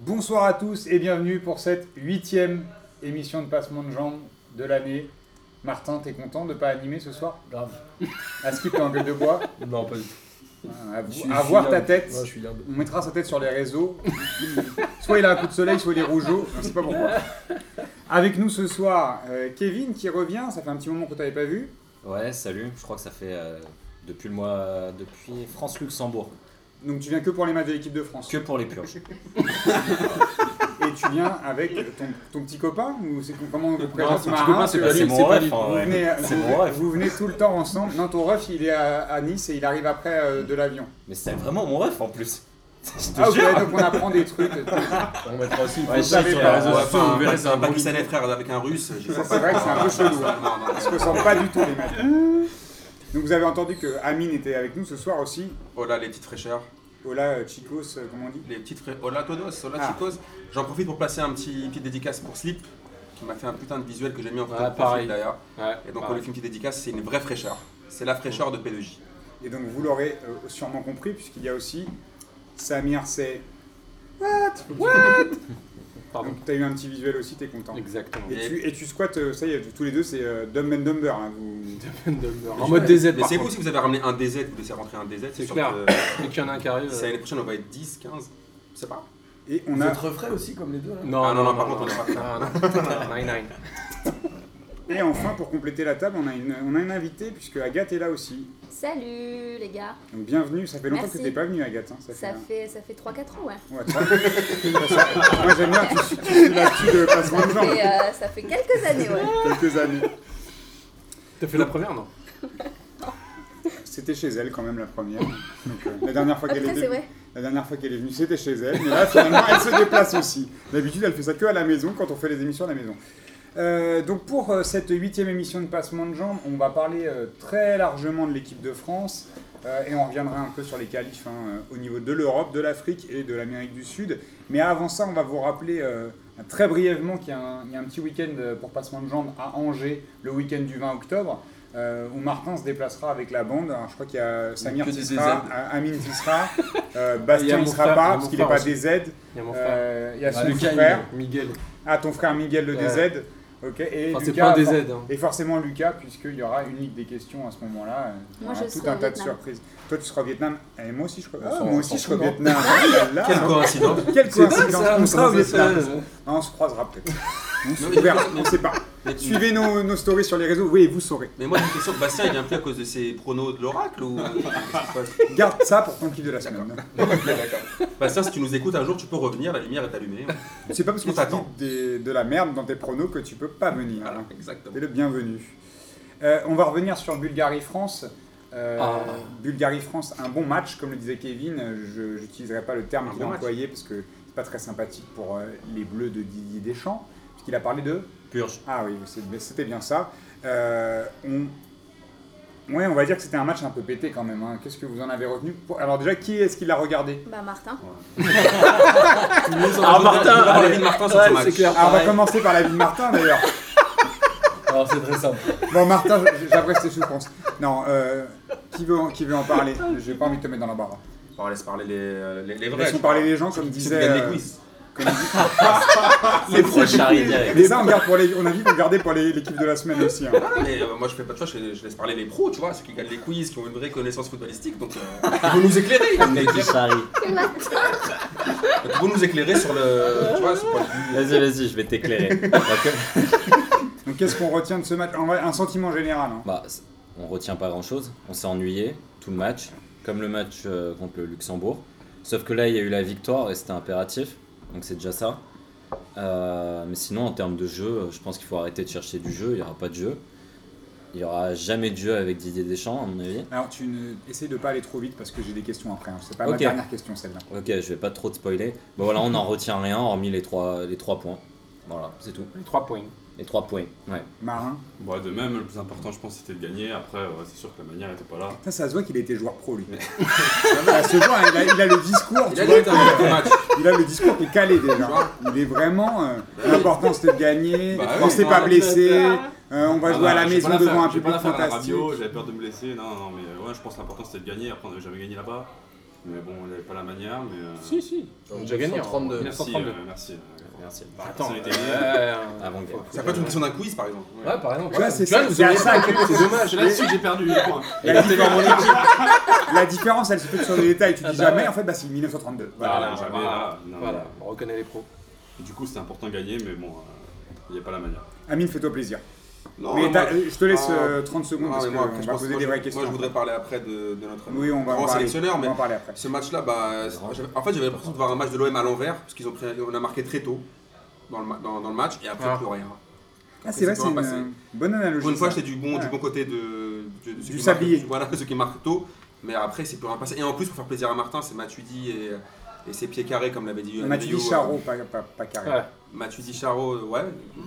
Bonsoir à tous et bienvenue pour cette huitième émission de Passement de Jambes de l'année. Martin, t'es content de pas animer ce soir Grave. À ce qu'il t'es en gueule de bois. Non, pas du À, Ah, Je vo- suis- à je suis voir ta dingue. tête. tout. Ouais, je suis dingue. On mettra sa tête sur les réseaux. soit il a un coup de soleil, soit il est rougeau. Je sais pas pourquoi. Avec nous ce soir, euh, Kevin qui revient. Ça fait un petit moment que t'avais pas vu. Ouais, salut. Je crois que ça fait euh, depuis le mois, depuis France-Luxembourg, Donc tu viens que pour les matchs de l'équipe de France. que pour les purges. Et tu viens avec ton, ton petit copain ou c'est comment vous présente petit Marin, copain, c'est que- pas lui. Bah, c'est c'est mon pas ref. hein, lui. en Vous vrai. venez, C'est vous- mon ref. vous venez tout le temps ensemble. Non, ton ref, il est à, à Nice et il arrive après euh, de l'avion. Mais c'est vraiment mon ref en plus. Je te Ah, ok, jure. donc on apprend des trucs. On mettra aussi une Ouais, photo sur je sais, les euh, ouais, réseaux sociaux, Bah, enfin, vous verrez, un, c'est un bon Pakistanais frère avec un russe. je Ça, sais c'est pas vrai que comment- c'est un peu chelou. hein. Non, non, non. Ils se ressemblent pas du tout, les mecs. Donc vous avez entendu que Amine était avec nous ce soir aussi. Oh là, les petites fraîcheurs. Hola, euh, Chicos, euh, comment on dit Les petites fraîcheurs. Oh là, Todos. Oh là, Ah. Chicos. J'en profite pour placer un petit, une petite dédicace pour Sleep, qui m'a fait un putain de visuel que j'ai mis en photo Ah, de profil, pareil. Ah. d'ailleurs. Ouais, bah, Et donc, on pareil. lui fait une petite dédicace, c'est une vraie fraîcheur. C'est la fraîcheur de P2J. Et donc vous l'aurez euh, sûrement compris, puisqu'il y a aussi Samir, c'est. Pardon. Donc t'as eu un petit visuel aussi, t'es content. Exactement. Et tu, et tu squattes, euh, ça y est, tous les deux, c'est euh, Dumb and Dumber. hein, vous- En mode DZ, Mais par c'est contre. vous si vous avez ramené un DZ, vous laissez rentrer un DZ. C'est sûr clair. que- Dès qu'il y en a un qui arrive. Si euh, l'année prochaine, on va être 10, 15. Je sais pas. Et on a, refrais aussi comme les deux là Non, Ah, non, non, par contre, on est pas pas. Nine, nine. Et enfin, pour compléter la table, on a une, on a une invitée, puisque Agathe est là aussi. Salut les gars, Donc bienvenue, ça fait longtemps Merci. que t'es pas venue Agathe. hein, Ça fait, ça fait, ça fait 3-4 ans ouais. Ouais, ça- ça- Moi j'aime bien, tu, suis- tu suis là-dessus de passement de Ça fait, gens, euh, ça fait quelques années ouais. quelques années. T'as fait la première, non C'était chez elle quand même la première. Donc, euh, la dernière fois qu'elle Après c'est était, vrai. la dernière fois qu'elle est venue, c'était chez elle. Mais là finalement, elle se déplace aussi. D'habitude, elle fait ça que à la maison quand on fait les émissions à la maison. Euh, donc pour euh, cette huitième émission de Passement de Jambes, on va parler euh, très largement de l'équipe de France euh, et on reviendra un peu sur les qualifs hein, euh, au niveau de l'Europe, de l'Afrique et de l'Amérique du Sud. Mais avant ça, on va vous rappeler euh, très brièvement qu'il y, a un- il y a un petit week-end euh, pour Passement de Jambes à Angers le week-end du 20 octobre euh, où Martin se déplacera avec la bande. Alors, je crois qu'il y a Samir Que qui des sera, DZ. A- Amine qui sera, euh, Il y a Bastien mon qui sera frère, il y pas a parce mon qu'il n'est pas frère des Z. Il y a mon frère. Euh, Il y a son Ah, Lucas, frère. Miguel. Ah, ton frère Miguel le Ouais. DZ. Ok. Et Enfin, c'est Lucas, pas un for- DZ. hein. Et forcément Lucas, puisqu'il y aura une ligue des questions à ce moment-là. euh, il y Moi, aura je tout serai un au tas de Vietnam. surprises. Toi, tu seras au Vietnam. Et moi aussi, je serai, On Ah, s'en- moi on aussi, s'en je serai au fout, non Vietnam. Oh là là. Quelle coïncidence. Quelle C'est dingue coïncidence. ça On sera au comment ça Vietnam. se fait Ah, on se croisera peut-être. On se Mais- mais- verra, on sait pas. Mais, Suivez nos, nos stories sur les réseaux, oui, vous saurez. mais moi, j'ai une question Bastien, il vient plus à cause de ses pronos de l'oracle ou. Qu'est-ce qui se passe Garde ça pour ton kiff de la semaine. Bastien, si tu nous écoutes un jour, tu peux revenir, la lumière est allumée. C'est pas parce que On tu t'attend. dis des- de la merde dans tes pronos que tu peux pas venir. Voilà, hein. T'es exactement. le bienvenu. Euh, on va revenir sur Bulgarie-France. Euh, Ah. Bulgarie-France, un bon match, comme le disait Kevin. Euh, Je n'utiliserai pas le terme Un qu'il bon a match. employé parce que c'est pas très sympathique pour euh, les Bleus de Didier Deschamps, puisqu'il a parlé de. Purge. Ah oui, c'est- mais c'était bien ça. Euh, on... Ouais, on va dire que c'était un match un peu pété quand même. hein. Qu'est-ce que vous en avez retenu pour- Alors déjà, qui est-ce qui l'a regardé Bah Martin, Ah, Martin, la allez. vie de Martin sur ce Ouais, c'est match. clair. Ah, on va pareil. commencer par la vie de Martin d'ailleurs. Alors c'est très simple. Bon, Martin, j- j'apprécie tes souffrances. Non, euh, qui, veut, en- qui veut en parler J'ai pas envie de te mettre dans l'embarras. Bon, laisse parler les, les, les vrais. Laissons tu parler vois. les gens, comme Ceux qui disait. gagnent euh, les quiz. C'est ça charrie direct. Mais ça, on, garde pour les, on a dit qu'on gardait pour les- l'équipe de la semaine aussi. hein. Voilà, mais, euh, moi je fais pas de choix, je, je laisse parler les pros, tu vois, ceux qui gagnent les quiz, qui ont une vraie connaissance footballistique, donc euh, ils vont nous éclairer. ils vont nous éclairer. Donc, ils vont nous éclairer sur le. Tu vois, sur le point de vue. Vas-y, vas-y, je vais t'éclairer. D'accord Donc, qu'est-ce qu'on retient de ce match En vrai, un sentiment général. hein. Bah, c- on retient pas grand-chose. On s'est ennuyé tout le match, comme le match euh, contre le Luxembourg. Sauf que là, il y a eu la victoire et c'était impératif. Donc c'est déjà ça. Euh, mais sinon, en termes de jeu, euh, je pense qu'il faut arrêter de chercher du jeu. Il n'y aura pas de jeu. Il n'y aura jamais de jeu avec Didier Deschamps, à mon avis. Alors, tu ne... essaye de pas aller trop vite parce que j'ai des questions après. hein. C'est pas ma Ok. dernière question celle-là. Ok, je vais pas trop te spoiler. Bon voilà, on n'en retient rien, hormis les trois, les trois points. Voilà, c'est tout. Les 3 points. Les trois points, ouais. Marin. Bon, Bah, de même, le plus important, je pense, c'était de gagner. Après, ouais, c'est sûr que la manière n'était pas là. Ça, ça se voit qu'il était joueur pro, lui. ça se voit, hein, il, a, il a le discours. Il tu a dit vois, que t'as un bon match. il a le discours qui est calé déjà. Il est vraiment. Bah euh, L'important c'était de gagner. Bah on oui, s'est non, pas non, blessé. euh, on va Ah, jouer à la j'ai maison pas la devant faire, un j'ai public pas la faire à la fantastique. radio, J'avais peur de me blesser. Non, non, mais euh, ouais, je pense que l'important, c'était de gagner. Après, on n'avait jamais gagné là-bas. Mais bon, il n'y avait pas la manière, mais. euh, Si, si. On a déjà gagné. en 1932. Merci, 1932. euh, merci. euh, Merci. Bah, Attends, personne n'était né. euh, Avant le faut- game. faut- Ça peut être une question d'un quiz, par exemple. Ouais, par exemple. Tu vois, ouais. c'est Tu vois, ça. nous c'est à aurions ça gagné, que- c'est dommage. Là-dessus, j'ai perdu le point. La, différence- la différence, elle se fait que sur les détails. Tu dis Ah bah jamais, ouais. en fait, bah, c'est 1932. Voilà. Voilà, jamais, voilà. voilà, non, Voilà, on reconnaît les pros. mais- Du coup, c'était important de gagner, mais bon, euh, il n'y a pas la manière. Amine, fais-toi plaisir. Non, mais Oh, moi- t'as- euh, je te laisse Ah. euh, 30 secondes Ah, parce mais que moi, on après, je va pense- poser moi, des je- vraies moi, questions. je voudrais parler après de, de notre Oui, on va, en grand parler. sélectionneur, on mais va en parler après. ce match-là, bah, c'est- j'avais- en fait, j'avais l'impression de voir un match de l'OM à l'envers, parce qu'ils ont pris, on a marqué très tôt dans le, ma- dans, dans le match, et après Ah. plus rien. Ah, c'est vrai, c'est Exactement, une bah, euh, bonne analogie. Pour une fois, ça. j'étais du bon, Ouais. du bon côté de, de- de ceux Du qui sablier. marquent- voilà, ceux qui marquent tôt, mais après, c'est plus rien passé. Et en plus, pour faire plaisir à Martin, c'est Matuidi et, et ses pieds carrés, comme l'avait dit. Mathieu Leo, euh, Charot, pas, pas, pas carré. Ah. Ouais. Matuidi Charo, euh, ouais,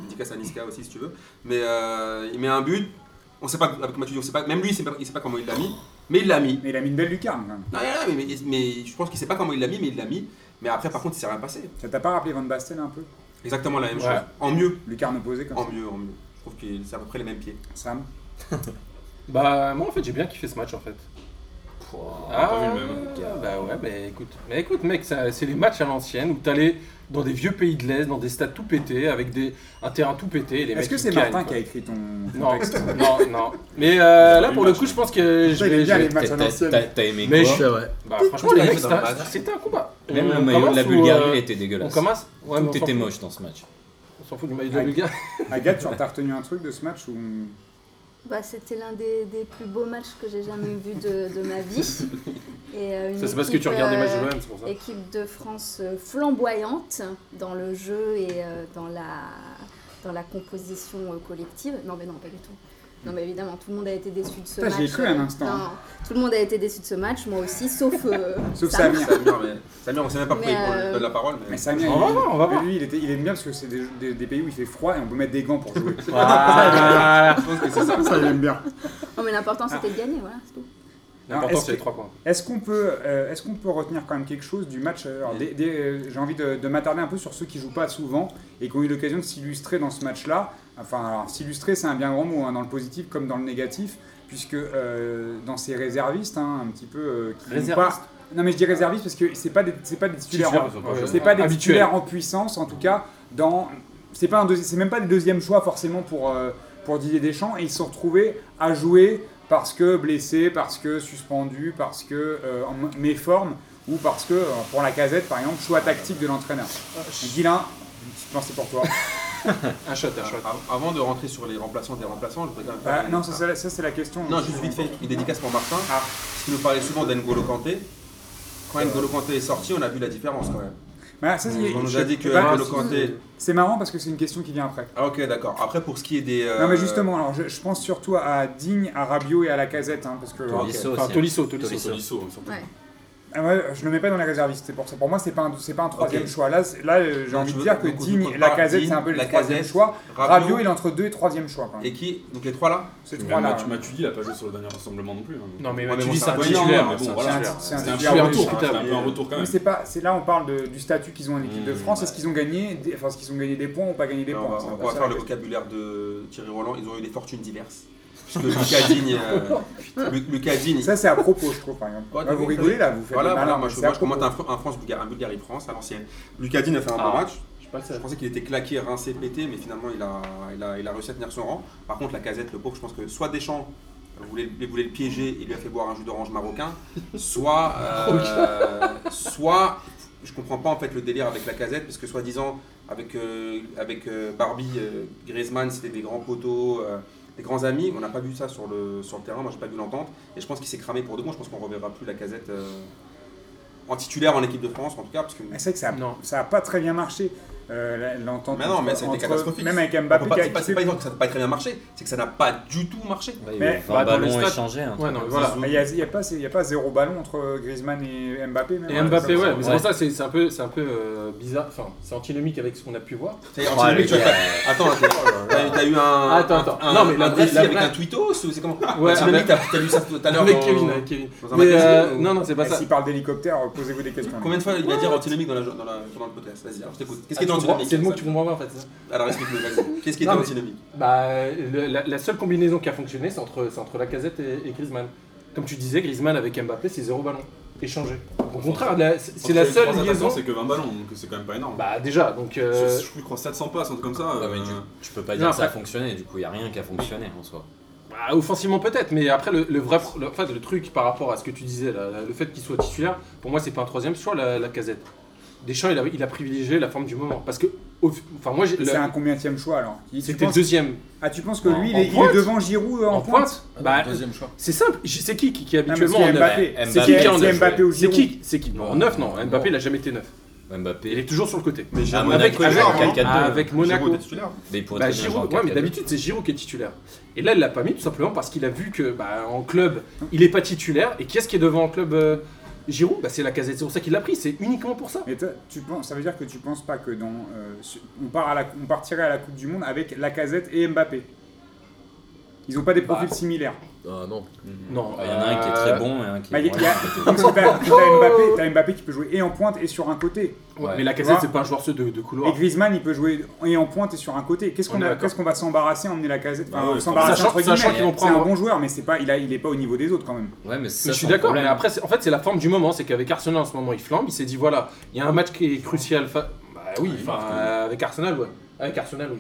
dédicace à Niska aussi si tu veux. Mais euh, il met un but. On sait pas, avec Matuidi, on sait pas, même lui, il sait pas, il sait pas comment il l'a mis, mais il l'a mis. Mais il a mis une belle lucarne. quand même. Non, non, non, mais, mais, mais je pense qu'il sait pas comment il l'a mis, mais il l'a mis. Mais après, par contre, il s'est rien passé. Ça t'a pas rappelé Van Basten un peu Exactement la même Ouais. chose. En mieux, Lucarne opposée comme en mieux, en mieux. Je trouve que c'est à peu près les mêmes pieds. ça. Sam Bah, moi en fait, j'ai bien kiffé ce match en fait. Ah, pas vu le même. bah ouais, mais écoute, mais écoute mec, ça- c'est les matchs à l'ancienne où t'allais dans des vieux pays de l'Est, dans des stades tout pétés, avec des, un terrain tout pété. Eh et ben, les mecs Est-ce que qui c'est gagnent, Martin quoi. qui a écrit ton ton Non, texte non, non. Mais euh, là, eu pour le match, coup, je pense que je Ça, il aime vais. bien je vais- les matchs à T'as- l'ancienne. T'as t'as aimé Mais quoi je- ouais. Bah, Tout franchement, les était mecs, dans c'était le un- match. c'était un combat. Même On le maillot de la commence ou, Bulgarie euh, il était On dégueulasse. commence Ouais, mais on Tout s'en était fout. moche dans ce match. On s'en fout du maillot de la Bulgarie. Agathe, tu as retenu un truc de ce match où. Bah, c'était l'un des, des plus beaux matchs que j'ai jamais vu de, de ma vie. Et, euh, une Ça, c'est parce que tu équipe, regardes les matchs de euh, l'OM, c'est pour ça. Équipe de France euh, flamboyante dans le jeu et euh, dans la, dans la composition euh, collective. Non, mais non, pas du tout. Non, mais évidemment, tout le monde a été déçu de ce Putain, match. j'y ai cru un instant, Non, hein. tout le monde a été déçu de ce match, moi aussi, sauf. euh, Sauf Sam. Samir. Samir, mais, Samir, on sait même pas pourquoi Mais, il prend- euh, donne la parole. Mais... Mais Samir, On va il- voir, on va voir. lui, il, était, il aime bien parce que c'est des, des- des pays où il fait froid et on peut mettre des gants pour jouer. Ah, Voilà. Je pense que c'est ça. ça, il aime bien. Non, mais l'important, c'était de gagner, voilà, c'est tout. Alors, L'important, est-ce c'est les que- trois points. Est-ce qu'on peut, euh, est-ce qu'on peut retenir quand même quelque chose du match euh, alors, des- des, euh, J'ai envie de, de m'attarder un peu sur ceux qui jouent pas souvent et qui ont eu l'occasion de s'illustrer dans ce match-là. Enfin, alors, s'illustrer, c'est un bien grand mot, hein, dans le positif comme dans le négatif, puisque euh, dans ces réservistes, hein, un petit peu, euh, qui n'ont Réservistes. pas- Non, mais je dis réservistes parce que c'est pas des, c'est pas des titulaires, Titulaires, en- ils sont pas c'est pas des Habituels. titulaires en puissance, en tout cas, dans, c'est pas un deuxi- c'est même pas le deuxième choix forcément pour euh, pour Didier Deschamps et ils se sont retrouvés à jouer parce que blessés, parce que suspendus, parce que euh, en m- méforme ou parce que euh, pour la casette par exemple choix tactique de l'entraîneur. Euh, Guilin, je pense que c'est pour toi. Un shot, un shot. Av- Avant de rentrer sur les remplaçants des remplaçants, je voudrais quand même Bah, faire- Ah. non, ça, c'est la- ça, c'est la question. Non, juste vite fait, une dédicace pour Martin. Ah. Euh. Parce qu'il nous parlait souvent d'Engolo Kanté. Quand N'Golo Kanté est sorti, on a vu la différence quand même. Bah, ça, c'est- On nous je- a dit que bah, N'Golo Kanté. c'est marrant parce que c'est une question qui vient après. Ah, ok, d'accord. Après, pour ce qui est des. euh, Non mais justement, alors je, je pense surtout à Digne, à Rabiot et à la casette hein, parce que Tolisso Enfin, aussi. Tolisso, Tolisso. Tolisso. Tolisso, hein, surtout. Ouais. Ah ouais, je le mets pas dans les réservistes, c'est pour ça. Pour moi, c'est pas un, c'est pas un troisième choix. Là, c'est- là, euh, j'ai Donc, envie tu de veux- dire que donc, on Digne, compare la Casette, Digne, c'est un peu le la troisième Casette, choix. Rabiot, Rabiot, il est entre deux et troisième choix. Quand même. Et qui Donc les trois là Ces Mais trois-là, Matu- ouais. Matuidi, il a pas joué sur le dernier rassemblement non plus. hein. Non, mais Ouais, mais tu bon, dis c'est c'est un un peu titulaire. énorme, mais bon, c'est un voilà. titulaire. C'est un C'était titulaire. un, titulaire peu- autour, c'était un putain, peu un retour quand Mais même. c'est pas, c'est là on parle de- du statut qu'ils ont en équipe de Mmh, France. Est-ce ouais. qu'ils ont gagné, des- enfin, est-ce qu'ils ont gagné des points ou pas gagné des Non, bah, points on va, c'est on pas va ça, faire la le question. vocabulaire de Thierry Roland, ils ont eu des fortunes diverses. Puisque Lucas Digne, Oh, euh, Lu- Lucas Digne, Ça, c'est à propos, je trouve, par exemple. Ouais, Là, vous oui, rigolez oui. là, vous faites. voilà, le malin, voilà, moi mais je, c'est moi, à je commente propos. un, Fran- un France Bulgarie, un Bulgarie France à l'ancienne. Lucas Digne a fait un bon Ah. match. Je sais pas Je pensais qu'il était claqué, rincé, pété, mais finalement il a, il a, il a réussi à tenir son rang. Par contre, la casette, le pauvre, je pense que soit Deschamps voulait, voulait le piéger et lui a fait boire un jus d'orange marocain, soit, euh, soit je comprends pas en fait le délire avec la casette, parce que soi-disant avec, euh, avec euh, Barbie, euh, Griezmann, c'était des grands poteaux. euh, des grands amis, on n'a pas vu ça sur le, sur le terrain, moi j'ai pas vu l'entente, et je pense qu'il s'est cramé pour de bon, je pense qu'on reverra plus la casette euh, en titulaire en équipe de France en tout cas, parce que Mais C'est vrai que ça, Non. ça a pas très bien marché. euh, la- l'entente Mais non, mais entre- c'était entre- catastrophique. Même avec On peut Mbappé, pas- qui a- C'est pas, c'est pas exemple que ça n'a pas très bien marché, c'est que ça n'a pas du tout marché. Ouais, Il y Mais- a eu 20 Bah, dans le ballons stade- échangés. hein. Ouais, non, mais voilà. Il n'y a, y a pas- y a pas zéro ballon entre Griezmann et Mbappé. Même, Et hein, Mbappé, comme ça. ouais, mais c'est pour ça, c'est c'est un peu, c'est un peu euh, bizarre. Enfin, c'est antinomique avec ce qu'on a pu voir. Ça y est, Oh, Anthony, les tu as- gars. Attends, attends, t'as t'as eu un. Oh Attends, attends. un- Non, mais la un vraie- défi la avec vraie- un tweetos ou c'est comment Ouais, Anthony, avec- t'as t'as lu ça tout à l'heure. Avec dans- Kevin, avec Kevin. euh, dans un Mais, magazine, euh, ou- non, non, c'est pas Eh, ça. S'il parle d'hélicoptère, posez-vous des questions. Combien de fois il va dire antinomique dans, la, dans, la, dans le podcast Vas-y, alors je t'écoute. Qu'est-ce qui Ah, tu est comprends- antinomique C'est le mot que ça tu comprends pas, en fait. c'est ça. Alors explique-le, vas-y. Qu'est-ce qui est Non, mais- antinomique Bah, le- la, la seule combinaison qui a fonctionné, c'est entre, c'est entre Lacazette et, et Griezmann. Comme tu disais, Griezmann avec Mbappé, c'est zéro ballon. échanger. Au contraire, la- c'est c'est la seule liaison. C'est que 20 ballons, donc c'est quand même pas énorme. Bah déjà, donc euh, Ah, Je- Je crois que 700 passes, un truc comme ça. Ouais, mais euh, du- tu peux pas non, dire que ça a après- fonctionné, du coup, il n'y a rien qui a fonctionné en soi. bah, offensivement peut-être, mais après le, le vrai, pro- le, en fait, le truc par rapport à ce que tu disais, là, là, le fait qu'il soit titulaire, pour moi c'est pas un troisième choix la, la casette. Deschamps il a, il a privilégié la forme du moment parce que, au- enfin moi j'ai- C'est la- un combienième choix alors Tu c'était le penses- deuxième Ah, tu penses que En- lui, il en est, il est pointe devant Giroud euh, en, en pointe. Bah, Ah, Deuxième choix. c'est simple, J- c'est qui qui, qui Non, mais habituellement c'est en neuf Mbappé. neuf. C'est Mbappé. qui- Qui en c'est neuf, Mbappé ou C'est Giroud qui C'est qui Non, en neuf non, Mbappé il a jamais été neuf. Il Mbappé, est toujours sur le côté. Mais j'ai Ah, un Monaco, Avec- Monaco, avec- genre, hein. avec- Ah, avec Giroud Monaco. est titulaire. mais il pourrait Bah, très bien Giroud, jouer en ouais, mais 4-4-2. d'habitude c'est Giroud qui est titulaire. Et là, il l'a pas mis tout simplement parce qu'il a vu que bah, en club, il est pas titulaire. Et qui est-ce qui est devant en club euh, Giroud bah, C'est la casette. C'est pour ça qu'il l'a pris. C'est uniquement pour ça. Mais toi, tu penses, ça veut dire que tu penses pas que dans. euh, ce- on, part à la, on partirait à la Coupe du Monde avec Lacazette et Mbappé Ils ont pas des Bah, profils similaires. Ah non. Non. Il y en a un euh, qui est très bon et un qui Bah, est y a- y a- moyen. donc, T'as t'as Mbappé, t'as Mbappé qui peut jouer et en pointe et sur un côté. Ouais, Ouais. Mais la Tu casette, vois c'est pas un joueur de, de couloir. Et Griezmann, il peut jouer et en pointe et sur un côté. Qu'est-ce On qu'on est a- d'accord. qu'est-ce qu'on va s'embarrasser à emmener Lacazette Enfin, Bah ouais, s'embarrasser sachant- entre sachant guillemets. qu'ils vont C'est un prendre- bon joueur, mais c'est pas, il, a, il est pas au niveau des autres quand même. Ouais, mais c'est Mais ça, je suis son d'accord, mais problème. après, c'est- en fait, c'est la forme du moment. C'est qu'avec Arsenal en ce moment, il flambe. Il s'est dit voilà, il y a un match qui est crucial. fa- Bah oui, enfin, euh, avec Arsenal, ouais. Avec Arsenal, oui.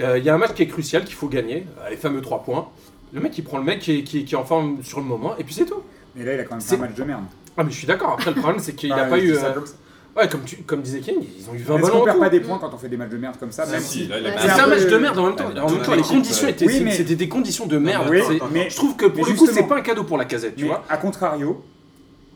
Euh, Il y a un match qui est crucial qu'il faut gagner. euh, Les fameux 3 points. Le mec, il prend le mec qui est, qui est- qui est en forme sur le moment. Et puis c'est tout. Et là, il a quand même fait C'est- un match de merde. Ah, mais je suis d'accord. Après, le problème, c'est qu'il Enfin, n'a pas je eu. dis ça euh, comme ça. Ouais, comme, tu, comme disait King, ils ont eu 20 Est-ce ballons. qu'on en perd tout. pas des points quand on fait des matchs de merde comme ça Si, même si, là, il a Ouais. mis C'est un un peu- match de merde en même temps. Ouais, mais En même temps, dans les l'équipe, conditions euh, étaient. oui, c'est- mais- C'était des conditions de mais merde. Oui, C'est- attends, mais Je trouve que pour Mais le coup, c'est justement. pas un cadeau pour la casette, tu Mais vois. à contrario,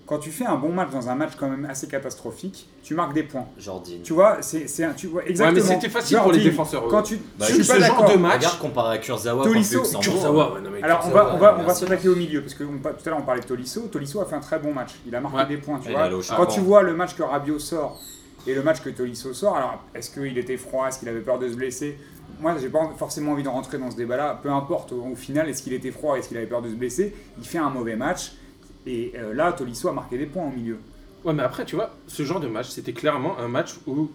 quand tu fais un bon match dans un match quand même assez catastrophique, tu marques des points. Jordi. Tu vois, c'est c'est un. Tu vois, Ouais, exactement. mais c'était facile pour les Jordi, défenseurs. Quand eux. tu. Bah, je suis ce pas genre de d'accord. match. Regarde comparé à Kurzawa Tolisso, contre Luxembourg. Kurzawa, ouais, non, mais Alors on Kurzawa, va, on va, on va merci. s'attaquer au milieu parce que on, pa- tout à l'heure on parlait de Tolisso. Tolisso a fait un très bon match. Il a marqué Ouais. des points, tu Il est vois. allé au charbon. Quand tu vois le match que Rabiot sort et le match que Tolisso sort, alors est-ce qu'il était froid, est-ce qu'il avait peur de se blesser Moi, j'ai pas en- forcément envie de rentrer dans ce débat-là. Peu importe. Au au final, est-ce qu'il était froid, est-ce qu'il avait peur de se blesser Il fait un mauvais match. Et euh, là, Tolisso a marqué des points au milieu. Ouais, mais après, tu vois, ce genre de match, c'était clairement un match où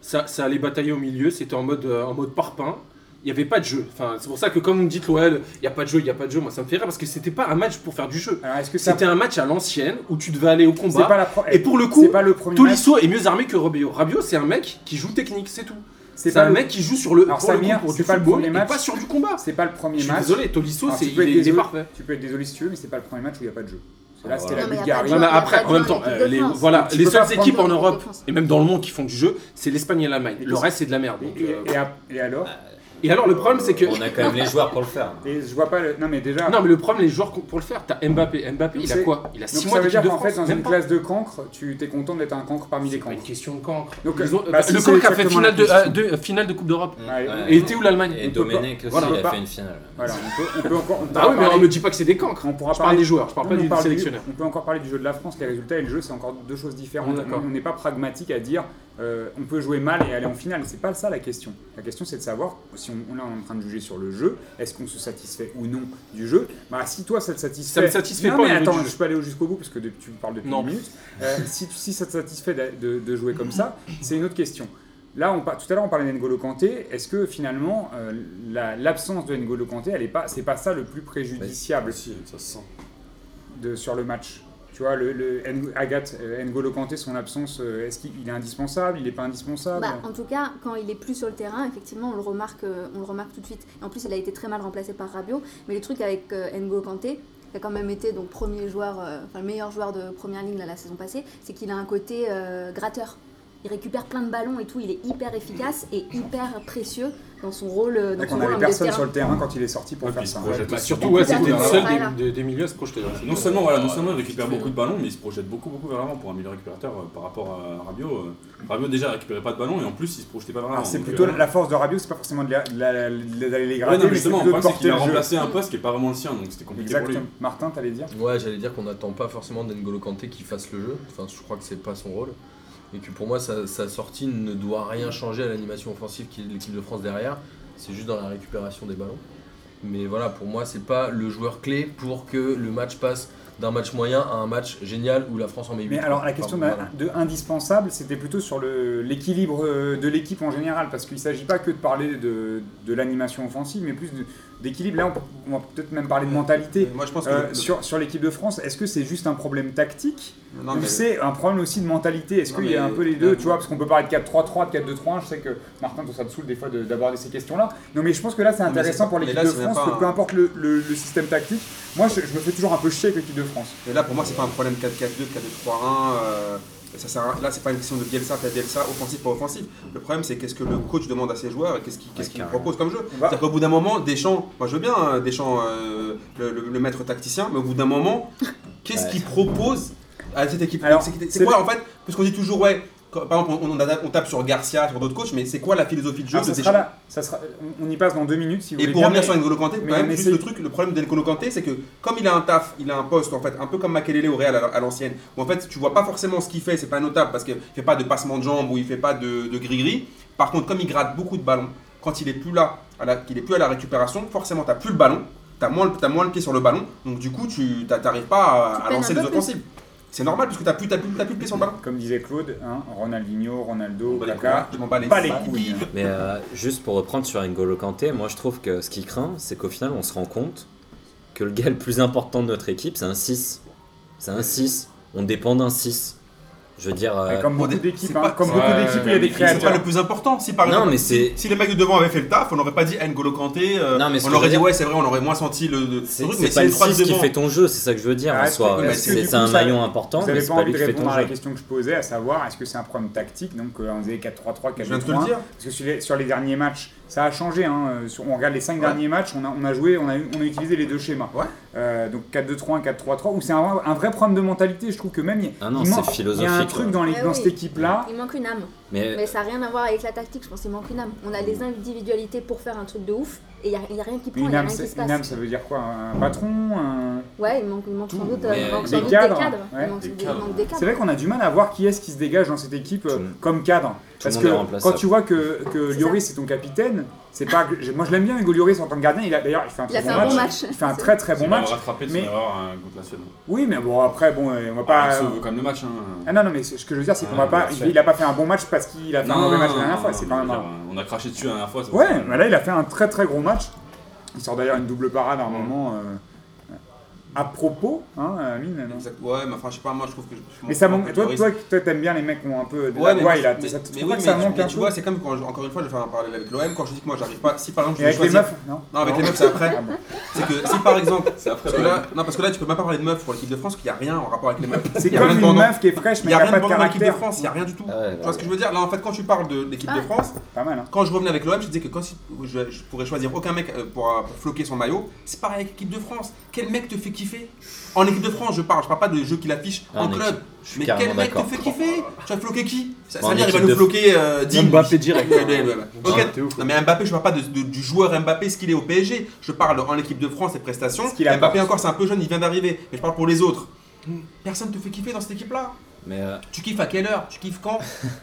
ça, ça allait batailler au milieu, c'était en mode, euh, en mode parpaing. Il n'y avait pas de jeu. Enfin, c'est pour ça que, comme vous me dites, l'OL, il n'y a pas de jeu, il n'y a pas de jeu, moi ça me fait rire parce que c'était pas un match pour faire du jeu. Alors est-ce que ça C'était un match à l'ancienne où tu devais aller au c'est combat. pas la pro- Et pour le coup, c'est pas le premier match, Tolisso est mieux armé que Rabiot. Rabiot, c'est un mec qui joue technique, c'est tout. c'est C'est pas un le- mec qui joue sur le, Alors, pour, le Samir, coup, pour c'est du pas le football premier et match. pas sur du combat. C'est pas le premier Je suis match. désolé, Tolisso, Alors, c'est, tu peux être il, est, il est désolé. parfait. Tu peux être désolé si tu veux, mais c'est pas le premier match où il n'y a pas de jeu. Parce que Là, Ah, c'était voilà. la Non, mais y a pas Bulgarie. de jeu. Ouais, mais après, pas en même de temps, jeu euh, en équipe de les, France. voilà, Tu les peux pas seules équipes en prendre Europe, l'équipe de France. et même dans le monde, qui font du jeu, c'est l'Espagne et l'Allemagne. Et Le puis- reste, c'est de la merde. donc, Et, euh, et ap- et alors Et alors, le problème, c'est que. On a quand même les joueurs pour le faire. Et je vois pas le. Non, mais déjà. Non, mais le problème, les joueurs qu'on- pour le faire, t'as Mbappé. Mbappé, il a C'est- quoi Il a donc 6 ça mois veut d'équipe dire de qu'en France. fait, dans même une pas. classe de cancre, tu t'es content d'être un cancre parmi les C'est pas une cancres. question de cancre. Donc, Ils ont- bah, bah, si, le c'est cancre a fait exactement finale de, la question. euh, de- euh, finale de Coupe d'europe. Ouais. Ouais. Et était où l'Allemagne Et Domenech aussi, voilà, on il peut a pas. fait une finale. Voilà, on peut, on peut encore. On Bah oui, mais on parler- me dit pas que c'est des cancres. on pourra Je parle parler des joueurs, je parle pas Oui, mais du on parle du- sélectionneur. on peut encore parler du jeu de la France, les résultats et le jeu, c'est encore deux choses différentes. On est d'accord. on n'est pas pragmatique à dire euh, on peut jouer mal et aller en finale. C'est pas ça la question. La question, c'est de savoir si on, on est en train de juger sur le jeu, est-ce qu'on se satisfait ou non du jeu. Bah, si toi, ça te satisfait. Ça me satisfait non, pas au mais niveau attends, du jeu. je peux aller jusqu'au bout parce que depuis- tu me parles depuis Non. une minute. Euh, si, si ça te satisfait d'a- de, de jouer comme ça, c'est une autre question. Là, on par- tout à l'heure, on parlait d'Engolo Kanté. Est-ce que finalement, euh, la- l'absence de N'Golo Kanté, elle est pas, c'est pas ça le plus préjudiciable Si, ça se sent. de, sur le match Tu vois, le, le Ng- Agathe, euh, N'Golo Kanté, son absence, euh, est-ce qu'il il est indispensable Il n'est pas indispensable Bah, en tout cas, quand il est plus sur le terrain, effectivement, on le remarque, euh, on le remarque tout de suite. En plus, il a été très mal remplacé par Rabiot. Mais le truc avec euh, N'Golo Kanté, qui a quand même été donc premier joueur, euh, enfin le meilleur joueur de première ligne là, la saison passée, c'est qu'il a un côté euh, gratteur. Il récupère plein de ballons et tout. Il est hyper efficace et hyper précieux dans son rôle. euh, Dans Donc son on rôle en n'avait milieu de personne terrain. sur le terrain quand il est sorti pour Ouais, faire puis il se ça. projette Bah, aussi surtout, beaucoup. ouais, c'était Voilà. le seul des, des- des milieux à se projeter. hein. Non seulement, voilà, non seulement il récupère beaucoup de ballons, mais il se projette beaucoup, beaucoup vers l'avant pour un milieu récupérateur euh, par rapport à Rabiot. euh. Rabiot déjà récupérait pas de ballons et en plus il se projetait pas vers l'avant. Alors, c'est donc, plutôt euh, la la force de Rabiot, c'est pas forcément de la- de la- de d'aller les Ouais, gratter, non, mais mais c'est justement, plutôt de le problème, c'est porter qu'il a le jeu. remplacé un poste qui est pas vraiment le sien, donc c'était compliqué Exactement. Martin, t'allais dire Ouais, j'allais dire qu'on n'attend pas forcément d'Engolo Kanté qui fasse le jeu. Enfin, je crois que c'est pas son rôle. Et que pour moi, sa, sa sortie ne doit rien changer à l'animation offensive qui est de l'équipe de France derrière. C'est juste dans la récupération des ballons. Mais voilà, pour moi, c'est pas le joueur clé pour que le match passe d'un match moyen à un match génial où la France en met 8. Mais alors la question d'un- de, indispensable, c'était plutôt sur le- l'équilibre euh, de l'équipe en général, parce qu'il ne s'agit pas que de parler de, de l'animation offensive, mais plus de, d'équilibre. Là, on, on va peut-être même parler de mentalité. Moi, je pense que. Euh, le- sur sur l'équipe de France, est-ce que c'est juste un problème tactique non, ou mais- c'est un problème aussi de mentalité Est-ce Non, qu'il y a un mais- peu les deux, non. tu vois Parce qu'on peut parler de 4-3-3, de 4-2-3. Je sais que Martin, tout ça te saoule des fois de- d'aborder ces questions-là. Non, mais je pense que là, c'est Non, mais intéressant c'est- pour mais l'équipe là, de c'est même France, pas que un- peu importe le, le- le système tactique. Moi, je, je me fais toujours un peu chier avec l'équipe de France. mais là, pour moi, c'est pas un problème 4-4-2, 4-2-3-1. euh, ça sert à- Là, c'est pas une question de Bielsa, pas Bielsa, offensif, pas offensif. Le problème, c'est qu'est-ce que le coach demande à ses joueurs et qu'est-ce qu'il qu'est-ce qu'il propose comme jeu. On va- C'est-à-dire qu'au bout d'un moment, Deschamps, moi je veux bien hein, Deschamps, euh, le, le- le maître tacticien, mais au bout d'un moment, qu'est-ce Ouais. qu'il propose à cette équipe Alors, C'est- c'est- C'est quoi en fait Parce qu'on dit toujours, ouais, quand- par exemple, on, on a- on tape sur Garcia, sur d'autres coachs, mais c'est quoi la philosophie de jeu Alors, de ça sera Deschamps là. Ça sera, on, on y passe dans deux minutes, si vous et voulez pour bien, revenir mais- sur N'Golo Kanté, mais quand on même, juste essaie- le truc, le problème d'N'Golo Kanté, c'est que comme il a un taf, il a un poste en fait, un peu comme Makelele au Real à, à l'ancienne, où en fait tu vois pas forcément ce qu'il fait, c'est pas notable parce qu'il fait pas de passement de jambes ou il fait pas de de gris-gris. Par contre, comme il gratte beaucoup de ballons, quand il est plus là, à la- qu'il est plus à la récupération, forcément t'as plus le ballon, t'as moins, le- t'as moins le pied sur le ballon, donc du coup tu t'a- t'arrives pas Tu à, à peines lancer un les peu plus. offensives. C'est normal puisque t'as plus, t'as plus, t'as plus le pied sur le ballon. Comme disait Claude, hein, Ronaldinho, Ronaldo, Bah, les couilles, Kaka, je m'en bats les pas les couilles. couilles. Mais euh, juste pour reprendre sur N'Golo Kanté, moi je trouve que ce qu'il craint, c'est qu'au final on se rend compte que le gars le plus important de notre équipe, c'est un 6. C'est un 6. On dépend d'un 6. Je veux dire. euh, Et Comme on beaucoup dé- d'équipes, c'est hein, pas- comme c'est- beaucoup ouais, d'équipes, il y a mais des c'est C'est pas créateurs. le plus important. Si par non, exemple, mais c'est. Si les mecs de devant avaient fait le taf, on n'aurait pas dit N'Golo Kanté. euh, Non, mais ce on que je aurait veux dit, dire- ouais, c'est vrai, on aurait moins senti le, le- ce C'est truc. c'est si pas le trois 6 qui devant- fait ton jeu, c'est ça que je veux dire Ah, en est-ce soi. que- mais Ouais, est-ce que C'est du c'est un coup, ça- maillon important, Vous mais n'avez c'est pas pas envie lui de qui fait ton répondre à la jeu. question que je posais, à savoir est-ce que c'est un problème tactique Donc euh, on disait 4-3-3, 4 Je viens de te le dire. Parce que sur les, sur les derniers matchs, ça a changé. hein, euh, sur- on regarde les 5 derniers matchs, on a, on a joué, on a, eu- on a utilisé les deux schémas. Ouais. Euh, donc 4-2-3, 4-3-3, où c'est un, vrai- un vrai problème de mentalité. Je trouve que même il y, Ah non, il c'est manque- il y a un philosophique, truc ouais. dans, les, Ouais, dans Ah oui. cette équipe-là. Il manque une âme. Mais Mais ça n'a rien à voir avec la tactique, je pense qu'il manque une âme. On a les individualités pour faire un truc de ouf et il n'y a, rien qui prend, Mais il une n'y a âme, rien qui c'est- se une âme, passe. ça veut dire quoi Un patron un- Ouais, il manque, il manque sans doute, Mais, euh, il manque euh, sans des doute des cadres, cadres. ouais. Il manque Des il cadres. manque des cadres. C'est vrai qu'on a du mal à voir qui est-ce qui se dégage dans cette équipe euh, Tout le monde. comme cadre. Tout le Parce monde est que remplaçable. quand tu vois que, que C'est Lloris est ton capitaine, c'est pas. que- Moi je l'aime bien Hugo Lloris en tant que gardien. Il a d'ailleurs il fait un Il très a fait bon un match. bon match. Il fait un très très C'est bon match. rattrapé de mais- son erreur euh, contre la Suède. Oui mais bon après bon euh, on va Pas pas. sauve quand même le match. hein. Ah non non mais ce ce que je veux dire c'est qu'on va Ah, pas. bien sûr. Il a pas fait un bon match parce qu'il a fait un mauvais match la dernière fois. C'est quand même. je veux un- dire, On a craché dessus la dernière fois. ça, Ouais c'est- mais là il a fait un très très gros match. Il sort d'ailleurs une double parade à un moment. euh, À propos, hein, euh, mine. non Exact. Ouais, mais enfin, je sais pas, moi, je trouve que. je- je Mais ça manque manque. de Toi, risque. toi, toi, t'aimes bien les mecs qui ont un peu. de la Ouais, mais, voix, moi, il a. mais- ça te- tu mais trouves oui, pas que ça mais tu- manque mais un tu peu vois, c'est comme quand je- encore une fois, je vais faire un parallèle avec l'OM. Quand je dis que moi, j'arrive pas. Si par exemple, Et je vais avec les choisir. meufs, non Non, avec les meufs, c'est après. Ah bon. C'est que si par exemple. C'est après. Parce que là, non, parce que là, tu peux pas parler de meufs pour l'équipe de France, qu'il y a rien en rapport avec les meufs. C'est Il y a comme rien de une bandant. meuf qui est fraîche Il mais n'y qui a a rien pas de de pendant l'équipe de caractère. France, il n'y a rien du tout. Ah ouais, Tu vois ce que je veux dire Là, en fait, quand tu parles de l'équipe de Ouais. France, Pas mal. Hein. Quand je revenais avec l'OM, je disais que quand si- je, je pourrais choisir aucun mec euh, pour, euh, pour floquer son maillot, c'est pareil avec l'équipe de France. Quel mec te fait kiffer En équipe de France, je parle, je parle pas de jeu qu'il affiche Ah, en en club. équipe, je suis Mais carrément quel mec te d'accord. fait kiffer Tu vas floquer qui Ça Bah, veut en dire il va équipe nous de- floquer euh, Dean, Mbappé lui. direct. Ouais, ouais, ouais, ouais. Ouais, Ok. t'es ouf, Non mais Mbappé, je parle pas de- de- du joueur Mbappé, ce qu'il est au PSG. Je parle en équipe de France, ses prestations. Ce qu'il apporte. Mbappé encore, c'est un peu jeune, il vient d'arriver. Mais je parle pour les autres. Personne te fait kiffer dans cette équipe-là. mais euh, Tu kiffes à quelle heure Tu kiffes quand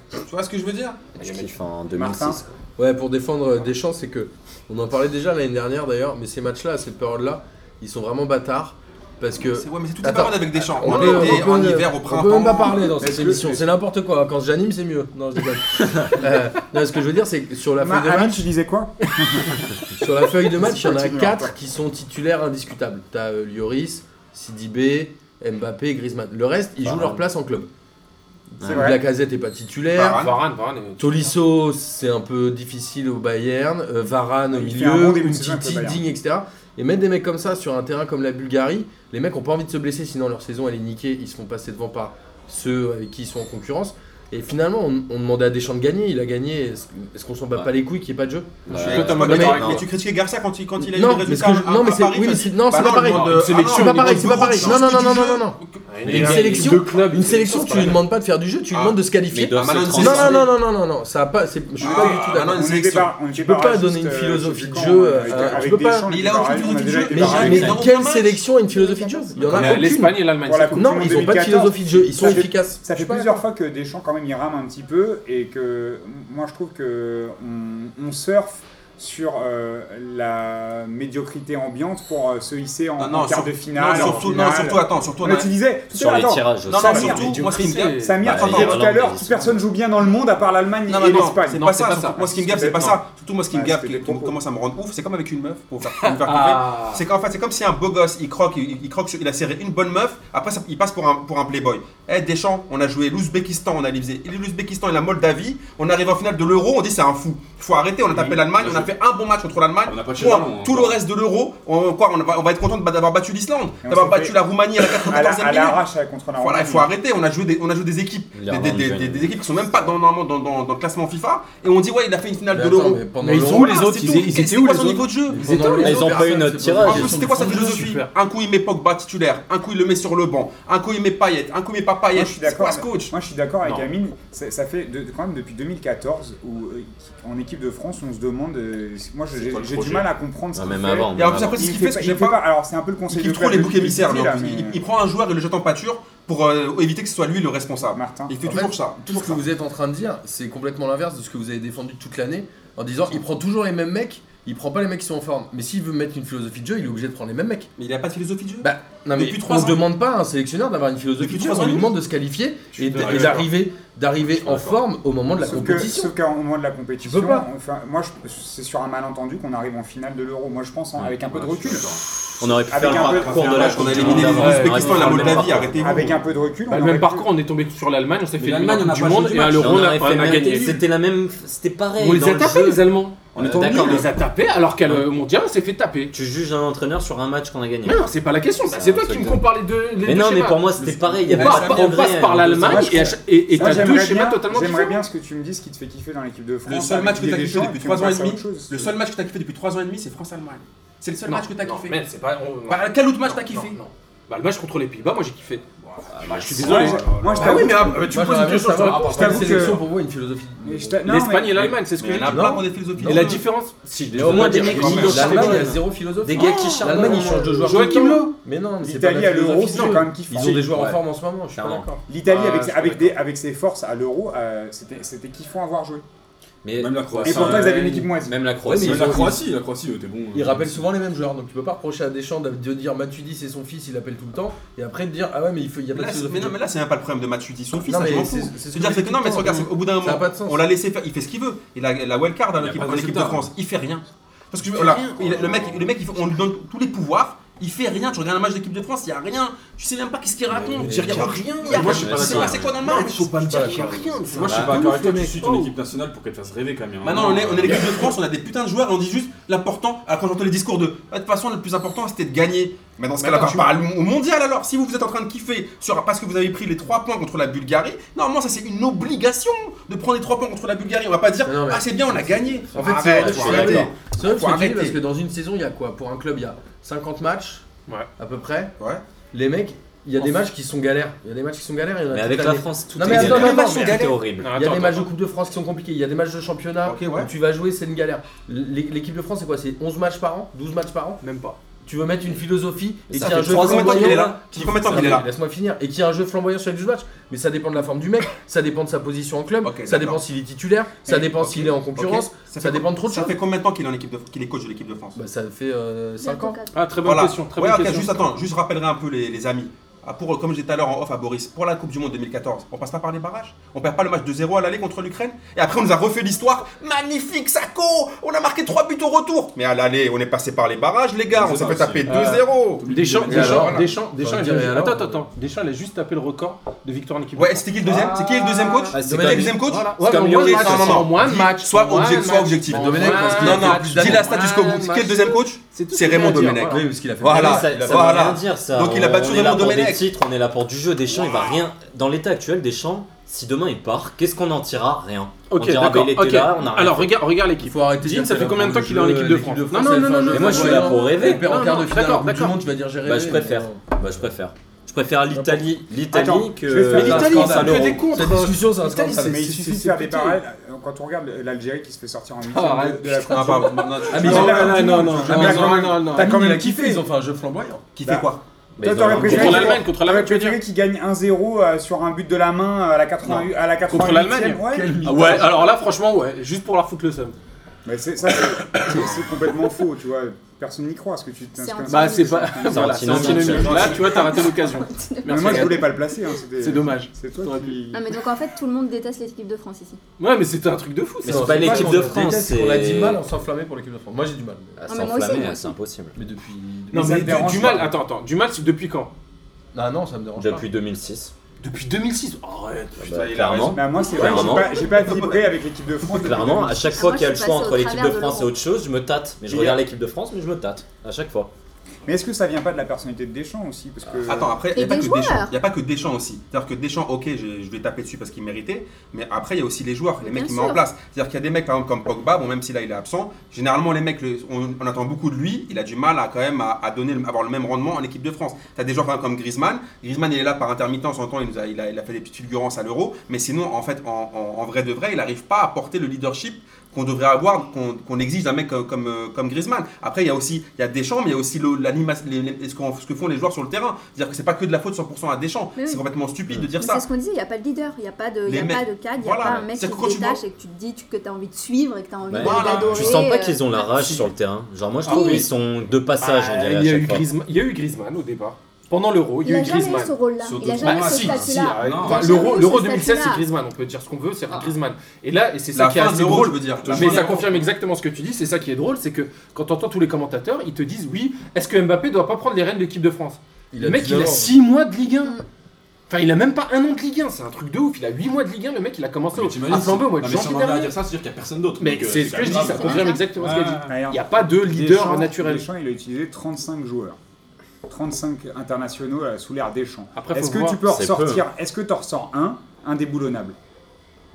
Tu vois ce que je veux dire je kiffe en Martin 2006. Ouais, pour défendre euh, Deschamps, c'est que on en parlait déjà l'année dernière d'ailleurs, mais ces matchs-là, à cette période-là, ils sont vraiment bâtards parce que C'est- Ouais, mais c'est toute Attends. la période avec des champs. On On, peut- était on peut- en hiver, au printemps. On peut même pas parler dans Est-ce cette que- émission, c'est n'importe quoi. Quand j'anime, c'est mieux. Non, je déconne. Euh, non, ce que je veux dire, c'est que sur la Ma, feuille de Amine, match, tu disais quoi Ah, sur la feuille de match, il y en a Continue, quatre encore. qui sont titulaires indiscutables. T'as euh, Lloris, Sidibé, Mbappé, Griezmann. Le reste, ils Varane. jouent leur place en club. C'est La vrai. casette est pas titulaire. Varane. Varane, Varane. est- Tolisso, c'est un peu difficile au Bayern. euh, Varane au Il fait milieu, un bon début de saison avec le Umtiti, Bayern. Digne, etc. Et mettre des mecs comme ça sur un terrain comme la Bulgarie, les mecs ont pas envie de se blesser, sinon leur saison elle est niquée. Ils se font passer devant par ceux avec qui ils sont en concurrence. Et finalement, on, on demandait à Deschamps de gagner, il a gagné. Est-ce est-ce qu'on s'en bat Ouais. pas les couilles qu'il n'y ait pas de jeu Je suis Ouais. totalement mais, d'accord mais- avec mais toi. tu critiquais Garcia quand il, quand il a eu Non, des mais ce résultats. que je- à- non, mais à c'est Paris, oui, mais tu- c'est- non, Bah c'est pas non, pareil. moi, Une euh, sélection, ah C'est pas non, pareil, mais c'est pas gros, pareil. tu Non, non, inscris non, non, du non, jeu. non, Une Il y a- sélection- il y a Deux clubs. Une sélection, tu lui demandes pas de faire du jeu, tu lui Ah. demandes de se Mais ils qualifier. Non, doivent Ah, se maintenant, transformer. non, non, non, non, non, non, ça a pas. c'est- Je suis Ah, pas du tout ah, d'accord. non, une On était sélection. pas- on était peux pas raciste, donner une euh, philosophie je sais de plus jeu, quand, euh, avec- tu avec peux Deschamps, pas- on Il était a raciste, aucune on a philosophie de déjà jeu. été Mais, Bah, raciste. mais dans quelle aucun match. sélection a une philosophie de jeu Il y en a Euh, aucune. L'Espagne et l'Allemagne. Pour la c'est Coupe tout. du Non, Monde ils ont pas de 2014, philosophie de jeu, ils sont ça fait- efficaces. Ça fait plusieurs fois que Deschamps quand même il rame un petit peu et que moi je trouve que on, on surfe sur euh, la médiocrité ambiante pour euh, se hisser en, Ah Non, en non, quart sur- de finale. non, en surtout, non, finale. surtout, attends, surtout, on Mais a- tu disais tout Sur à les l'heure, tirages aussi. Non, non, Samir, surtout, moi, ce qui me gave, Samir, Bah, tu les disais tout à Irlandais, l'heure, ils toute sont- personne joue bien dans le monde à part l'Allemagne Non, et non, non, l'Espagne. c'est Non, pas c'est ça. pas surtout- ça. Moi, ce qui me gave, c'est pas Non. ça. surtout moi ce qui me Ouais, gaffe, c'était qui des qui propos. commence à me rendre ouf, c'est comme avec une meuf pour vous faire, pour vous faire kiffer. Ah. C'est qu'en fait, c'est comme si un beau gosse, il croque, il, il croque, sur- il a serré une bonne meuf, après ça- il passe pour un, pour un playboy. Eh, Deschamps, on a joué l'Ouzbékistan, on a livré l'Ouzbékistan et la Moldavie, on arrive en finale de l'Euro, on dit c'est un fou. Faut arrêter, on a tapé Oui, l'Allemagne, bien on a sûr. fait un bon match contre l'Allemagne. On n'a pas hein. de Point. chez nous, on- Tout le reste de l'Euro, on, quoi, on, va, on va être content de- d'avoir battu l'Islande, Et on d'avoir s'est fait battu la Roumanie à la À 94e la- à minute. l'arrache euh, contre la Voilà, il Roumanie. faut arrêter. On a joué des, on a joué des équipes, des, des- des- des- des équipes qui sont même pas dans, normalement dans, dans, dans le classement FIFA, et on dit ouais, il a fait une finale Mais de attends, l'Euro. mais pendant Mais ils l'Euro, sont où les Ah, autres c'est Ils tout. étaient- ils Et étaient c'est où quoi les son niveau autres de jeu pendant étaient où, l'Euro, les Ils ont personne pas eu s'est notre posé tirage, la En ils question. plus, c'était quoi sa sont philosophie super. Un coup il met Pogba titulaire, un coup il le met sur le banc, un coup il met Payet, un coup il met pas Payet. Moi, je suis C'est quoi d'accord. ce coach Moi, je suis d'accord avec Non. Amine. Ça, ça fait de- quand même depuis 2014 où, euh, en équipe de France, on se demande. euh, moi, je- C'est j'ai quoi le j'ai projet du mal à comprendre ce Non, qu'il même fait. avant. Et en plus même après Il ce qu'il fait fait, ce pas- que il j'aime fait pas, pas. Alors, c'est un peu le c'est conseil qu'il de trouve les club boucs de- de émissaires. Titi, donc, là, il- il- mais- Il prend un joueur et le jette en pâture pour euh, éviter que ce soit lui le responsable. Martin. Il fait En fait, toujours ça. Tout ce Toujours que ça. vous êtes en train de dire, c'est complètement l'inverse de ce que vous avez défendu toute l'année en disant il prend toujours les mêmes mecs, il prend pas les mecs qui sont en forme. Mais s'il veut mettre une philosophie de jeu, il est obligé de prendre les mêmes mecs. Mais il a pas de philosophie de jeu. Bah, non mais Depuis on trois ne ans. demande pas à un sélectionneur d'avoir une philosophie Depuis de jeu, trois on ans et lui demi. demande de se qualifier Je suis et d- d'accord. et d'arriver d'arriver en d'accord. forme au moment de la Sauf que- compétition. sauf qu'au moment de la compétition, Tu peux pas. enfin, moi, je- c'est sur un malentendu qu'on arrive en finale de l'Euro. Moi, je pense en- avec un peu de Ouais, je suis recul. d'accord. On aurait pu Avec faire un peu le de- parcours de on la a Coupe du éliminé Monde les d'avant. Ouzbékistan et la Ouais, on aurait Moldavie, fait le arrêtez-vous. Avec un peu de recul, Bah, on le même aurait- parcours, on est tombé sur l'Allemagne, on s'est fait l'Allemagne, éliminer en on a Coupe du pas Monde joué et le à match. l'Euro, parcours. on On a, aurait fait on a le gagné. même- C'était la même. C'était pareil. On les dans a le tapés, jeu. les Allemands. On est Attendez, d'accord. on les a tapés alors qu'à le mondial, on s'est fait taper. Tu juges un entraîneur sur un match qu'on a gagné. Mais non, c'est pas la question. bah, C'est C'est un toi truc qui me de- compares les deux. les Mais deux non, mais schémas. pour moi c'était pareil. Il y On avait passe, un par- on progrès, passe par hein, l'Allemagne c'est et à vrai. ch- et et Moi, t'as deux j'aimerais schémas bien- totalement J'aimerais différents. bien ce que tu me dises qui te fait kiffer dans l'équipe de France. Bah, Le seul avec match que Didier t'as kiffé Deschamps, depuis et puis trois on ans et passe à demi, autre chose. Le seul match que t'as kiffé depuis 3 ans et demi, c'est France-Allemagne. C'est le seul match que t'as non, kiffé. mais c'est pas. on- Bah, quel autre match non, t'as kiffé non, non. Bah, le match contre les Pays-Bas, moi j'ai kiffé. Bah, je suis Moi, désolé. je- Moi, je Ah oui, t'avoue- mais ah, bah, tu Moi, me poses une j'aimerais bien question sur le savoir rapport. pourquoi Je une t'avoue sélection que- pour vous est une philosophie. mais je t'a- non, L'Espagne mais- et l'Allemagne, c'est ce que Mais je il y en a dis. plein pour des philosophies. Non, Et de la jeu. différence, si Mais au moins des mecs mecs qui dansent qui dansent. L'Allemagne, il y a Charbonne. zéro philosophie. Des gars qui charbonnent. L'Allemagne, ils changent de joueur. Joachim tout le temps. Löw. Mais non, mais c'est pas L'Italie la à l'Euro, philosophie c'est de jeu. quand même kiffant. Ils ont des joueurs en Ouais. forme en ce moment, je suis pas Clairement. d'accord. L'Italie Ah, je avec, suis avec, d'accord. des, avec ses forces à l'euro, euh, c'était c'était kiffant à voir jouer. Ah, Mais Même la Croatie. Et pourtant euh, ils avaient une équipe moisie. même la Ouais, Croatie. mais même ils la ont- Croatie, la Croatie, euh, t'es bon. Il euh, rappelle souvent les mêmes joueurs, donc tu peux pas reprocher à Deschamps de de dire Matuidi c'est son fils, il appelle tout le temps, et après de dire ah ouais mais il faut, y a Mais pas de là, c'est- philosophie. Mais non, mais là, c'est même pas le problème de Matuidi, son fils. Non, ça, je mais m'en c'est- c'est fous. ce que C'est-à-dire je que dis non, tout mais le temps, regarde, donc, c'est- au bout d'un ça a moment, pas de sens. on l'a laissé faire, il fait ce qu'il veut. Il a la wildcard Il en a équipe, pas de en équipe de résultat. France, il fait rien. Parce que voilà, il- le mec, le mec il faut- on lui donne tous les pouvoirs, il fait rien. Tu regardes un match d'équipe de France, il y a rien. Tu sais même pas qu'est-ce qu'il raconte. Il dire y a qu'il y a rien. rien, il y a moi, je suis rien. pas C'est d'accord. quoi- c'est quoi dans le match faut pas me dire dire qu'il qu'il y a n'y rien, a rien. Moi je suis Ah, pas de d'accord ouf, avec toi, le tu mec. suis ton équipe nationale pour qu'elle te fasse rêver quand même. hein. Maintenant, on est, on est l'équipe de France, on a des putains de joueurs et on dit juste l'important. Alors, quand j'entends les discours de Ah, de toute façon, le plus important c'était de gagner. Mais dans ce cas-là, D'accord. tu parles au mondial alors. Si vous, vous êtes en train de kiffer sur, parce que vous avez pris les 3 points contre la Bulgarie, normalement, ça c'est une obligation de prendre les 3 points contre la Bulgarie. On va pas dire Non, non, mais- Ah, c'est bien, on a gagné. En fait, c'est Arrête, vrai, faut je suis arrêter. d'accord. C'est vrai parce Faut que tu dis, arrêter. parce que dans une saison il y a quoi Pour un club il y a 50 matchs Ouais. à peu près. Ouais. Les mecs, il y a des Enfin. matchs qui sont galères. Il y a des matchs qui sont galères, il y en a Mais toute avec la l'année. France, tout Non, est mais attends, galère. attends, Tout attends. est horrible. Non, Il y a attends, des matchs de attends. Coupe de France qui sont compliqués, il y a des matchs de championnat Ok, ouais. où tu vas jouer, c'est une galère. L'é- L'équipe de France, c'est quoi C'est 11 matchs par an 12 matchs par an Même pas. Tu veux mettre une philosophie et qu'il Ça y a fait un jeu trois ans Combien de temps qu'il est flamboyant là Ça fait Combien de temps Ça qu'il est fait- là Laisse-moi finir. Et qu'il y a un jeu flamboyant sur les 12 matchs. Mais ça dépend de la forme du mec, ça dépend de sa position en club, Ok, ça d'accord. dépend s'il est titulaire, ça Ok, dépend ok, s'il est en ok. concurrence. ça Ça fait- dépend de trop de Ça choses. fait combien de temps qu'il est, en équipe de- qu'il est coach de l'équipe de France Bah, ça fait 5 ans. Ah, très bonne Voilà. question. Très ouais, bonne ok, question. juste attends, juste rappellerai un peu les, les amis. Ah, Pour, euh, comme je disais tout à l'heure en off à Boris, pour la Coupe du Monde 2014, on passe pas par les barrages On perd pas le match de 0 à l'aller contre l'Ukraine Et après, on nous a refait l'histoire. Magnifique, Sako On a marqué 3 buts au retour Mais à l'aller, on est passé par les barrages, les gars. C'est On s'est ça fait taper aussi. Euh, 2-0. Deschamps, Et Deschamps, alors Deschamps, Deschamps, Enfin, il a- et alors attends, attends, attends. Deschamps, il a juste tapé le record de victoire en équipe. de Ouais, France. c'était qui le deuxième C'est qui le deuxième coach Ah, C'est c'est qui le comme- deuxième coach Voilà. C'est Ouais, comme mais Lyon, au moins, c'est non, ça. non, non. En moins de Dis- matchs. soit en moins de objectif, soit matchs. objectif. En Domenech, moins parce de qu'il a Non, fait matchs. non, dis la stat jusqu'au Moins bout. de Qui est le matchs. deuxième coach C'est tout ce C'est que j'ai Raymond à dire, Domenech. voilà. Oui, parce qu'il a fait Voilà. Mais ça, ça voilà. veut rien dire ça. Donc, il a On- battu on est là Raymond pour des Domenech. titres, on est là pour du jeu. Deschamps, il va rien. Dans l'état actuel, Deschamps, si demain il part, qu'est-ce qu'on en tirera Rien. Ok, on dira, bah, d'accord. il était ok. là, on a rien Alors fait. regarde, regarde Il l'équipe. faut arrêter de Dean, dire ça que fait la combien de temps forme qu'il est en jeu, équipe de France l'équipe Non, non, elle fait non, un non, jeu mais moi, je suis là pour flamboyant, rêver. elle perd en Non, quart de non, finale en d'accord, Coupe du d'accord. Monde, tu vas dire gérer. Bah, je préfère. Bah, je préfère. Je préfère l'Italie. Attends, L'Italie je vais que. faire- Mais la l'Italie, France ça à me fait l'Euro. des contre. Cette discussion, c'est un L'Italie, scandale. Mais il c'est- suffit de c'est- faire c'est des pété. parallèles. Euh, Quand on regarde l'Algérie qui se fait sortir en Ah, huitième de- arrête. de la Ah, France, pardon, non, non, Ah, mais non, ils ont non, la- non, non, non, Ah, mais non, non, non. t'as Amine, quand il même a kiffé, kiffé. ils ont fait un jeu flamboyant. Qui fait quoi Mais Toi, ils ont t'aurais un préféré gros- Contre l'Allemagne, contre T'aurais l'Allemagne, tu veux dire préféré qu'ils gagnent 1-0 euh, sur un but de la main euh, à la 88 à la 88e. Contre l'Allemagne ouais. Ah Ouais, alors là, franchement, ouais, juste pour leur foutre le seum. Mais c'est- ça, c'est c'est- c'est complètement faux, tu vois. personne n'y croit ce que tu C'est ce que- Bah, c'est pas. Non, voilà, c'est antinomique, antinomique. ça. Là, tu vois, t'as raté l'occasion. mais Merci, moi je Agathe. voulais pas le placer. hein, c'était- C'est dommage. C'est toi T'aurais qui. Non, mais donc en fait, tout le monde déteste l'équipe de France ici. Ouais, mais c'était un truc de fou. Mais ça. c'est pas c'est pas l'équipe qu'on de le France, déteste, c'est. On a dit mal, on s'enflammait pour l'équipe de France. Moi j'ai du mal. mais- Ah, Ah, mais moi aussi, S'enflammer, moi c'est impossible. Mais depuis. Non, Mais ça mais te du, dérange du mal, pas. attends, attends, du mal, c'est depuis quand Ah non, ça me dérange Depuis 2006. pas. Depuis 2006. Arrête. Ah Putain, bah, il a Clairement. raison. Bah, moi, c'est vrai, que j'ai Clairement. pas, j'ai pas vibré avec l'équipe de France. depuis Clairement, à 2006. chaque fois Moi, qu'il y a le je suis choix passée au entre l'équipe de travers de France et l'euro. autre chose, je me tâte. Mais je Mais regarde l'équipe de France, mais je me tâte. À chaque fois. Mais est-ce que ça vient pas de la personnalité de Deschamps aussi Parce que. Attends, après, il Et n'y a, pas des que Deschamps. joueurs. Y a pas que Deschamps aussi. C'est-à-dire que Deschamps, ok, je, je vais taper dessus parce qu'il méritait, mais après, il y a aussi les joueurs, les Bien mecs qui sûr. met en place. C'est-à-dire qu'il y a des mecs, par exemple, comme Pogba, bon, même si là, il est absent, généralement, les mecs, le- on, on attend beaucoup de lui, il a du mal à quand même à, à donner, le- avoir le même rendement en équipe de France. Tu as des joueurs quand même comme Griezmann. Griezmann, il est là par intermittence, en temps, il, nous a, il, a, il a fait des petites fulgurances à l'euro, mais sinon, en fait, en, en- en vrai de vrai, il n'arrive pas à porter le leadership qu'on devrait avoir, qu'on qu'on exige d'un mec comme, comme, euh, comme Griezmann. Après, il y a aussi il y a Deschamps, mais il y a aussi le- l'animation, les- les- ce, qu'on- ce que font les joueurs sur le terrain. C'est-à-dire que c'est pas que de la faute 100% à Deschamps. Mais oui. C'est complètement stupide de dire Mais ça. C'est ce qu'on disait, il n'y a pas de leader, il n'y a pas de, il y a Les pas mecs- de cadre, il n'y a Voilà, pas un mec qui c'est-à-dire que te quand tu détache et que tu te dis tu- que tu as envie de suivre et que tu as envie Bah, de voilà. d'adorer. Tu sens pas euh, qu'ils ont la rage si. sur le terrain. Genre, moi je Ah trouve oui. qu'ils sont de passage, on Ah, dirait. à il, y a chaque eu fois. Griezmann, il y a eu Griezmann au départ. Pendant l'euro, il y Il a n'a eu jamais eu Griezmann. ce rôle-là. Sur Il n'a d'autres- jamais eu Bah, ce si, Ah, si, statut-là. arrête. Non. Enfin, J'ai l'euro jamais eu l'Euro ce 2016, c'est statut-là. Griezmann. On peut dire ce qu'on veut, c'est Ah. Griezmann. Et là, et c'est ça La qui est fin de assez l'euro, drôle. je veux dire. Mais ça confirme exactement ce que tu dis, c'est ça qui est drôle, c'est que quand tu entends tous les commentateurs, ils te disent oui, est-ce que Mbappé doit pas prendre les rênes de l'équipe de France Le mec, il a 6 mois de Ligue 1. Mm. Enfin, il a même pas un an de Ligue 1, c'est un truc de ouf. Il a 8 mois de Ligue 1, le mec, il a commencé Mais au- t'imagines, à flamber au mois de non, mais si on en janvier vient à dernier. dire ça, c'est-à-dire qu'il y a personne d'autre. Mais donc, euh, c'est ce que je dis, ça grave. confirme Ouais. exactement ce qu'elle dit. D'ailleurs, Il n'y a pas de leader Deschamps- naturel. Deschamps, il a utilisé 35 joueurs. 35 internationaux euh, sous l'ère Deschamps. Après, faut Est-ce que voir, tu peux c'est peu. ressortir Est-ce que tu ressors un indéboulonnable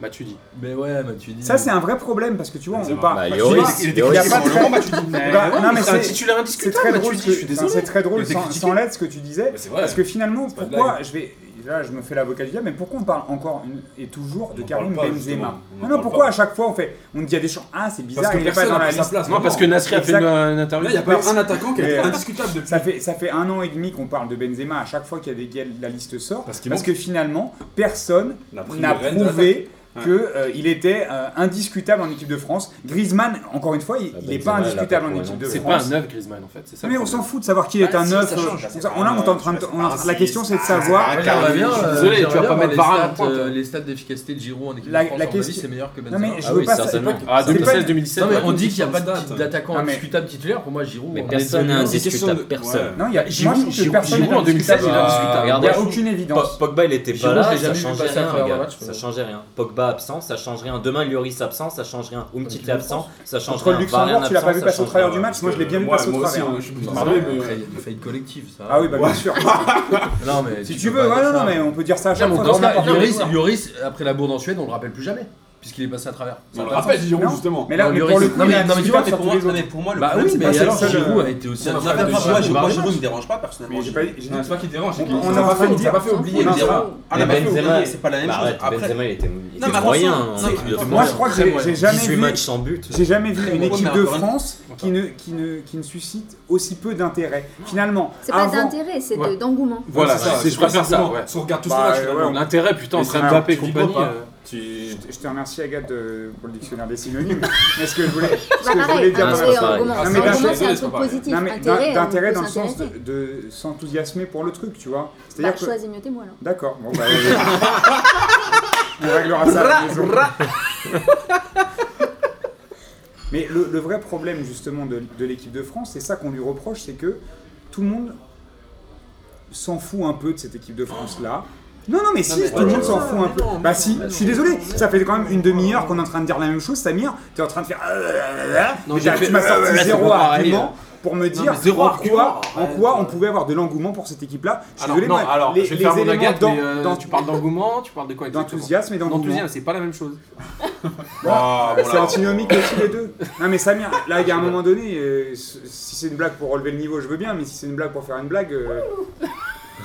Bah, tu dis. Mais ouais, mais tu dis. Ça, c'est un vrai problème parce que tu vois, on Bah, part. Bah, tu Lloris, vois, Lloris, il y a pas de Sur le vrai- moment, bah, tu dis, Bah, non, mais c'est un c'est- titulaire C'est indiscutable, très bah, drôle, tu ce dis, je suis que- désolé. c'est très Il drôle était sans, critiqué. sans l'aide ce que tu disais. Mais c'est vrai. Parce que finalement, pas de pourquoi je vais là je me fais l'avocat du diable, mais pourquoi on parle encore une- et toujours On de en Karim parle pas, Benzema justement. On en Non, non, parle pourquoi pas. à chaque fois on fait on dit à des gens ah c'est Parce bizarre, que il est pas personne dans n'a la pris sa liste. place. Non, parce que Nasri a fait Exact. une, une interview. Là, il n'y a pas un attaquant qui Mais, est euh, indiscutable depuis. Ça fait, ça fait un an et demi qu'on parle de Benzema à chaque fois qu'il y a des gueules, la liste sort. Parce Parce, qu'il manque. que finalement, personne N'a pris n'a les rênes de prouvé l'attaque. qu'il était euh, indiscutable en équipe de France. Griezmann, encore une fois, Ah, il n'est Benzema, pas il a indiscutable pas en prouvé équipe non de plus. C'est France. pas un neuf Griezmann en fait, c'est ça. Mais le on problème. s'en fout de savoir qu'il est Ah, un si, 9. ça change, ça, c'est on, là, on est en pas- train de. c'est pas- on est en train- la question, c'est de Ah, savoir. arrête, J'aimerais bien, Je suis euh, désolé, tu vas j'aimerais pas bien mettre voir Varane en les pointe, stats, euh, hein. Les stats d'efficacité de Giroud en équipe La- de France, la à mon avis, question- c'est meilleur que Non, Benzema. mais je Ah veux oui, pas. c'est certainement. pas que- c'est Ah, pas- 2016, Non, 2017. mais ouais. on dit qu'il n'y a pas stats. de- d'attaquant Ah, mais- indiscutable titulaire. Pour moi, Giroud. Mais on est- personne n'est C'est une question indiscutable. de- Personne. Non, il y a, Giroud- moi, je trouve que Giroud- personne Giroud, n'est en 2016, il est indiscutable. indiscutable. Il n'y a Regardez, aucune évidence. Po- Pogba il était pas Giroud, je là, l'ai ça jamais vu changeait passer à rien, travers les un gars. match, Ça mais- changeait rien. Pogba absent, ça change rien. Demain, Lloris absent, ça change rien. Umtiti L'équipe de absent, ça change Contre rien. le Luxembourg, Varane tu l'as pas absent, vu ça passer au change travers rien. du match. Moi, je l'ai bien vu Moi- passer au moi aussi, travers. hein, je suis Non, pardon, mais mais, euh, après, il y a des faillites collectives, ça. Ah oui, bah bien sûr. Non, mais Si tu peux veux, pas ouais, dire non, ça. mais on peut dire ça à chaque Non, fois. mais dans dans ce cas, là, par contre, Lloris, Lloris, après la bourde en Suède, on le rappelle plus jamais, puisqu'il est passé à travers. On le rappelle, Giroud, Non. justement. Mais là, Non, mais Lloris- pour le coup, non, il mais- est non, mais tu vois, indiscutable mais sur pour tous moi, les non, mais autres. pour moi, le Bah problème, oui, c'est pas mais ça. alors seul, Giroud euh, a été aussi Non, mais après, indiscutable par moi, je- rapport à moi, Varane. je ne dérange pas personnellement. Mais j'ai pas- j'ai- Non, C'est toi qui te dérange. On- on On est en n'a train de dire- pas fait oublier. on est en Benzema. train de- Ah, Mais la base, Benzema, c'est pas la même bah, chose. arrête, Après, Benzema il était il mais était attention, moyen hein, en non, équipe de mais- Moi, France. je crois que j'ai- j'ai jamais 18 vu. matchs sans but. J'ai jamais vu une bon, équipe mais de encore une- France qui ne, qui, ne, qui ne suscite aussi peu d'intérêt. Finalement, C'est pas avant- d'intérêt, c'est de- Ouais. d'engouement. Voilà, C'est ça, c'est- c'est je préfère ça. ouais. Si on regarde tout ce Bah, match, ouais, finalement, L'intérêt, putain, Mais entre c'est- Mbappé et tu dis compagnie. quoi, pas euh, tu- Je te remercie, Agathe, de- pour le dictionnaire des synonymes. Mais ce que je voulais, ce C'est que je voulais pas Bah, pareil, dire dans la- intérêt, c'est pareil. engouement. Non, mais Engouement, d'intérêt, c'est un c'est truc pas pareil. positif. Non, mais d'in- Intérêt, hein, d'intérêt on dans peut le sens de, s'intéresser. de s'enthousiasmer pour le truc, tu vois. Bah, C'est-à-dire que. choisis mieux tes mots alors. D'accord, bon bah. euh, on réglera ça à la maison. Mais le, le vrai problème justement de, de l'équipe de France, c'est ça qu'on lui reproche, c'est que tout le monde s'en fout un peu de cette équipe de France-là. Non, non, mais si, mais- tout le monde s'en fout un peu. bah si, je suis désolé, ça fait quand même une demi-heure qu'on est en train de dire la même chose, Samir. T'es en train de faire... euh, Non, Mais j'ai t'as- fait- euh, tu m'as sorti c'est zéro pas pareil. argument pour me dire mais zéro en argument, quoi, en arrête. quoi on pouvait avoir de l'engouement pour cette équipe-là. Je suis Alors, désolé, Ah non, moi, alors, les, je vais les faire mon éléments Agathe, d'en- mais euh, d'en- tu parles d'engouement, tu parles de quoi exactement d'enthousiasme et d'engouement. D'enthousiasme, c'est pas la même chose. Ah, bon, C'est là, antinomique aussi les deux. Non mais Samir, là il y a un moment donné, euh, si c'est une blague pour relever le niveau, je veux bien, mais si c'est une blague pour faire une blague, euh,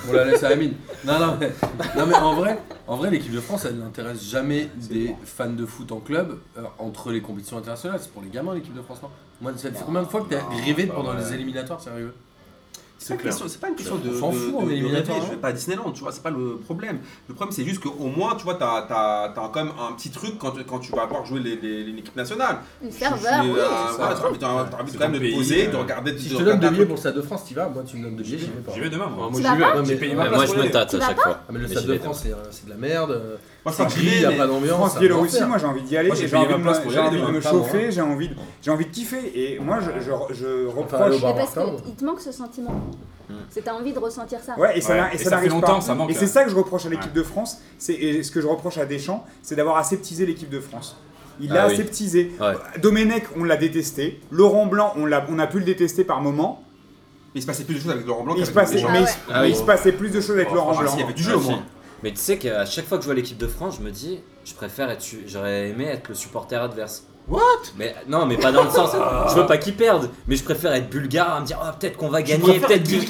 On la laisse à Amine. Non, non, mais, non, mais en vrai, en vrai l'équipe de France, elle n'intéresse jamais des fans de foot en club euh, entre les compétitions internationales. C'est pour les gamins, l'équipe de France, non Moi, ça fait combien de fois que t'as rêvé pendant les éliminatoires, sérieux C'est pas, une question- c'est pas une question de, On s'en de- fout, de- on est de éliminatoire, rêver, je hein. vais pas à Disneyland, tu vois, c'est pas le problème. Le problème, c'est juste qu'au moins, tu vois, t'as as, quand même un petit truc quand, tu- quand tu vas pouvoir jouer les- les- les- l'équipe nationale. Une Tu- tu- ferveur, oui. euh, voilà, tu vois, mais T'as t'as envie quand même de poser, de regarder. Si de je te donne regarder deux un billets truc. pour le Stade de France, tu vas Moi, tu me donnes deux billets, j'y vais pas. J'y vais demain, moi. Ah, moi, Tu j'y vas vais. pas hein. Ouais, J'ai mais- payé ma Ouais, place euh, moi pour je y me aller. tâte à Tu vas chaque pas fois. Ah, mais le Mais Stade j'y de vais France, c'est un- c'est de la merde. Moi, ça C'est me gris, plaît, il n'y a mais- pas d'ambiance. ça France me fait Biélorussie, faire. moi j'ai envie d'y aller, Moi, j'ai et j'ai payé envie ma de place me- pour y j'ai aller, envie de mais me pas moi. chauffer, j'ai envie de j'ai envie de kiffer. Et moi je- je je aller au reproche bar. Mais parce Martin. qu'il te manque ce sentiment. Hmm. C'est t'as envie de ressentir ça. Ouais, et ça, Ouais, n'a- et et ça ça fait n'arrive longtemps, pas. ça manque, et là. c'est ça que je reproche à l'équipe de France, c'est et ce que je reproche à Deschamps, c'est d'avoir aseptisé l'équipe de France. Il Ah l'a oui. aseptisé. Ouais. Domenech, on l'a détesté. Laurent Blanc, on, l'a- on a pu le détester par moment. Mais il se passait plus de choses avec Laurent Blanc Il se qu'avec passait, Deschamps. mais, il se- Ah mais oui. il se passait plus de choses avec Ah, Laurent si, Blanc. Il y avait du jeu au moins. Mais tu sais qu'à chaque fois que je vois l'équipe de France, je me dis, je préfère être, su- j'aurais aimé être le supporter adverse. What Mais non, mais pas dans le sens. Je veux pas qu'ils perdent, mais je préfère être bulgare à me dire, Ah, peut-être qu'on va gagner, peut-être qu'il-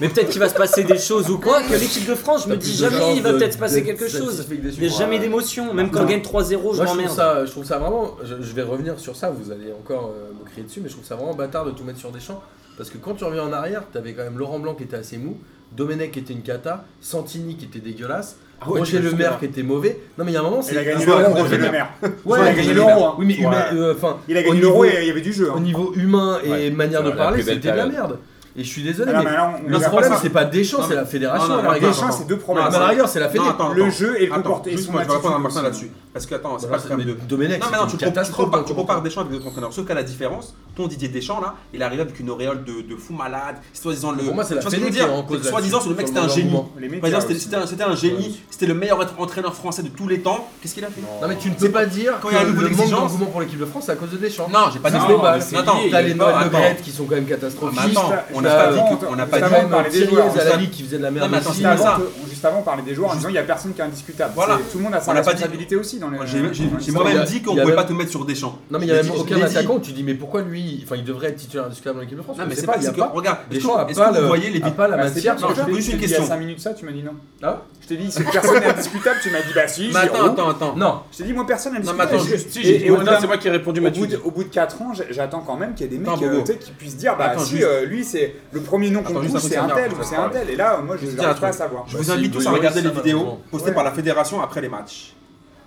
mais peut-être qu'il va se passer des choses ou quoi. Que l'équipe de France, je me T'as dis plus de jamais, il va chances peut-être de- se passer d'être quelque chose. satisfait que déçu. Il n'y a jamais d'émotion, même quand on gagne 3-0, je Moi, je trouve, m'emmerde. ça, je trouve ça vraiment. Je, je vais revenir sur ça, vous allez encore euh, me crier dessus, mais je trouve ça vraiment bâtard de tout mettre sur des champs. Parce que quand tu reviens en arrière, t'avais quand même Laurent Blanc qui était assez mou, Domenech qui était une cata, Santini qui était dégueulasse, Ah Roger Le Maire qui était mauvais. Non, mais il y a un moment, c'est. Il a gagné Ah, l'euro, ouais, Roger Le Maire. Ouais, il a mais- gagné l'euro. hein. Oui, mais humain, euh, enfin, Il a au gagné niveau- l'euro et il y avait du jeu. hein. Au niveau humain et Ouais, manière c'est de la parler, plus belle c'était de la période. merde. Et je suis désolé, Ah non, mais. mais là, on- on Le verra problème, pas ça. c'est pas Deschamps, Non, c'est la fédération. non, à la non, rigueur. attends, Deschamps, c'est deux Mais problèmes. à la rigueur, c'est la fédé. Non, attends, Le jeu et le Attends, comportement. juste moi je vais répondre à Martin là-dessus. Parce que attends, c'est pas le Mais problème de. Domenech, Non, mais c'est non, une tu, comp- tu catastrophe. compares, hein, tu compares Deschamps avec d'autres entraîneurs. Sauf qu'à la différence, ton Didier Deschamps là, il arrive avec une auréole de, de fou malade. Soi-disant le. Pour moi, c'est la tu vois ce que je veux fédé qui est dire en cause C'est que Soi-disant, là-dessus, le mec sur c'était un le génie. moment. Les Par médias exemple, c'était- aussi. c'était un- c'était un génie, c'était le meilleur entraîneur français de tous les temps. Qu'est-ce qu'il a fait Non mais tu ne peux pas dire Quand que il y a un le niveau manque d'exigence- d'engouement pour l'équipe de France c'est à cause de Deschamps. Non, j'ai pas c'est dit global. ça. Attends, T'as les non, Noël de attends. Brett qui sont quand même Mais catastrophiques. attends, Juste- on n'a t'as- pas dit qu'on- on n'a T'as pas Juste quand dit. avant de même parler des Thierry joueurs, à la juste- Ligue qui faisait de la merde. Non, mais aussi. attends, Juste avant, que- juste avant, parler des joueurs en Juste- disant il n'y a personne qui est indiscutable. Voilà. C'est- Tout le monde a sa On l'a pas dit. responsabilité aussi dans les. J'ai j'ai- dans les j'ai Il y moi-même a- dit il qu'on y a pouvait même- pas tout mettre sur Deschamps. Non mais il y a Je même l'ai dit, aucun je l'ai dit. attaquant où tu dis mais pourquoi lui Enfin il devrait être titulaire indiscutable dans l'équipe de France. Non, On mais sait c'est pas, pas il y a parce que. pas. Regarde, est-ce Deschamps que a est-ce pas que le- vous voyez les a pas la Ah, c'est matière. bien, non, je Bah, j'ai t'ai- juste je une t'ai dit Il y a question. 5 minutes ça, tu m'as dit non. Ah Je t'ai dit si personne n'est indiscutable, tu m'as dit bah si. Mais attends, Giroud. attends, attends. Non. Je t'ai dit moi personne n'est Non, mais indiscutable. attends, Je- juste- Si, Et- j'ai et dit, au putain, delà- c'est moi qui ai répondu, Au Mathieu. bout, de, au bout de 4 ans, j'- j'attends quand même qu'il y ait des mecs Attends, euh, Bobo. tu sais, qui puissent dire Bah, Attends, si, juste- euh, lui, c'est le premier nom qu'on Attends, juste touche, un c'est un truc, tel ça ou va c'est un parler. tel. Et là, moi, je Je vais n'arrive te dire un pas à truc. savoir. Je Bah, vous c'est invite tous à Boris, regarder les ça, vidéos malheureusement. postées Ouais. par la fédération après les matchs.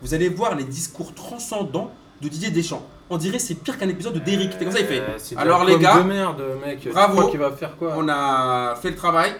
Vous allez voir les discours transcendants de Didier Deschamps. On dirait c'est pire qu'un épisode de Derrick. C'est comme ça il fait. Euh, c'est de la Alors les com' gars, de merde, mec. bravo. Qui va faire quoi on a fait le travail.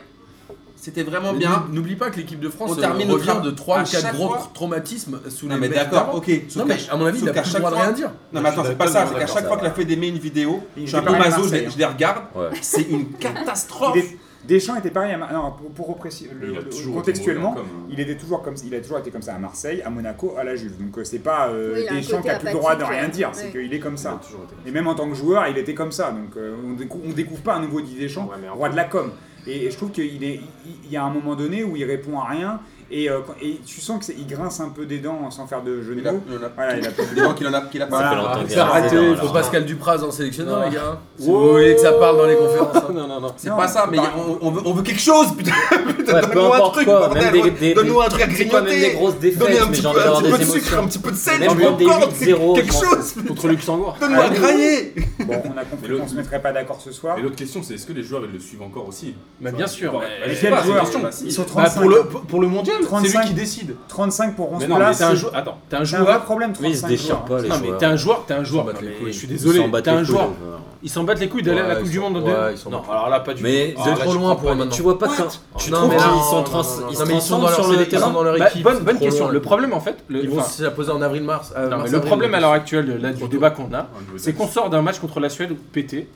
C'était vraiment Mais bien. n'ou- N'oublie pas que l'équipe de France On euh, termine notre revient rap- de 3 à ou 4 chaque gros fois. traumatismes sous Non les mais mecs d'accord, d'avant. ok. Sauf Non qu'à- mais à mon avis sauf il a qu'à plus le chaque droit de fois- rien dire. Non mais attends, Je suis c'est pas ça. d'accord, C'est qu'à d'accord, chaque ça fois va. que la Fédé met une vidéo, Il je suis était un peu pas à maso, je Marseille, les- je les regarde. Ouais. C'est une catastrophe. Il est- Deschamps était pareil à Mar- non, pour, pour repréciser- le- Il a le- toujours été contextuellement. mauvais en com, hein. Il était toujours comme il a toujours été comme ça à Marseille, à Monaco, à la Juve. Donc euh, c'est pas euh, Oui, il a un Deschamps qui a côté plus le droit de apathique, rien dire, ouais. c'est Ouais. qu'il est comme Il a ça. toujours été comme ça. Et même en tant que joueur, il était comme ça. Donc euh, on, décou- on découvre pas un nouveau Didier Deschamps, Ouais, mais en roi de la com. Et, et je trouve qu'il est, il, il y a un moment donné où il répond à rien et, euh, quand- et tu sens que c'est- il grince un peu des dents sans faire de jeu de Il a- mots. il en a- Voilà, il a Des gens qui en a qui l'a Voilà. Ça fait Ah, longtemps qu'il y c'est a raté, un- faut Pascal Dupraz en sélectionneur Non. les gars. Si vous voulez que ça parle dans les conférences. hein. Non, non, non. C'est Non, pas ça, mais bah- on, on veut, on veut quelque chose, putain! putain, Ouais, peu donne-nous un importe truc, quoi, bordel, même des- des- Donne-nous un truc à C'est quoi, même des grignoter! grosses Donnez défaites, un mais petit j'en peu, ai un avoir petit des peu de sucre, émotions. un petit peu de sel, Même du prendre des popcorn, 8-0, quelque je m'en chose! Contre Luxembourg. Donne-nous à grailler! Bon, on a compris Mais le- qu'on se mettrait pas d'accord ce soir. hein. Et l'autre question, c'est est-ce que les joueurs ils le suivent encore aussi Bah, bien sûr. Bah, mais- je Et sais quel pas, c'est une joueur question. Ils sont Bah, 35. pour, le, pour pour le mondial, c'est lui 35. qui décide. 35 pour 11 Mais non, mais places. t'es un, jou- attends, t'es un C'est un vrai joueur. problème, Mais ils se 35 déchirent joueurs. pas les Non, mais t'es joueurs. un joueur, t'es un joueur. s'en battent Non, les mais couilles. Je suis Ils s'en désolé, battent t'es un les couilles, joueur. les joueurs. Ils s'en battent les couilles d'aller Ouais, à la Coupe ils du s'en- Monde en ouais, deux- ils s'en Non, battent. alors là, pas du Mais tout. de Alors là, trop je loin crois pour pas un du maintenant. Tu vois pas quand tu Non, trouves mais qu'ils non, sont non, trans, non, non. ils Non, mais se ils sont transforment dans leur sur sélection, le ils sont terrain. dans leur Bah, équipe. bonne, bonne trop question. loin. Le problème en fait, le, Ils vont enfin, se la poser en Euh, avril-mars. non, mais le problème à l'heure actuelle là, du Trop débat qu'on a, Au niveau c'est de- qu'on sort d'un match contre la Suède pété,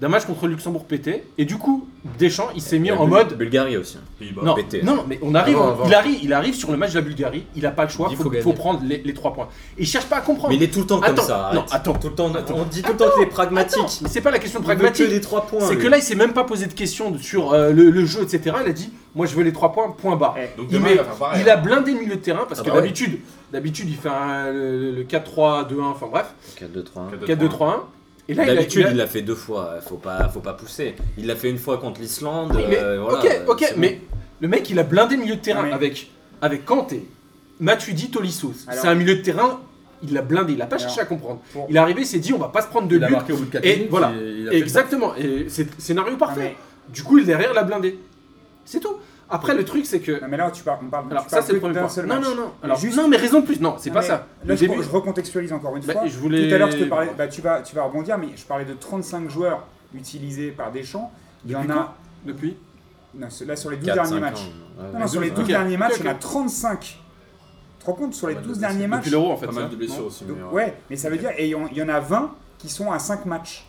d'un match contre le Luxembourg pété, et du coup Deschamps il s'est mis La en Bul- mode Bulgarie aussi. Pays-Bas. non, pété. non mais on arrive, Avant, avant. il arrive, il arrive sur le match de la Bulgarie, il a pas le choix, Il faut, faut gagner. faut prendre les, les trois points. Et il cherche pas à comprendre. Mais il est tout le temps comme Attends, ça. non, arrête. attends, tout le temps. On dit tout le temps qu'il est pragmatique. Mais c'est pas la question de Il veut que pragmatique. des 3 points. C'est lui. que là il s'est même pas posé de question de- sur euh, le, le jeu etc. Il a dit moi je veux les trois points point barre. Eh, Donc Il, demain, met- va faire pareil. il a blindé le milieu de terrain parce Ah que bah ouais. d'habitude, d'habitude il fait un- le, le 4-3-2-1, enfin bref, 4 2 3. 4-2-3-1. Et là il a- D'habitude, il a- il l'a fait deux fois. euh, Faut pas, faut pas pousser. Il l'a fait une fois contre l'Islande. Oui, mais euh, voilà, ok, euh, ok, c'est bon. mais le mec il a blindé le milieu de terrain Oui. avec, avec Kanté, Matuidi, Tolisso. Alors- C'est un milieu de terrain, il l'a blindé, il a pas Alors, cherché à comprendre. pour- Il est arrivé, il s'est dit on va pas se prendre de Il a but. marqué au bout de 4 Et minutes. voilà. il a fait le Exactement, et c'est scénario Ah, mais parfait. Du coup, il derrière l'a blindé. C'est tout. Après, le truc, c'est que. Non, mais là, tu parles, on parle, Alors, tu ça, parles c'est le que premier d'un point. seul Non, match. non, non. Alors, Juste- non, mais raison de plus. Non, c'est Non, pas mais ça. Là, Le je, début. je recontextualise encore une Bah, fois. je voulais- Tout à l'heure, je te parlais, bah, tu, vas, tu vas rebondir, mais je parlais de 35 joueurs utilisés par Deschamps. Il y en Depuis a. Depuis non, c'est- là, sur les 12 4, derniers 5 matchs. ans. Ouais, Non, non, sur les ok. 12 derniers matchs, Ok, il y en a ok. 35. Tu te rends compte Sur les Ouais, 12 bah, c'est- derniers matchs. Depuis l'euro, en fait. Pas ça. mal de blessures Non. aussi. Donc, mais, euh, ouais, mais ça veut dire, et il y en- il y en a 20 qui sont à 5 matchs.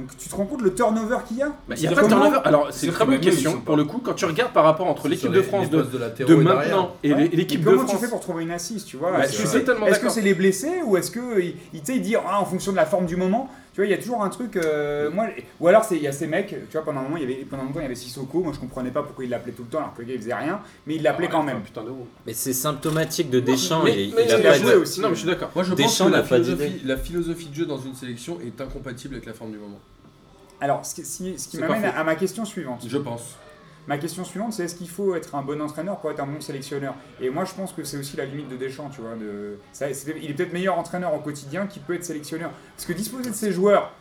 Donc tu te rends compte le turnover qu'il y a Bah, Il n'y a C'est-à-dire pas de comment- turnover. Alors, c'est c'est-à-dire une très que bonne même eux, ils question. sont pas- Pour le coup, quand tu regardes par rapport entre l'équipe Sur de les- France les de, postes de, latéraux de et derrière. maintenant et Ouais. les- l'équipe Et de Comment tu France. fais pour trouver une assise, tu vois Bah, Est-ce je que suis c'est- totalement Est-ce que d'accord. c'est les blessés ou est-ce que il- il, tu sais, il dit ah, en fonction de la forme du moment Tu vois, il y a toujours un truc. euh, moi, ou alors c'est- il y a ces mecs. Tu vois, pendant un moment, il y avait pendant longtemps, il y avait Sissoko. Moi, je comprenais pas pourquoi il l'appelait tout le temps alors que le gars il faisait rien, mais il l'appelait quand même. Putain de ouf. Mais c'est symptomatique de Deschamps. Mais- et il mais a il pas a de- joué aussi. Non, mais je suis d'accord. Moi, je Deschamps pense que n'a la pas philosophie, d'idée. la philosophie de jeu dans une sélection est incompatible avec la forme du moment. Alors, ce qui, si- ce qui C'est pas m'amène faux. à, à ma question suivante. Je pense. Ma question suivante, c'est est-ce qu'il faut être un bon entraîneur pour être un bon sélectionneur Et moi, je pense que c'est aussi la limite de Deschamps, tu vois. De... ça- c'est- il est peut-être meilleur entraîneur au quotidien qu'il peut être sélectionneur. Parce que disposer de ses joueurs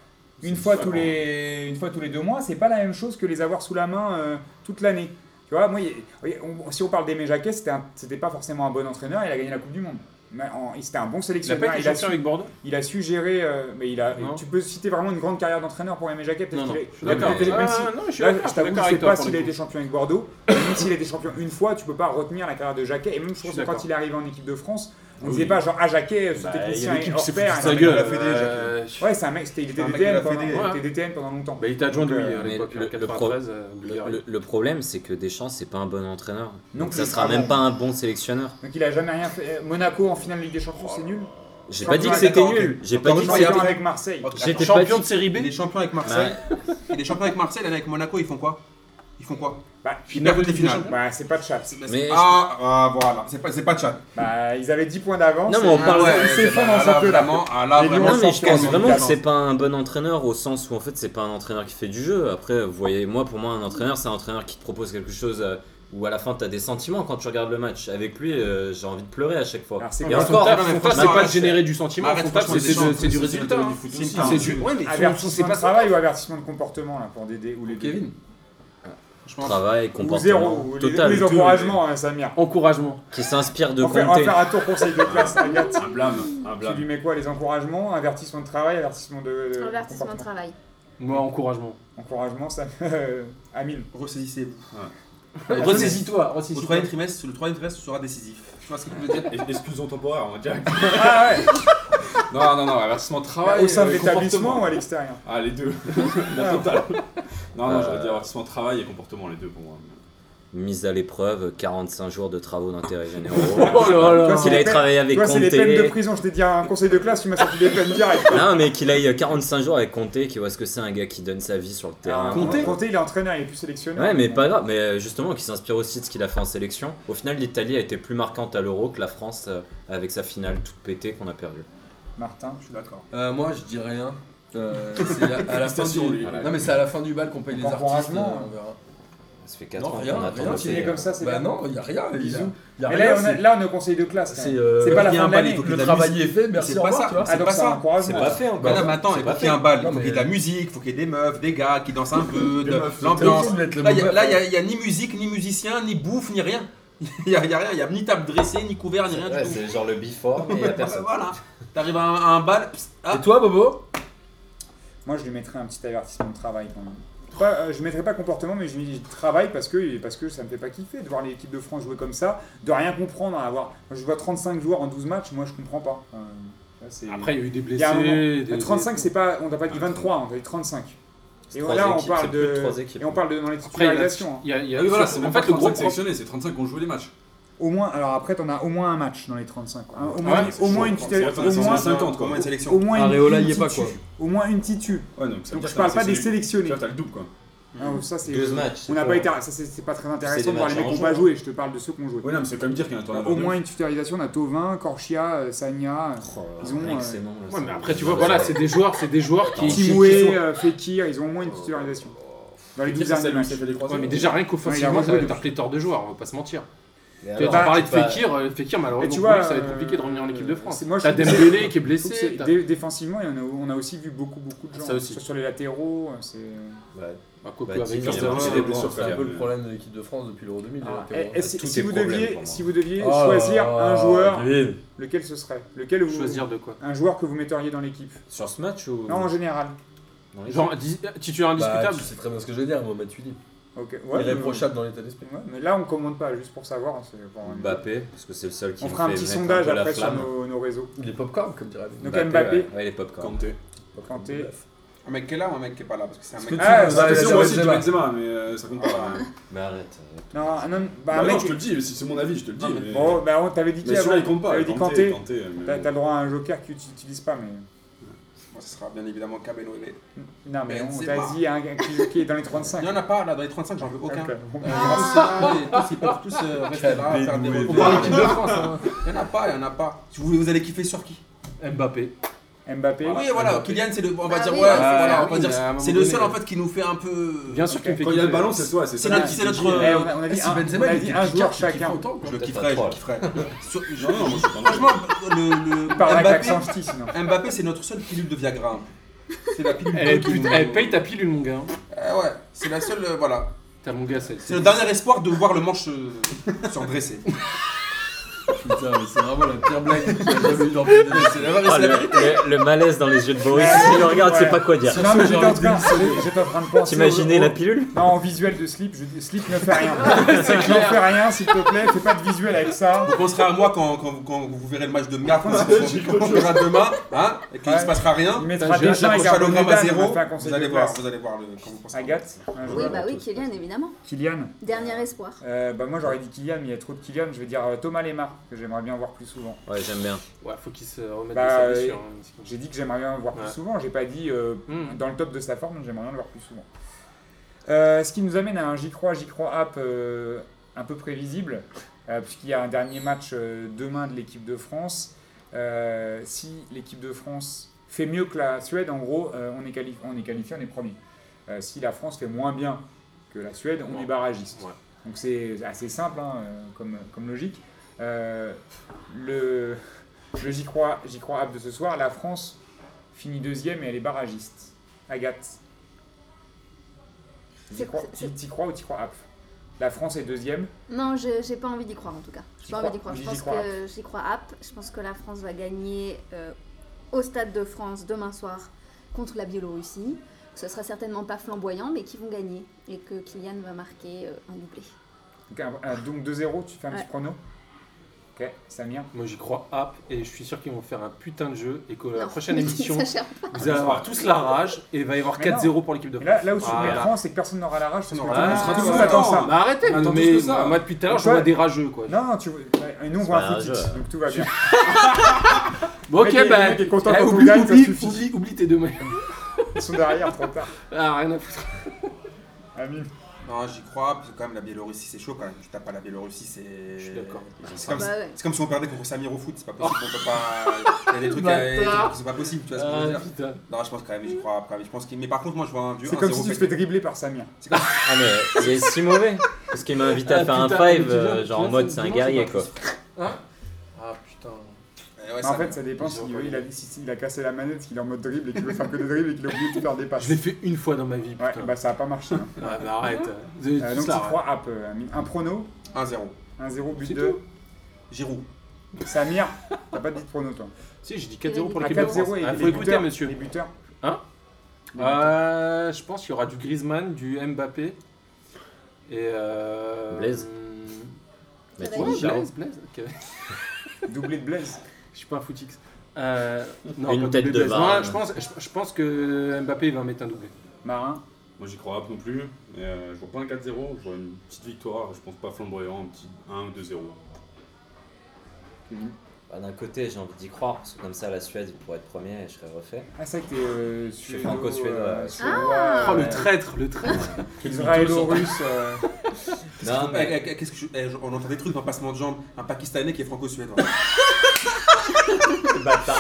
une fois, tous les, une fois tous les deux mois, c'est pas la même chose que les avoir sous la main euh, toute l'année. Tu vois, moi, il- oui, on- si on parle d'Aimé Jacquet, c'était un- c'était pas forcément un bon entraîneur, il a gagné la Coupe du Monde. Mais en- il- C'était un bon Il a sélectionneur. pas été il a champion su- avec Bordeaux il a su gérer, euh, mais il a. Non. Tu peux citer vraiment une grande carrière d'entraîneur pour Aimé Jacquet. peut-être Non, non. qu'il est- Je suis même d'accord. si- même si- Ah, non, je suis Là, d'accord, je je suis t'avoue, d'accord je sais avec toi. pas pour s'il le a coup. été champion avec Bordeaux. Même s'il a été champion une fois, tu peux pas retenir la carrière de Jacquet. Et même, je suis pense que quand d'accord. il est arrivé en équipe de France, on ne Oui. disait pas genre, ah, Jacquet, ce Bah, il y a technicien est l'équipe qui hors s'est pair. foutu Un de sa mec gueule. de la Fédé, Jacquet. euh, je- Ouais, c'est un mec, c'était- il était Un mec de DTN la pendant- Fédé. il Ouais. était DTN pendant longtemps. Bah, il était adjoint de Donc, Louis euh, à mais l'époque, le- en le pro- 93. euh, Le, Bulgarie. le- le problème, c'est que Deschamps, c'est pas un bon entraîneur. Non Donc plus, ça sera pardon. même pas un bon sélectionneur. Donc il a jamais rien fait. Monaco en finale de Ligue des Oh Champions, c'est nul. J'ai Encore pas dit une que fois, c'était d'accord, nul. J'ai pas Encore dit une que Champion fois, c'était. il y a- avec Marseille. Oh. J'étais pas Champion dit- de série B. Il est champion avec Marseille. Il est champion avec Marseille, l'année avec Monaco, ils font quoi Ils font quoi Bah, Ils perdent toutes les finales. Bah, c'est pas de chat. Mais- ah, ah, voilà, c'est pas, c'est pas Tchad. Bah, ils avaient 10 points d'avance. Non, mais on et- parle- Ils s'effondrent ah, en là, championnat. vraiment, ah, là, Les vraiment, Lions Non, mais je champion pense en vraiment que 2014. c'est pas un bon entraîneur au sens où en fait c'est pas un entraîneur qui fait du jeu. Après, vous voyez, moi pour moi un entraîneur c'est un entraîneur qui te propose quelque chose euh, où à la fin t'as des sentiments quand tu regardes le match. Avec lui, euh, j'ai envie de pleurer à chaque fois. Alors, c'est Et quoi Son encore, taf, non, mais son taf, c'est franchement, pas de arrête, générer du sentiment. arrête, Son taf, franchement, c'est Deschamps, de- c'est du c'est- c'est résultat. la hein. foot C'est une aussi, tarte. C'est du. Ouais, mais son- c'est Avertissement pas de ça. travail ou avertissement de comportement là, pour Dédé ou les deux Kevin, je pense. travail, Ou comportement zéro, ou les, total ou les tout, euh, encouragements, hein, Samir. Encouragement. qui s'inspire de On, fait- on va Comté. faire un tour conseil de classe, regarde. Un blâme, un Tu lui blâme. mets quoi Les encouragements, avertissement de travail, avertissement de. de Avertissement de comportement. travail. Moi, encouragement. Encouragement, ça. euh, Amine. Ressaisissez-vous. Ressaisis-toi. Au Ressaisis-toi. troisième trimestre, le troisième trimestre sera décisif. Tu vois ce que je veux dire Es- Exclusion temporaire, on va dire. Ah ouais Non, non, non, avertissement de Ah travail. Au sein de euh, l'établissement comportement. ou à l'extérieur Ah, les deux. La totale. Non, non, Euh. j'aurais dit avertissement de travail et comportement, les deux pour moi. Mise à l'épreuve, 45 jours de travaux d'intérêt généraux. Oh là là. Toi, Qu'il les ait peines- travaillé avec Toi, c'est les peines de Comté. prison. Je t'ai dit un conseil de classe, tu m'as sorti des peines direct. Ah, Non, mais qu'il aille 45 jours avec Comté, qui voit ce que c'est un gars qui donne sa vie sur le terrain. Comté Comté, il est entraîneur, il est plus sélectionneur. Ouais, mais pas grave, mais euh, justement, qui s'inspire aussi de ce qu'il a fait en sélection. Au final, l'Italie a été plus marquante à l'Euro que la France euh, avec sa finale toute pétée qu'on a perdue. Martin. Je suis d'accord. euh, moi, je dis rien. Euh, c'est à, à la fin du... Félicitations, lui. Non, mais c'est à la fin du bal qu'on paye les artistes. Encouragement. euh, on verra. Ça fait 4 Non, ans rien, qu'on rien, attend de c'est- Continuer comme ça, c'est Bah bien. non, il n'y a rien. Bisous. Il y a Mais là, rien. on a- c'est- là, on est au conseil de classe. quand C'est même. euh, C'est pas la il y a fin un de bal, il l'année. faut que Le de la travail est fait, merci C'est au pas revoir, ça. tu vois. Ah, c'est donc pas c'est ça. un encouragement. fait Bah non, mais attends, il faut qu'il y ait un bal, il Non, faut mais- qu'il y ait de la musique, il faut qu'il y ait des meufs, des gars qui dansent un peu, de meufs, l'ambiance. c'est obligé de mettre le Là, il y a- mot là, il meuf. n'y a, il y a ni musique, ni musicien, ni bouffe, ni rien. Il n'y a, il y a rien, il n'y a ni table dressée, ni couvert, ni rien Ouais, du tout. Ah, bah, c'est genre le before, mais il a personne. Voilà, t'arrives à un, à un bal, psst, ah, Et toi, Bobo Moi, je lui mettrais un petit avertissement de travail quand même. Pas, euh, je ne mettrais pas comportement, mais je lui dis travail parce que, parce que ça me fait pas kiffer de voir l'équipe de France jouer comme ça, de rien comprendre. hein, À avoir, je vois 35 joueurs en 12 matchs, moi je comprends pas. Euh, là, c'est- Après, il y a eu des Il y a un moment. blessés. La des- 35, c'est pas, on n'a pas dit Ah, 23, on a dit 35. Et trois là, on équipes, parle c'est plus de de. trois équipes. Et on parle de dans les Après, il y a- titularisations. hein. il y a- il y a- Ah oui, voilà, sur- c'est en fait le gros problème. sélectionné, c'est 35 qui ont joué les matchs. Au moins, alors après, t'en as au moins un match dans les 35. quoi. Hein, au moins, ouais, c'est au moins chaud, une c'est titulaire- vrai, Au c'est moins, un cinq. 50, quoi. Combien de sélections au moins une, Areola, une y est pas, titu. quoi. Au moins une titu. Ouais, donc ça veut Donc dire je que t'as parle pas des sélectionné. sélectionnés. Tu vois, t'as le double quoi. Ah, ça, c'est. 12 matchs. On n'a pas été. Ça, c'est c'est pas très intéressant des de voir les matchs mecs en qui n'ont jeu. pas joué, je te parle de ceux qui ont joué. Ouais, non, mais c'est quand même dire qu'il y en a un Au moins une titularisation, on a Tovin, Corchia, euh, Sagna, euh, Oh, Ils ont, euh, Ouais, mais après, tu vois, voilà, c'est des joueurs, c'est des joueurs qui. qui- qui sont- Timoué, euh, Fekir, ils ont au moins une titularisation. Dans les 12 derniers matchs. des Ouais, mais déjà rien qu'offensivement, Ouais, il a ça va rejoué. être un pléthore de joueurs, on va pas se mentir. Mais Tu alors, bah, as parlé de tu vas- Fekir, euh, Fekir Et malheureusement, tu pour lui, vois, ça va être euh, compliqué de revenir en équipe de France. c'est- moi, je T'as trouve que- Dembélé qui est Je trouve blessé. que c'est- t'as- dé- défensivement, il y en a- on a aussi vu beaucoup, beaucoup de gens. Ça aussi. Sur, sur les latéraux, euh, c'est. Ouais. Bah, quoique, Bah, avec Thierry, First il y a Ever, marqué euh, des bon, blessures, C'est un peu Fabien. le problème de l'équipe de France depuis l'euro 2000. les Ah, latéraux. et- et si, tout si est vous problème deviez, pour moi. si vous deviez Oh là choisir là. un joueur, Kevin, Oh, lequel ce serait Lequel vous Choisir de quoi Un joueur que vous metteriez dans l'équipe Sur ce match ou Non, en général. dans les- Genre, dis- titulaire Bah, indiscutable tu sais très bien ce que je veux dire, Mohamed Tudy. Ok. Il Ouais, est mais- Irréprochable dans l'état d'esprit. ouais, mais là, on commente pas, juste pour savoir. hein, c'est- bon, Mbappé parce que c'est le seul qui on me fera un fait petit mettre sondage peu la après sur flamme. nos, nos réseaux. Il est popcorn, comme dirait Vinny. Donc, Mbappé. ouais. Ouais, les popcorn. Kanté. Kanté. Un mec qui est là ou un mec qui est pas là Parce que c'est un Parce mec que tu- qui Ah, parce que ouais, si, ouais, moi aussi, je Benzema. dis Benzema, mais euh, ça compte pas. Mais arrête. euh. Non, non, bah, Bah mec. non, je te le dis, mais si c'est mon avis, je te le dis. Non, mais mais- Bon, bah, on t'avait dit qui Mais celui-là, il compte pas. T'avais dit Kanté. Kanté, mais T'as bon. t'as le droit à un joker que tu n'utilises pas, mais. Moi, ce sera bien évidemment Cabello. et- Non, mais on Benzema. t'a dit un un qui qui est dans les Il 35. n'y en a pas là dans les 35, j'en veux aucun. Ok, bon. Ah, c'est pas- Tous ils peuvent tous euh, rester là, faire des Cabello. On parle d'équipe retours. de France. hein. Il n'y en a pas, il n'y en a pas. Si vous voulez, vous allez kiffer sur qui Ah Mbappé. Mbappé. Oui, voilà, Kylian, c'est le. On va Ah dire, ouais, oui, c'est- bah, voilà, on oui, va dire. mais à un moment C'est le seul donné, en fait qui nous fait un peu. Bien sûr Ok. qu'il me fait Quand il y a le kiffer. ballon, c'est toi. C'est ça notre- qui c'est te notre- dit, euh, Eh, on a, on a Et dit si un, Benzema, on a il dit était un joueur kicker, tu kiffes chacun. autant, quoi. Je T'as kifferais, pas je le kifferais. Sur- je- Non, non, moi, je suis pas Franchement, le, le- Parle avec l'accent Mbappé, ch'ti sinon. Mbappé, c'est notre seule pilule de Viagra. C'est la pilule Eh, de qui putain, nous- eh, paye ta pilule, mon gars. hein. Eh ouais, c'est la seule. euh, voilà. T'as mon gars, c'est. C'est le dernier espoir de voir le manche euh, se redresser. Putain, mais c'est vraiment la pire blague que j'ai jamais eue dans le podcast. C'est la vraie- Ah, c'est le, la vérité. le- le malaise dans les yeux de Boris, Ouais. il le regarde, Ouais. c'est pas quoi dire. Non, mais j'étais en train, j'étais en train de penser. T'imaginais au- la au- pilule Non, en visuel de slip, je dis slip ne fait rien. N'en fais rien, s'il te plaît, fais pas de visuel avec ça. Vous penserez à moi quand, quand, quand vous verrez le match de merde, quand on verra demain, hein, et qu'il ne Ouais. se passera rien. Il Putain, mettra j'ai des hâte gens Quand et le garde chronogramme à zéro, fait un conseil vous allez de voir, classe. vous allez voir le, quand vous penserez. Agathe, un Oui, joueur. bah oui, Kylian, évidemment. Kylian. Dernier espoir. Euh, bah moi j'aurais dit Kylian, mais il y a trop de Kylian. Je vais dire euh, Thomas Lemar, que j'aimerais bien voir plus souvent. Ouais, j'aime bien. Ouais, faut qu'il se remette Bah, de sa blessure. hein. J'ai dit que j'aimerais bien voir Ouais. plus souvent. J'ai pas dit euh, Hmm. dans le top de sa forme, donc j'aimerais bien le voir plus souvent. Euh, ce qui nous amène à un J'y crois, J'y crois app euh, un peu prévisible, euh, puisqu'il y a un dernier match euh, demain de l'équipe de France. Euh, si l'équipe de France fait mieux que la Suède, en gros, euh, on, est qualifi- on est qualifié, on est premier. Euh, si la France fait moins bien que la Suède, on Ouais. est barragiste. Ouais. Donc c'est assez simple hein, euh, comme, comme logique. Euh, le le J'y crois, J'y crois app de ce soir, la France finit deuxième et elle est barragiste. Agathe. T'y C'est- crois, c'est- t'y- t'y crois ou t'y crois Apf La France est deuxième. Non, je- j'ai pas envie d'y croire en tout cas. J'y J'ai pas crois. envie d'y croire. Je J'y pense crois. que j'y crois app. Je pense que la France va gagner euh, au Stade de France demain soir contre la Biélorussie. Ce sera certainement pas flamboyant, mais qu'ils vont gagner et que Kylian va marquer euh, un doublé. Donc, un- un- donc 2-0, tu fais un Ouais. petit prono Ok, Samir. Moi j'y crois app et je suis sûr qu'ils vont faire un putain de jeu et que la Non, prochaine émission ça cherche vous allez avoir tous la rage et il va y avoir Mais 4-0 pour l'équipe de Et France. là, là où tu Voilà. mets France, c'est que personne n'aura la rage. parce que Personne tout le n'aura monde la sera rage. tout le monde attend Attends. ça. Bah arrêtez, On attend mais plus que ça. moi depuis tout à l'heure je Toi- vois des rageux quoi. Non, non, tu... et nous on voit pas un un foot jeu. donc tout va bien. Bon, Le ok, mec est- bah le mec est content eh, quand on oublie, gagne, ça oublie, suffit. oublie- oublie tes deux mains. Ils sont derrière, trop tard. Ah, rien à foutre. Amine. Non, j'y crois, parce que quand même la Biélorussie, c'est chaud quand même. Tu tapes pas la Biélorussie, c'est. Je suis d'accord. C'est comme, Bah ouais. c'est comme si on perdait contre Samir au foot, c'est pas possible. on peut pas. Il y a des trucs, euh, des trucs qui sont pas possibles, tu vois ce que je veux Ah, dire. putain. Non, je pense quand même, j'y crois quand même. Je pense qu'il- Mais par contre, moi, je vois un vieux. C'est 1-0 comme si tu te pété. fais dribbler par Samir. Ah, mais euh, il est si mauvais. Parce qu'il m'a invité à Ah, faire un putain, five, mais tu viens- euh, tu genre viens en mode ce c'est un dimanche, guerrier c'est quoi. Ah putain. Eh ouais, en ça- fait, ça dépend Ils si ont il, reconnu. a, si- il a cassé la manette, qu'il est en mode dribble et qu'il veut faire que des dribbles et qu'il a oublié de faire des passes. Je l'ai fait une fois dans ma vie, Ah, Ouais, putain. bah ça a pas marché. hein. Ah, bah arrête. Vous avez Euh, tous donc tu la rage. crois app, euh, Amine. Un prono, 1-0. 1-0, but C'est 2. Giroud. Samir, t'as pas dit de prono toi. hein. Si, j'ai dit 4-0 pour À l'équipe de France. 4-0 et Ah, les faut écouter, buteurs, monsieur. Les buteurs. Hein Les buteurs. Euh, je pense qu'il y aura du Griezmann, du Mbappé et euh... Blaise. Ça Mais va Bah, tu Ouais, dis Charles. Blaise, Blaise. ok. Doublé de Blaise. Je suis pas un footix. Euh, non, Une pas tête doublé de Blaise. barre. Non, je pense, je, je pense que Mbappé va mettre un doublé. Marin. Moi, j'y crois pas non plus. Mais euh, je vois pas un 4-0. Je vois une petite victoire. Je pense pas flamboyant. Un petit 1 ou 2-0. Bah, D'un côté, j'ai envie d'y croire, parce que comme ça, la Suède pourrait être premier et je serais refait. Ah, c'est vrai que t'es euh, suis suédo, franco-suédois, euh, ouais. suédois, Ah Oh, euh, le traître, le traître. Israélo-russe. euh, Non, Eh, mais eh, eh, Qu'est-ce que je- eh, je- On entend des trucs dans Passement de Jambes, un Pakistanais qui est franco-suédois. bâtard.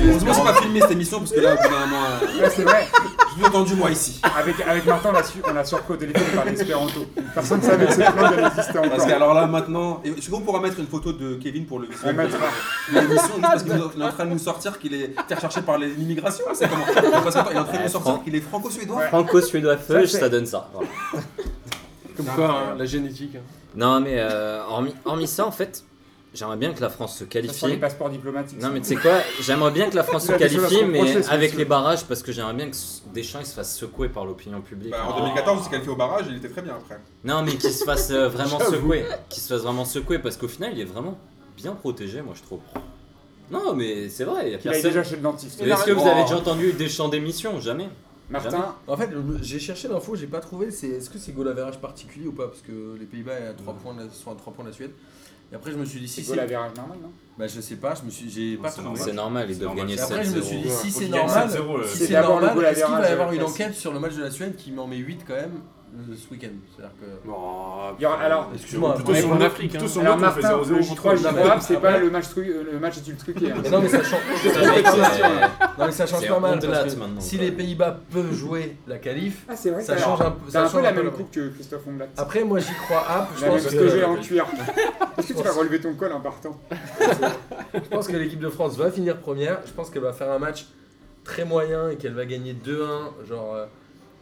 Heureusement, c'est pas filmé cette émission parce que là, au bout d'un moment, euh, ouais, c'est vrai. Je l'ai entendu moi ici. Avec, avec Martin, on l'a su, on l'a surpris au téléphone par l'espéranto. Personne ne savait que cette langue elle existait encore. Parce que alors là maintenant, et est-ce qu'on pourra mettre une photo de Kevin pour le On visuel de mettra- de l'émission juste parce qu'il est en train de nous sortir qu'il est été recherché par les- l'immigration C'est comment Parce qu'attends, il est en train de nous sortir qu'il est franco-suédois Ouais. Franco-suédois feuge, c'est- ça donne ça. Voilà. Comme Ah, quoi, hein, la génétique. hein. Non, mais euh, hormis, hormis ça, en fait, j'aimerais bien que la France se Ça sera qualifie. les passeports diplomatiques. Non, mais tu sais quoi J'aimerais bien que la France Il se a des choses à se qualifie, mais reprocher, ce avec monsieur. les barrages, parce que j'aimerais bien que s- Deschamps il se fasse secouer par l'opinion publique. Bah, en 2014, il s'est qualifié au barrage, il était très bien après. Non, mais qu'il se fasse euh, vraiment J'avoue. secouer. Qu'il se fasse vraiment secouer, parce qu'au final, il est vraiment bien protégé, moi, je trouve. Non, mais Bah, c'est vrai, il y a Il a personne. déjà chez le dentiste. Mais Est-ce que vous avez déjà entendu Deschamps d'émission Jamais. Martin, En fait, le- j'ai cherché l'info, j'ai pas trouvé. C'est est-ce que c'est goal average particulier ou pas Parce que les Pays-Bas est à trois points de la- sont à 3 points de la Suède. Et après, je me suis dit c'est si Mm. c'est. quoi la verrage normale, non Bah, je sais pas, je me suis, j'ai pas c'est trouvé. normal. C'est normal, ils C'est doivent normal. Et gagner Après, je me suis 7-0. dit si Faut c'est qu'il gagne normal, 7-0, euh, si C'est c'est d'abord le normal, goal est-ce qu'il va y average avoir une classique. enquête sur le match de la Suède qui met en met 8 quand même euh, ce week-end C'est-à-dire que. Ah, Oh, Il y aura- bah, alors- Excuse-moi, plutôt on est sur en le- Afrique, plutôt hein. sur le Alors nôtre, on fait Martin, 0-0 le j'y contre crois, eux. j'y contre crois, l'Allemagne. c'est pas Après- le match, truc, le match est-il truqué. hein. Mais non, mais ça change. non, mais ça change C'est pas mal. honte de parce latte, que maintenant, si quoi. les Pays-Bas peuvent jouer la qualif, Ah c'est vrai, ça t'as- change un peu. T'as ça un peu change la peu même coupe que Christophe Onblat. Après, moi j'y crois. Ah, je La même pense que j'ai en que, cuir. Est-ce que tu vas relever ton col en partant je pense que l'équipe de France va finir première. Je pense qu'elle va faire un match très moyen et qu'elle va gagner 2-1. Genre, euh,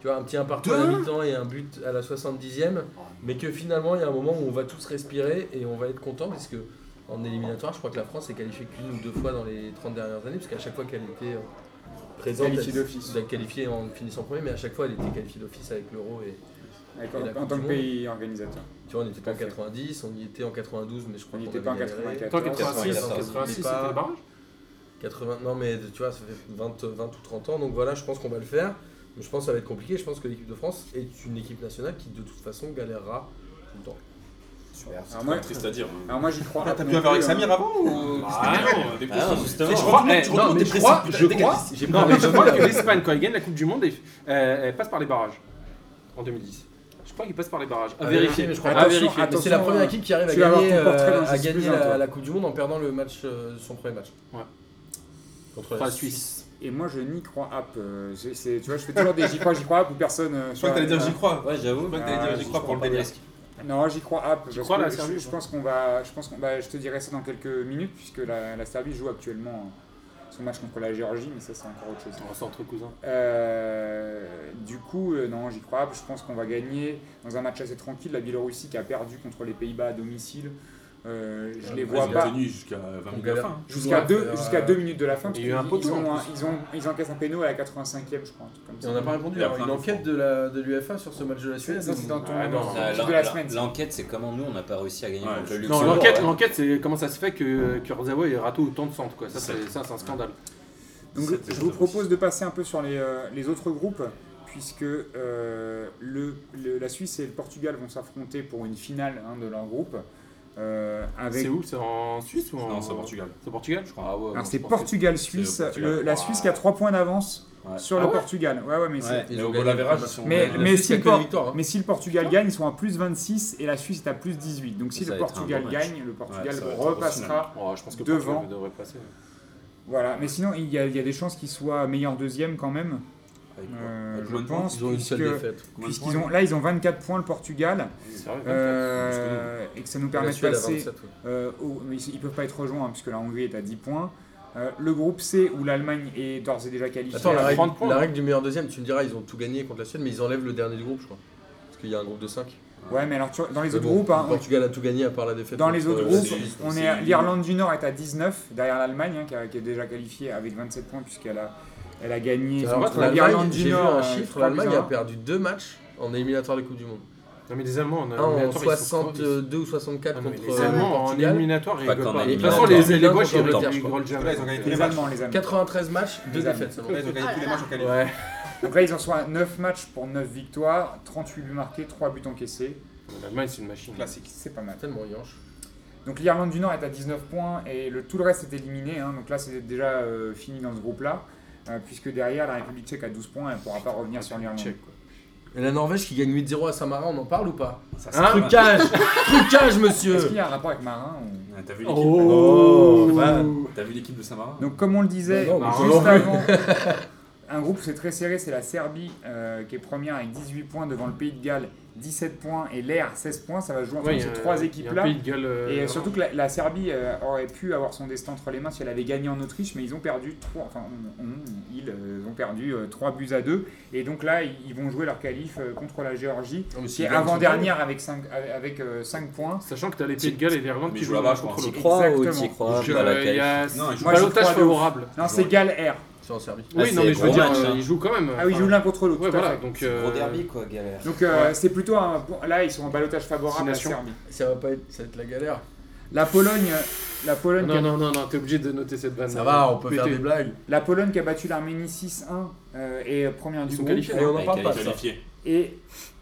tu vois, un petit un partout à la mi-temps et un but à la 70e. Mais que finalement, il y a un moment où on va tous respirer et on va être content parce que. En éliminatoire, je crois que la France est qualifiée qu'une ou deux fois dans les 30 dernières années, parce qu'à chaque fois qu'elle était euh, présente, Qualifiée elle- d'office. elle qualifiée en finissant premier, mais à chaque fois elle était qualifiée d'office avec l'euro et, Avec- Et la En Coupe tant du que Monde. Ah, pays organisateur. Tu vois, on n'était pas en Tout à fait. 90, on y était en 92, mais je On crois n'y qu'on était pas en avait galéré. 84. Toi, 86, 94, 86, c'était pas- le barrage 80, non, mais tu vois, ça fait 20, 20 ou 30 ans, donc voilà, je pense qu'on va le faire. Mais je pense que ça va être compliqué. Je pense que l'équipe de France est une équipe nationale qui, de toute façon, galérera tout le temps. C'est Alors quand moi- même triste à dire. Alors moi j'y crois. Ah, pas T'as non pu avoir avec plus, hein. Samir avant ou Ah non, des Ah, courses, justement. c'est- Je je crois- retourne- eh, tu non, retournes mais tes je précis, crois- putain, je dégage. crois- J'ai Non, pas mais je crois que l'Espagne, quand elle gagne la Coupe du Monde, elle, euh, elle passe par les barrages. En 2010. Je crois qu'ils passent par les barrages. À À vérifier. vérifier, mais je crois à pas. vérifier. Attention, C'est la euh, première équipe qui arrive à tu vas avoir gagner, ton portrait euh, dans à Justice gagner Plus, hein, toi. la, la Coupe du Monde en perdant le match, euh, son premier match. Ouais. Contre Contre la Suisse. Et moi je n'y crois pas. Euh, c'est- c'est- Tu vois, je fais toujours des j'y crois, j'y crois pas ou personne. euh, Je crois que t'allais dire j'y crois. Ouais, Je j'avoue. crois que t'allais dire j'y crois pour le délire. Non, j'y crois app. parce crois, que la hein. je- Serbie, je, ou pas pense qu'on va, je pense qu'on, bah, je te dirai ça dans quelques minutes puisque la, la Serbie joue actuellement son match contre la Géorgie, mais ça c'est encore autre chose. On reste entre cousins. Euh, du coup, euh, non, j'y crois pas. Je pense qu'on va gagner dans un match assez tranquille. La Biélorussie qui a perdu contre les Pays-Bas à domicile. Euh, je Ah, les Ils vois ont pas. tenu jusqu'à 20 minutes de la galère. fin. Jusqu'à Ouais, 2 euh, jusqu'à deux minutes de la fin. il y a parce eu un qu'ils- poteau, ils, ont en un- plus. ils, ont, ils encaissent un péno à la 85e, je crois. un truc comme Et ça. on n'a pas répondu. Il y a alors, plein Une de enquête de la- de l'UEFA sur ce match de la Suède. Ça, c'est dans ton Ah, non. dans ton Euh, truc l'en- de la l'en- semaine. L'enquête, c'est comment nous, on n'a pas réussi à gagner Ouais. contre le Non, Luxembourg. l'enquête, ouais. l'enquête, c'est comment ça se fait que Kurzawa ait raté autant de centres, quoi. Ça, c'est ça, c'est un scandale. Donc Sept je zéro vous zéro propose de passer un peu sur les, euh, les autres groupes, puisque euh, le, le- la Suisse et le Portugal vont s'affronter pour une finale hein, de leur groupe. euh, avec... C'est où C'est en Suisse ou en. Non, c'est au Portugal. C'est au Portugal, je crois. Ah ouais, Alors bon, c'est je pense que- Portugal-Suisse, c'est le Portugal. Le- la Suisse qui a 3 points d'avance Ouais. sur Ah le ouais Portugal. Ouais, ouais, mais c'est- Ouais. Ils Et ont au gagné goal average, le ils sont- Mais, La mais Suisse si a le que des Por- victoires, hein. mais si le Portugal gagne, ils sont à plus 26 et la Suisse est à plus 18. Donc si le Ça va être un Portugal bon match. gagne, le Portugal Ouais, ça va être un gros repassera. Oh, je pense que Devant. Portugal devrait passer. Voilà, mais sinon il y, a, il y a des chances qu'il soit meilleur deuxième quand même, Avec quoi euh, Avec je combien de points pense. Ils ont une seule puisque- défaite. Combien de Puisqu'ils points ont, là, ils ont 24 points le Portugal C'est vrai, euh, et que ça nous La permet de Suède à passer. 27. ouais. euh, au- mais ils ne peuvent pas être rejoints hein, puisque la Hongrie est à 10 points. Euh, le groupe C où l'Allemagne est d'ores et déjà qualifiée. Attends, la à règle, 30 points, la hein. règle du meilleur deuxième, tu me diras, ils ont tout gagné contre la Suède, mais ils enlèvent le dernier du groupe, je crois. Parce qu'il y a un groupe de 5. Ouais, mais alors tu vois, dans les autres groupes, hein, Le Portugal a tout gagné à part la défaite. dans les contre, autres euh, groupes, la Suisse. on est à- l'Irlande du Nord est à 19 derrière l'Allemagne hein, qui, a- qui est déjà qualifiée avec 27 points puisqu'elle a elle a gagné Alors, contre l'Allemagne, l'Irlande J'ai du vu Nord. un euh, chiffre, trois buts à l'Allemagne a un. perdu deux matchs en éliminatoire de Coupe du Monde. hein. Non, Ah, mais les Allemands, on a Un en 62 ou 64 contre Ah, Les euh, Allemands en Portugal. éliminatoire, ils Pas rigolent qu'en pas. De toute éliminatoire. façon, les les Éliminatoire Boches, ils contre rigolent l'Angleterre, ils rigolent jamais. Là, ils ont gagné tous Les Allemands, les Allemands. 93 matchs, deux Les Allemands. défaites seulement. Là, ils ont gagné tous les matchs en qualité. Ouais. Donc là, ils en sont à 9 matchs pour 9 victoires, 38 buts marqués, 3 buts encaissés. L'Allemagne, c'est une machine. Classique. C'est pas mal. Tellement yanche. Donc l'Irlande du Nord est à 19 points et le, tout le reste est éliminé. hein. Donc là, c'est déjà euh, fini dans ce groupe-là. euh, puisque derrière, la République tchèque a 12 points, elle ne pourra pas revenir sur l'Irlande. Tchèque, quoi. Et la Norvège qui gagne 8-0 à Samara, on en parle ou pas Ça, Hein c'est- Trucage Trucage, Est-ce qu'il monsieur y a un rapport avec Marin ou- Ah, T'as vu l'équipe Oh Ah, T'as vu l'équipe de Samara Donc comme on le disait Non, non, juste non. avant... Un groupe, c'est très serré, c'est la Serbie euh, qui est première avec 18 points devant le Pays de Galles, 17 points et l'Air 16 points. Ça va jouer entre Ouais, il y ces a- trois il y a un équipes-là. pays de Galles, euh, Et surtout que la, la Serbie euh, aurait pu avoir son destin entre les mains si elle avait gagné en Autriche, mais ils ont perdu trois, enfin, on- on- ils euh, ont perdu 3 buts à 2. Et donc là, ils ils vont jouer leur qualif euh, contre la Géorgie, Non, mais qui est s'ils gagnent, avant-dernière avec 5 avec, euh, cinq points. Sachant que t'as les Pays de Galles et l'Irlande Mais qui ils jouent jouent là-bas, là-bas je contre T'y crois. l'autre. crois ou Exactement. t'y crois Donc, pas la euh, Il y qualif a Non, ils jouent- Moi, balotage je crois de ouf. favorable. Non, c'est Galles-R. C'est en Serbie. Ah, Oui, non, c'est mais je veux gros dire, match, euh, hein. ils jouent quand même. Ah oui, ils Enfin, jouent l'un contre l'autre. Ouais, tout à voilà. fait. Donc, Gros euh, derby quoi, galère. Donc euh, Ouais. c'est plutôt un bon- là ils sont en balotage favorable à la Six nations. Serbie. Ah, Ça va pas être, ça va être la galère. La Pologne, euh, la Pologne, qui Non, a, non, non, non, t'es obligé de noter cette vanne. Ça va, on peut pétée. faire des blagues. la Pologne qui a battu l'Arménie 6-1 euh, et première du sont groupe. qualifiés, Et on en Ouais, parle pas de ça. Qualifié. Et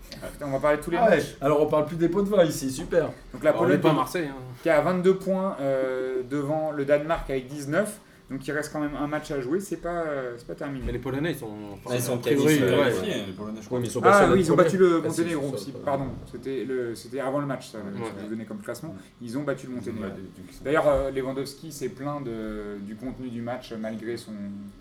Putain, on va parler de tous les Ah ouais, matchs. alors on parle plus des pots de vin ici, super. Donc la On n'est Pologne pas à Marseille. hein. qui a 22 points euh, devant le Danemark avec 19. Donc il reste quand même un match à jouer, c'est pas, euh, c'est pas Mais terminé. les Polonais, ils sont. enfin, Ah, ils sont a priori, qualifiés, ouais. ouais. Qualifié, les Polonais, je crois. Ouais, mais ils sont passés Ah à notre oui, ils ont premier. battu le Ah, si, Monténégro, c'est si, ça, ça. pardon, c'était le- c'était avant le match, ça, Ouais. ça vous donnait comme classement. Ils ont battu le Ouais, Monténégro. donc, c'est- D'ailleurs, euh, Lewandowski s'est plaint de- du contenu du match euh, malgré son,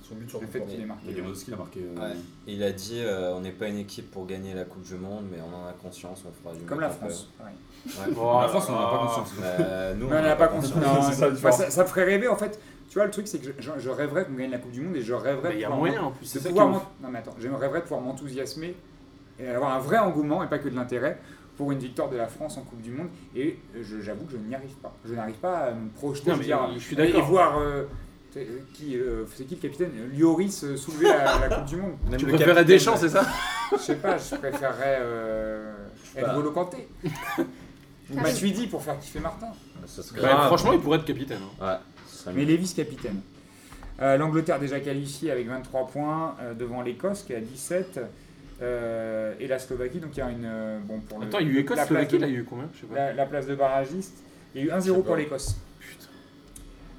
Son but sur le fait qu'il ait marqué. Il y a Lewandowski, il a marqué. euh, Ouais. Il a dit euh, on n'est pas une équipe pour gagner la Coupe du Monde, mais on en a conscience, on fera du Comme mieux la qu'on peut. France. pareil. Ouais. Oh, En la France, on n'en a pas conscience. Bah, nous, Mais on n'a pas conscience. conscience. Non, C'est ça, bah, la ça, différence. ça me ferait rêver en fait. Tu vois, le truc, c'est que je, je rêverais qu'on gagne la Coupe du Monde et je rêverais. Mais il y a de pouvoir moyen en plus. C'est C'est ça qui est pouvoir ouf. m'en- Non mais attends, je rêverais de pouvoir m'enthousiasmer et avoir un vrai engouement et pas que de l'intérêt pour une victoire de la France en Coupe du Monde. Et je- j'avoue que je n'y arrive pas. Je n'arrive pas à me projeter. Non, je mais veux dire, je suis et- Et d'accord. voir euh, c'est- euh, qui, euh, c'est qui le capitaine Lloris euh, soulever la, la Coupe du Monde. Tu le préférais capitaine, Deschamps, c'est ça Je sais pas, je préférerais euh, N'Golo Kanté. Ah, Ou Matuidi pour faire kiffer Martin. Ce serait- Bah, Franchement, il pourrait être capitaine. hein. Ouais, ce serait Mais mieux. les vice-capitaines. Euh, L'Angleterre déjà qualifiée avec 23 points euh, devant l'Écosse qui a 17 euh, et la Slovaquie. Donc il y a une. euh, bon, pour le- Attends, il y a eu Écosse, la place Slovaquie, de- là, il y a eu combien Je sais pas. la, la place de barragiste. Il y a eu Je 1-0 sais pour pas. l'Écosse. Putain.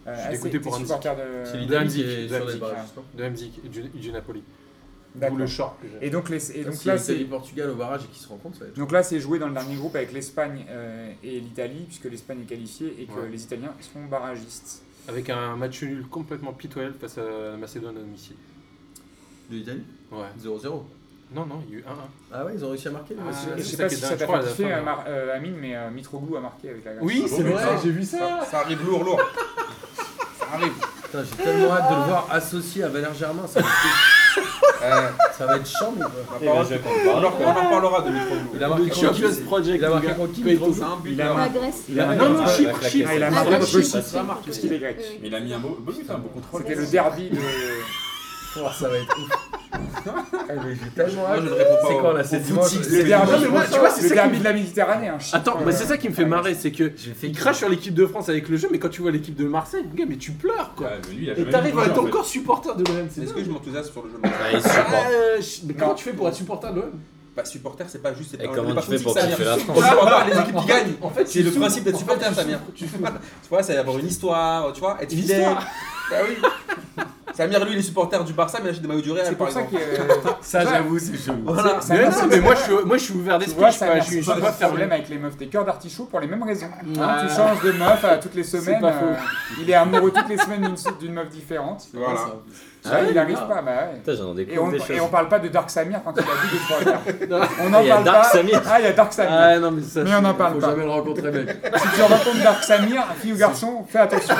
Euh, Je suis ah, dégoûté c'est- pour t'es Annecy. supporter de- C'est l'Italie l'Italie qui qui est est sur sur les les barrages, De Hamzik et du, et du Napoli. D'où le D'accord. short que j'ai. Et donc, les, et Et donc là, c'est. Portugal au barrage et qui se rencontrent, ça va être. Donc là, c'est joué dans le dernier groupe avec l'Espagne euh, et l'Italie, puisque l'Espagne est qualifiée et que Ouais. les Italiens sont barragistes. Avec un match nul complètement pitoyable face à la Macédoine à domicile. De l'Italie Ouais. 0-0. Non, non, il y a eu 1-1. Ah ouais, ils ont réussi à marquer. les Ah, mecs. je c'est sais ça pas qui si est ça dingue, je t'a crois, fait à la kiffer, fin, euh, Mar- euh, Amine, mais euh, Mitroglou a marqué avec la Grèce. Oui, Ah bon, c'est mais vrai, ça- j'ai vu ça. Ça, ça arrive lourd, lourd. Ça arrive. Putain, j'ai tellement hâte de le voir associé à Valère Germain. Ça va Euh, être, ça va être chiant, mais quoi. on en reparlera de Il Mitroglou. a Le marqué contre qui Champions Project. Il a marqué le gars. contre qui, Quand il Pedro touche- C'est un but. Il a là. marqué. La Grèce. Il a Ah, marqué. Non, non, Ouais, Chypre, la Chypre. Ah, il a Ah, marqué la contre le Chypre, Chypre. Ça marque Parce qu'il est grec. Oui, Mais il a mis un beau, Bah beau but, un beau contrôle. C'était le derby de. Oh, ça va être ouf. Ah, mais j'ai tellement Moi, hâte. je ne réponds pas C'est au- quand là au C'est foot dimanche six. Le c'est dimanche derby, mais moi, soir. tu vois, c'est le ça derby qui- de la Méditerranée. Hein, Chypre, Attends, bah, c'est ça qui me fait marrer, c'est que J'ai fait il crache sur l'équipe de France avec le jeu, mais quand tu vois l'équipe de Marseille, gars, mais tu pleures quoi. Ouais, mais lui, il a Et jamais t'arrives vu à le être jeu, en fait. encore supporter de l'OM, c'est Est-ce que je m'enthousiasme sur le jeu de Bah, Mitroglou il supporte. Euh, je- mais comment Non. tu fais pour être supporter de l'OM Bah, supporter, c'est pas juste. c'est Et pas- comment on est pas tu fais footix, pour Samir. kiffer la France Voilà, voilà, les équipes qui gagnent. En fait, C'est le sous- principe d'être en fait, supporter, tu Samir. Tu vois, ça va y avoir une histoire, tu vois, être Une fidèle. histoire. Bah oui. Samir, lui, il est supporter du Barça, mais il achète des maillots du Real, C'est par pour ça exemple. que. Ça, j'avoue, c'est chaud. Voilà. ça Mais m'a- non, mais moi je suis, moi je suis ouvert Tu d'esprit, vois, je suis ça pas, a je suis- je suis pas pas de problème fermé. avec les meufs. T'es cœurs d'artichaut pour les mêmes raisons. Hein, Ah. tu changes de meuf euh, toutes les C'est semaines. pas faux. euh, il est amoureux toutes les semaines d'une- d'une meuf différente. Voilà. Ah ouais, il n'arrive ah. pas. Bah, ouais. Putain, j'en Et on, découvre des et on choses. parle pas de Dark Samir quand il a dit des trois heures. On Ah, en il y a parle Dark pas. Samir. Ah, il y a Dark Samir. Ah non, mais ça. mais on en Faut parle pas. jamais le rencontrer, mec. Si tu rencontres Dark Samir, fille ou garçon, fais attention.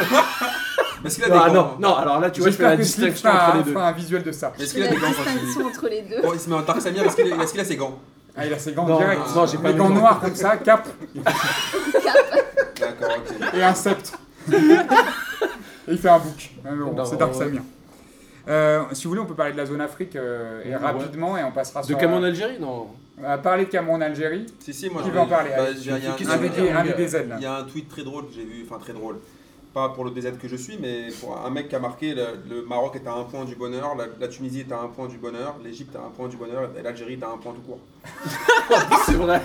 Parce qu'il a des Ah gants. non, non, alors là tu vois, je fais J'espère la que Slip distinction fera entre les un- deux. fera un visuel de ça. Mais est-ce qu'il a La des gants quand distinction entre les deux. il- Bon, il se met en Dark Samir, est-ce qu'il est- est-ce qu'il a ses gants Ah, il a ses gants Non, directs. non, j'ai pas Des mis gants le- noirs comme ça, cap D'accord, ok. et un sceptre. et il fait un bouc. Ah, mais bon, Non, c'est Dark ouais. Samir. Euh, si vous voulez, on peut parler de la zone Afrique euh, et Ouais. rapidement et on passera De sur. Cameroun Algérie Non. On va parler de Cameroun-Algérie. Si, si, moi Qui je veut en parler, bah, allez. j'ai- il y a un- Qui Un veut des, dire, un mon des gars DZ là. Il y a un tweet très drôle que j'ai vu, enfin très drôle. Pas pour le DZ que je suis, mais pour un mec qui a marqué le, le Maroc est à un point du bonheur, la, la Tunisie est à un point du bonheur, l'Égypte est à un point du bonheur et l'Algérie est à un point tout court. C'est vrai.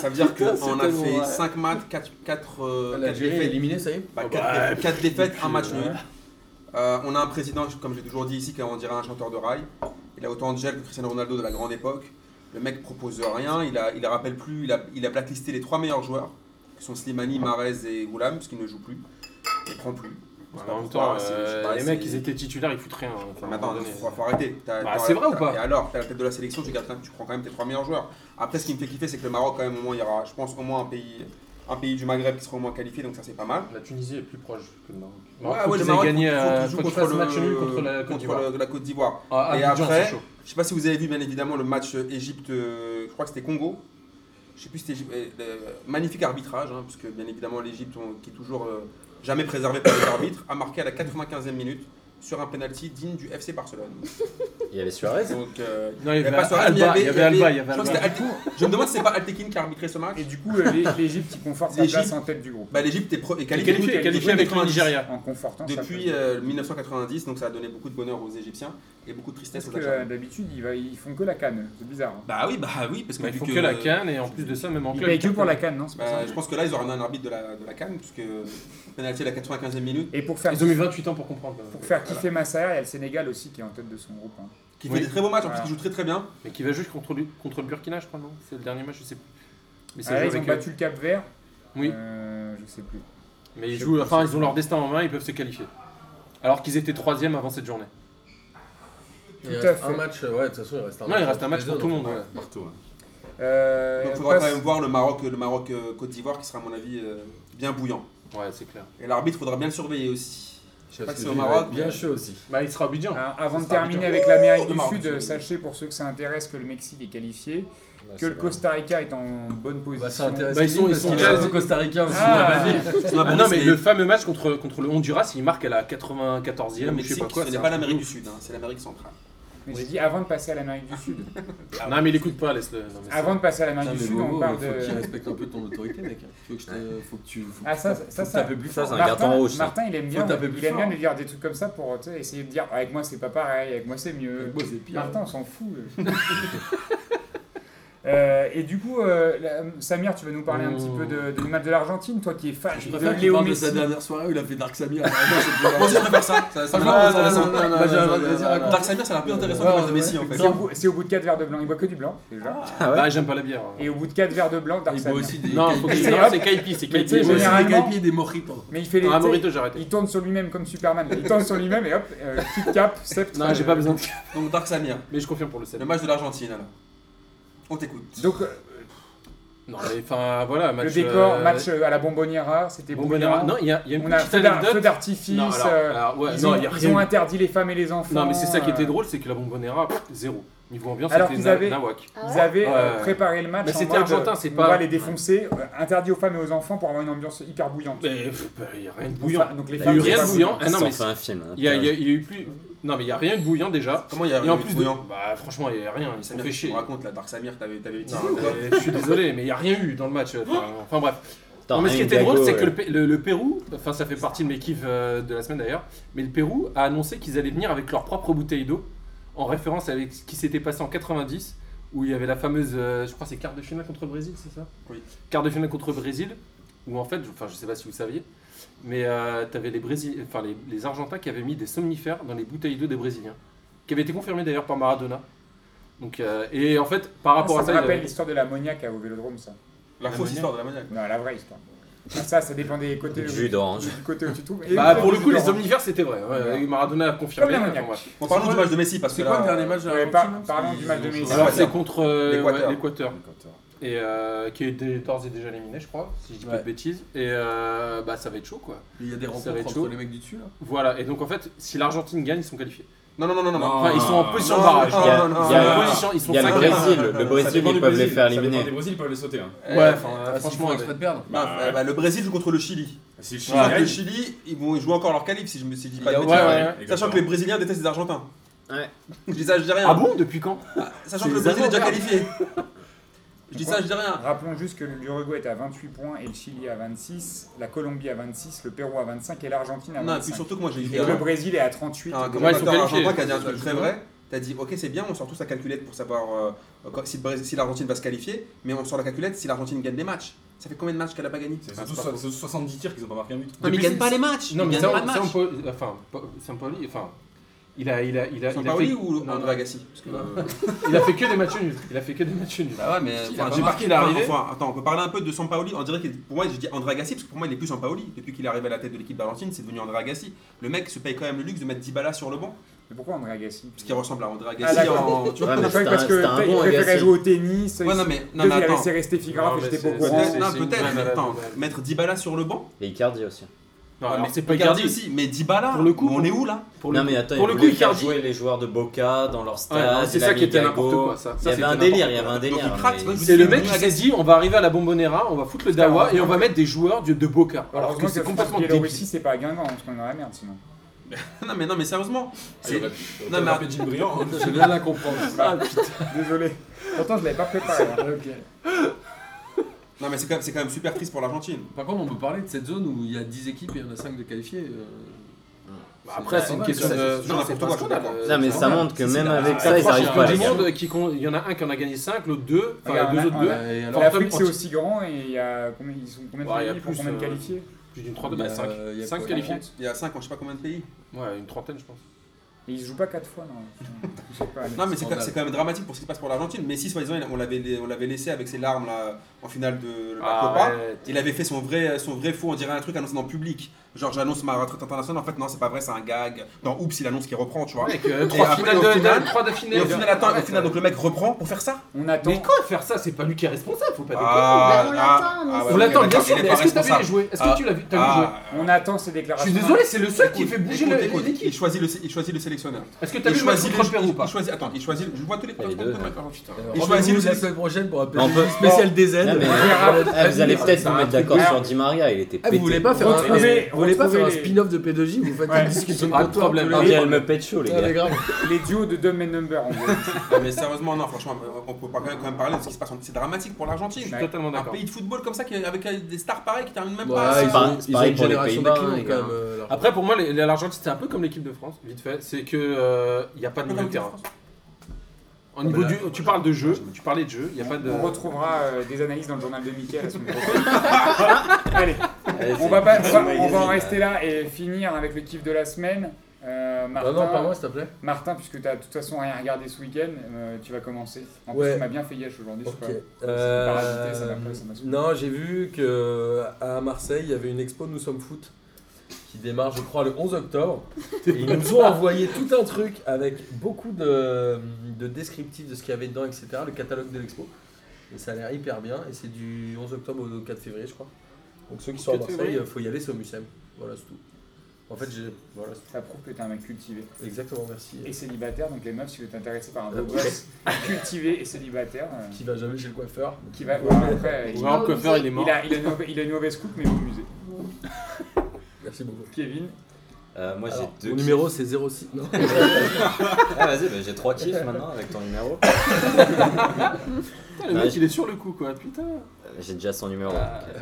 Ça veut dire Putain, c'est qu'on a tellement fait vrai. 5 matchs, 4, L'Algérie est défaites, éliminée, ça y est. bah, Ah quatre bah, défaites, quatre défaites, un match ouais. nul. Euh, on a un président, comme j'ai toujours dit ici, qui est, on dirait un chanteur de rail. Il a autant de gel que Cristiano Ronaldo de la grande époque. Le mec propose rien, il a, il a rappelle plus, il a, il a blacklisté les trois meilleurs joueurs, qui sont Slimani, Marez et Goulam, parce qu'il ne joue plus. Il prend plus. Bah, pas en même temps, pourquoi, c'est- je sais euh, pas, les c'est- mecs, ils étaient titulaires, ils foutent rien. Enfin, Mais à un moment attends, donné. faut, faut arrêter. T'as- Bah, t'as- c'est vrai ou t'as- pas Et alors, t'as la tête de la sélection, tu, gardes quand même- tu prends quand même tes trois meilleurs joueurs. Après, ce qui me fait kiffer, c'est que le Maroc, quand même, au moins, il y aura, je pense, au moins un pays, un pays du Maghreb qui sera au moins qualifié, donc ça, c'est pas mal. La Tunisie est plus proche que le Maroc. Ouais, faut ouais, le qu'ils aient Maroc, gagné, faut- faut euh, qu'ils jouent faut qu'ils contre fassent le- euh, match nul contre la Côte contre d'Ivoire. le- la Côte d'Ivoire. Ah, Et Abidjan, après- c'est chaud. Je sais pas si vous avez vu, bien évidemment, le match euh, Égypte, euh, je crois que c'était Congo. Je sais plus, c'était Égypte, euh, euh, magnifique arbitrage, hein, puisque bien évidemment l'Égypte, on- qui est toujours euh, jamais préservée par les arbitres, a marqué à la 95e minute sur un penalty digne du FC Barcelone. Il y avait Suarez Donc, euh, Non, il y il y avait avait pas Suarez, mais Alba, il y avait Alba, il y je avait crois que Alba. c'était Altekin. Je me demande si c'est pas Altekin qui a arbitré ce match. Et du coup, euh, l'É- l'Égypte qui conforte sa L'Égypte- place en tête du groupe. Bah, L'Égypte est, pre- est Qualifié, qualifiée qualifié, Qualifiée avec le 90. Nigeria. En confortant sa depuis place. euh, 1990, donc ça a donné beaucoup de bonheur aux Égyptiens et beaucoup de tristesse Parce aux que Algériens. euh, d'habitude, ils, va- ils font que la canne. C'est bizarre. hein. Bah oui, bah oui, parce que Bah, vu il faut que la canne, et en plus de ça, même en Ils club. payent que pour la canne, non C'est pas Bah, ça je pense que là, ils auraient mis un arbitre de la, de la Cannes, puisque pénalité à la 95e minute, Et pour faire, Ils ont mis 28 ans pour comprendre. pour faire kiffer Massaer, il y a le Sénégal aussi qui est en tête de son groupe. hein. qui Oui. fait des très beaux matchs, en plus, Voilà. qui joue très très bien. Mais qui va juste contre, lui- contre le Burkina, je crois, non C'est le dernier match, je sais plus. Mais ça Ah, là, joue ils ont avec eux. battu le Cap Vert. Oui, Euh, je sais plus. mais ils je- jouent, enfin, ils ont leur destin en main, ils peuvent se qualifier. Alors qu'ils étaient troisième avant cette journée. Il Tout à reste fait. un match, euh, ouais, de toute façon, il reste un Non, il reste un match pour pour tout le monde. ouais. Partout. hein. Euh, Donc, il faudra quand passe- même voir le Maroc, le Maroc euh, Côte d'Ivoire, qui sera, à mon avis, euh, bien bouillant. Ouais, c'est clair. Et l'arbitre, faudra bien le surveiller aussi. Je sais pas pas si si c'est au Maroc, Bien mais- chaud aussi. Bah, il sera Abidjan. Ah, avant Ça de sera terminer dur. avec l'Amérique Oh, du Maroc, Sud, c'est- sachez pour ceux que ça intéresse que le Mexique est qualifié, Ouais, que c'est le vrai. Costa Rica est en bonne Bah, ça position. intéresse. Bah, ils Kevin sont- bah, ils parce sont qu'il déjà- est costaricain. c'est Ah. ce qu'on a pas dit. Sinon, Ah après, non, mais c'est- le fameux match contre, contre le Honduras, il marque à la 94e, le ou je sais Mexique, pas quoi. ce c'est n'est un pas truc l'Amérique de du Sud, hein, c'est l'Amérique centrale. Mais j'ai dit avant de passer à l'Amérique du Sud. ouf. Non, mais il écoute pas, laisse-le. Non, mais c'est- Avant de passer à l'Amérique Putain, du Sud, mais Bobo, on parle faut que tu de. respectes un peu ton autorité, mec. Faut que, je te, faut que tu. Faut Ah, ça, ça, ça. taper plus fort. Ça, c'est un Martin, carton rouge. ça. Martin, il aime bien, taper plus il aime fort. bien lui dire des trucs comme ça pour tu sais, essayer de dire avec moi c'est pas pareil, avec moi c'est mieux. Avec moi, c'est pire. Martin, on s'en fout. Euh, et du coup, euh, la- Samir, tu vas nous parler un petit peu de, de l'image de l'Argentine, toi qui es fan Je de préfère qu'il Léo parle de Messi. sa dernière soirée où il a fait Dark Samir. Moi aussi, je préfère ça. ça, ça Ah, me non, rend non, intéressant. non, non, non, Dark non, Samir, non, non, non. Dark Samir, ça a l'air plus intéressant que Ouais, le match de ouais. Messi, en fait. C'est au, bout- c'est au bout de 4 verres de blanc, il boit que du blanc déjà. Bah, j'aime pas la bière. Et au bout de 4 verres de blanc, Dark Ah. Il Samir. boit aussi des. Non, faut que Et non, hop. c'est Kaipi, c'est Mais tu sais, Kaipi. Il boit aussi des Généralement- caipiris et des mojitos. Mais il fait les. Ah, tu sais, Morito, j'ai arrêté. il tourne sur lui-même comme Superman. là. Il tourne sur lui-même et hop, euh, kick cap, sept. Non, j'ai pas besoin de. Donc, Dark Samir, Mais je confirme pour le 7. le match de l'Argentine, alors. On t'écoute. Donc euh, Non, mais enfin, voilà, match. le décor, euh, match euh, à la Bomboniera, c'était Bon, brillant. voilà. Non, il y a, il y a une On a petite feu d'ar- feu anecdote. d'artifice. Non, alors, euh, alors, ouais, ils non, ont, il y a ils rien ont eu. interdit les femmes et les enfants. Non, mais c'est ça qui était euh, drôle, c'est que la Bombonera, pff, zéro. Niveau ambiance, Alors c'était qu'ils na- avaient- nawak. Ah ouais Ils avaient Ouais. euh, préparé le match. Mais en c'était mode, argentin, c'est on pas- va les défoncer. euh, Interdit aux femmes et aux enfants pour avoir une ambiance hyper bouillante. Mais pff, bah, il y a rien de Donc, bouillant. ça- Donc les Il y a eu femmes. rien c'est de pas- bouillant. Ah, non, Ça en mais fait un film. hein, Il y a, il y a- putain. il y a eu plus. Non, mais il y a rien de bouillant déjà. Comment il y a Et en eu plus de. bouillant Bah, franchement, il y a rien. Ils se Samir, fait tu chier. me racontes, là, Dark Samir, t'avais t'avais utilisé Non, ou quoi mais je suis désolé, mais il n'y a rien eu dans le match. euh, Enfin, enfin, bref. Putain, non, mais ce qui rien était que drôle, Gago, c'est que ouais. le, Pé- le- le Pérou, enfin ça fait partie de mes kiffs euh, de la semaine d'ailleurs, mais le Pérou a annoncé qu'ils allaient venir avec leur propre bouteille d'eau, en référence avec ce qui s'était passé en 90, où il y avait la fameuse, euh, je crois c'est quart de finale contre le Brésil, c'est ça Oui. Quart de finale contre le Brésil, où en fait, je- enfin je sais pas si vous saviez, mais euh, t'avais les, Brésil... enfin, les, les Argentins qui avaient mis des somnifères dans les bouteilles d'eau des Brésiliens, qui avait été confirmé d'ailleurs par Maradona. Donc, euh, et en fait, par rapport Ah, Ça à me ça, il y rappelle avait- l'histoire de l'ammoniac au Vélodrome, ça. La fausse maniaque. histoire de la maniaque. Non, la vraie histoire. Ah, Ça, ça dépend des côtés. Du jus d'orange. Du côté où tu trouves. Et Bah, le pour le coup, les jus d'orange. somnifères c'était vrai. Ouais, Ouais. Maradona a confirmé. Comme la Enfin, bref. Bon, parlons C'est du quoi- match de Messi parce que C'est quoi là- le dernier match de la Ouais, par- parlons du match de Messi. Alors Équateur. c'est contre euh, L'Équateur. ouais, l'Équateur et euh, qui est dé- d'ores et déjà éliminé, je crois, si je dis pas Ouais. de bêtises. Et euh, bah ça va être chaud quoi. Il y a des Ça va rencontres être entre chaud. les mecs du dessus là. Voilà. Et donc en fait, si l'Argentine gagne, ils sont qualifiés. Non, non, non, non, non. non. Enfin, ils sont en position de non, barrage. non, Oh. Il y a- non, non, il y a- Ils sont en non, position- ils sont Il y a le cinquième. Brésil. Le Ça Brésil, dépend ils du peuvent les Brésil. faire Ça dépend éliminer. des Brésil, ils peuvent les sauter. hein. Euh, Ouais, enfin, euh, Ah, s'ils franchement, font exprès de perdre. bah, Bah, bah, ouais. bah, le Brésil joue contre le Chili. Si le Chili Parce que gagne, Le Chili, ils, vont, ils jouent encore leur qualif si je me si je dis pas de Ouais, bêtises. ouais, ouais. exactement. Sachant que les Brésiliens détestent les Argentins. Ouais. Je dis ça, je dis rien. Ah bon Depuis quand Sachant C'est que le les Brésil est déjà Allemands, qualifié. Je dis ça, je dis rien. Rappelons juste que l'Uruguay est à 28 points et le Chili à 26, la Colombie à 26, le Pérou à 25 et l'Argentine à Non, et puis 25. surtout que moi j'ai et eu le Brésil est à 38. un ils sont commentateur qualifiés. argentin qui a dit un truc Ouais. très vrai. T'as dit, ok, c'est bien, on sort tous la calculette pour savoir euh, quand- si, le Brésil- si l'Argentine va se qualifier, mais on sort la calculette si l'Argentine gagne des matchs. Ça fait combien de matchs qu'elle a pas gagné C'est Ah, surtout c'est pas so- faux. so- 70 tirs qu'ils ont pas marqué un but. Non, mais ils Depuis- gagnent pas les matchs Non Ils mais gagnent ça, pas on- de ça, on matchs peut, enfin, Sampoli, enfin, Il a, il a, il a, il a Sampaoli fait... ou non, André Agassi Parce que, Non. euh, il a fait que des matchs nuls. Il a fait que des matchs nuls. Bah ouais, mais Il enfin, a remarqué marqué qu'il est plein, arrivé. enfin, attends, on peut parler un peu de Sampaoli. On dirait que pour moi, je dis André Agassi parce que pour moi, il est plus Sampaoli. Depuis qu'il est arrivé à la tête de l'équipe d'Argentine, c'est devenu André Agassi. Le mec se paye quand même le luxe de mettre Dybala sur le banc Mais pourquoi André Agassi parce qu'il ressemble à André Ah, Agassi. d'accord. en- tu vois. Ouais, Non, je croyais mais c'était parce un- que c'était un il bon préférait Agassi. jouer au tennis. Ouais, il- non, mais, que non, mais il attends. restait resté Figaro Non, et mais j'étais pas au c'est- courant. c'est- Peut-être, non, une peut-être, bonne mais attends, nouvelle. mettre Dybala sur le banc. Et Icardi aussi. Non, Ouais, alors, mais c'est pas Icardi Icardi. aussi. Mais Dybala, Pour le coup, on est où là Pour le non mais attends, pour il le voulait coup, faire Icardi- jouer les joueurs de Boca dans leur Ouais, stade. c'est la ça qui était Liga n'importe Go. quoi. Ça, Il y Ça, avait c'était un délire, n'importe il y avait quoi. un délire. il craque, mais- c'est vrai que C'est le mec qui s'est dit on va arriver à la Bombonera, on va foutre le Putain, dawa et on heureusement va mettre des joueurs du, de Boca. Alors que Heureusement c'est que complètement complètement débile. Biélorussie, c'est pas à Guingamp, hein, parce qu'on est dans la merde sinon. Non, mais non, mais sérieusement. c'est- Non, mais- mais Gilles Briand, hein. Je viens de la comprendre. Désolé. Pourtant, je l'avais pas préparé. hein. Non, mais c'est quand, même- c'est quand même super triste pour l'Argentine. Par contre, on peut parler de cette zone où il y a 10 équipes et il y en a 5 de qualifiés. euh, Bah, Après, c'est une normal, question ça, de. toujours n'importe quoi, je suis d'accord. Non mais ça montre que même avec ça, ils Franchement, arrivent pas. Il y a les du gars. monde qui con- il y en a un qui en a gagné 5, l'autre 2, enfin Regarde, deux on a- autres on a- 2. Ouais, et alors, Enfin, L'Afrique, c'est quand- aussi grand et il y a combien, ils sont combien de Ouais, il y a pays pour plus, combien de euh, qualifiés Plus d'une trentaine, Il y a- 5. il Euh, y a 5 quoi, qualifiés. Il y a 5 en je sais pas combien de pays. Ouais, une trentaine, je pense. Et ils se jouent pas 4 fois, non Je sais pas. Non, mais c'est quand, Scandale. c'est quand même dramatique pour ce qui se passe pour l'Argentine. Messi, soi-disant, il- on l'avait on l'avait laissé avec ses larmes là, en finale de Bah, la Ah Copa. Arrête. Il avait fait son vrai, son vrai faux, on dirait un truc annoncé dans le public. Genre, j'annonce ma retraite internationale. En fait, non, c'est pas vrai, c'est un gag. Dans Oups, il annonce qu'il reprend, tu vois. Mec, euh, trois après, finales au de final- finale, trois de finale. Et au final, attends, au final, donc le mec reprend pour faire ça On attend. Mais quoi faire ça C'est pas lui qui est responsable, faut pas déconner. Ah, on ah, l'attend, mais ah, c'est- ouais, On ok, l'attend, bien d'accord, sûr, il est mais pas est-ce que t'as vu les responsable. jouer Est-ce Ah, que tu l'as vu T'as vu jouer Ah, On attend ces Je déclarations. suis désolé, c'est le seul qui écoute, fait bouger écoute, le- écoute, Il l'équipe. choisit le, sé- il choisit le sélectionneur. Est-ce que t'as Il vu le match choisit contre le Pérou ou pas il choisit- Attends, il choisit. Je vois tous les les tous deux, les- ouais. tous les- Alors, Il rendez-vous choisit le la semaine prochaine pour un On peut- PSG spécial DZ. Non, mais- Ah, Vous allez peut-être vous mettre d'accord sur Di Maria, il était Ah, vous voulez pété. pas faire un, Retrouvez- vous voulez pas faire un retrouvez les- spin-off de P2J Vous faites Ouais. une discussion Pas de comptoir problème. tous les Ah, jours. mais Elle me pète chaud les Ah, mais gars. grave. Les duos de Dumb and Number, en gros. Ah, mais sérieusement, non, franchement, on peut pas- quand même parler de ce qui se passe. en- C'est dramatique pour l'Argentine. Je suis totalement Un d'accord. pays de football comme ça, qui, avec des stars pareilles qui terminent même Ouais, pas. à- ils, pas- ont, ils c'est ont pareil une pour les génération Pays-Bas, de les clients gars. quand même. euh, alors. Après, pour moi, les- l'Argentine, c'est un peu comme l'équipe de France, vite fait. C'est que euh, il n'y a pas de Pas nouvel comme terrain. en France. Au niveau mais du, là, tu parles de jeu, tu parlais de jeu, il n'y a pas de. On retrouvera euh, des analyses dans le journal de Mickaël la semaine prochaine. Allez, Allez, on c'est- va, pas, on va, on magazine, va en là. rester là et finir avec le kiff de la semaine. Euh, Martin, Non, Ah, non, pas moi, s'il te plaît. Martin, puisque tu as de toute façon rien regardé ce week-end, euh, tu vas commencer. En plus, Ouais. tu m'as bien fait yesh aujourd'hui, je sais Ok. pas. Ça m'a Euh, pas rajouté, ça m'a pas- ça m'a saoulé. non, j'ai vu que à Marseille, il y avait une expo Nous sommes foot qui démarre, je crois, le 11 octobre. Et ils nous ont envoyé tout un truc avec beaucoup de, de descriptifs de ce qu'il y avait dedans, etc. Le catalogue de l'expo. Et ça a l'air hyper bien. Et c'est du 11 octobre au 4 février, je crois. Donc ceux qui sont à 4 Marseille, février. il faut y aller, c'est au Mucem. Voilà, c'est tout. En fait, j'ai. Voilà, c'est Ça prouve que t'es un mec cultivé tout. Exactement, merci. et célibataire. Donc, les meufs, si vous êtes intéressé par un beau gosse cultivé et célibataire, euh, Qui va jamais chez le coiffeur. qui va. voir après, Ou il, alors, le coiffeur, il est mort. il a, il, a une, mauvaise- il a une mauvaise coupe, mais au musée. Merci beaucoup. Kevin, Euh, Moi j'ai Alors, deux. mon kiffs. numéro, c'est 06. Non. Ah vas-y, bah, j'ai trois kiffs maintenant avec ton numéro. Putain, le Ouais, mec, je- il est sur le coup, quoi. Putain. J'ai déjà son numéro. donc, euh.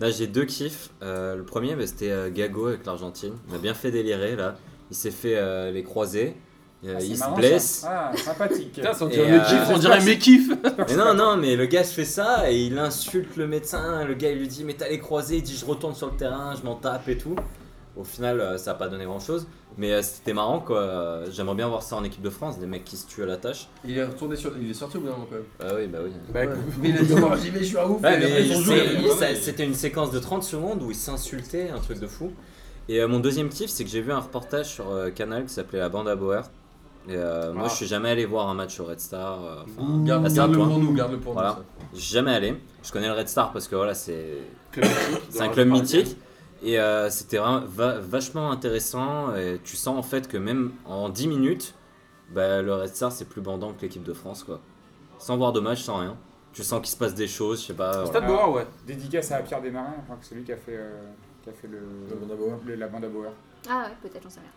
Là, j'ai deux kiffs. Euh, le premier, bah, c'était euh, Gago avec l'Argentine. On a bien fait délirer là. Il s'est fait euh, les croisés. Euh, Ah, c'est il se marrant, blesse. ça. Ah, sympathique. Putain, ça, on Et, dirait euh, mes kiffs, on dirait mes kiffs. Mais non, non, mais le gars se fait ça et il insulte le médecin. Le gars, il lui dit Mais t'as les croisés. Il dit Je retourne sur le terrain, je m'en tape et tout. Au final, euh, ça a pas donné grand chose. Mais euh, c'était marrant quoi. Euh, J'aimerais bien voir ça en équipe de France, des mecs qui se tuent à la tâche. Il est retourné sur. Il est sorti au bout d'un moment quand même. Bah oui, bah oui. Bah, Ouais. écoute, Mais il a dit moi j'y vais, je suis un ouf. Ouais, et mais après, ils ont c'est- joué. il- ça- c'était une séquence de 30 secondes où ils s'insultaient, un truc de fou. Et euh, mon deuxième kiff, c'est que j'ai vu un reportage sur euh, Canal qui s'appelait La Bande à Bauer. Et euh, moi, Ah. je suis jamais allé voir un match au Red Star. euh, enfin, Garde, Ah, c'est garde-le un pour point. nous, garde-le pour Voilà. je suis jamais allé. Je connais le Red Star parce que voilà, c'est club mythique, c'est un dans- club dans- mythique. Et euh, c'était vraiment va- vachement intéressant. Et tu sens en fait que même en 10 minutes, bah, le Red Star, c'est plus bandant que l'équipe de France. quoi. Sans voir de match, sans rien. Tu sens qu'il se passe des choses, je sais pas. voilà. Stade Bora, ouais. Dédicace à Pierre Desmarins, je crois que c'est lui qui a fait, euh, qui a fait le, nous. le- la bande à Bauer. Ah ouais, peut-être, j'en sais rien.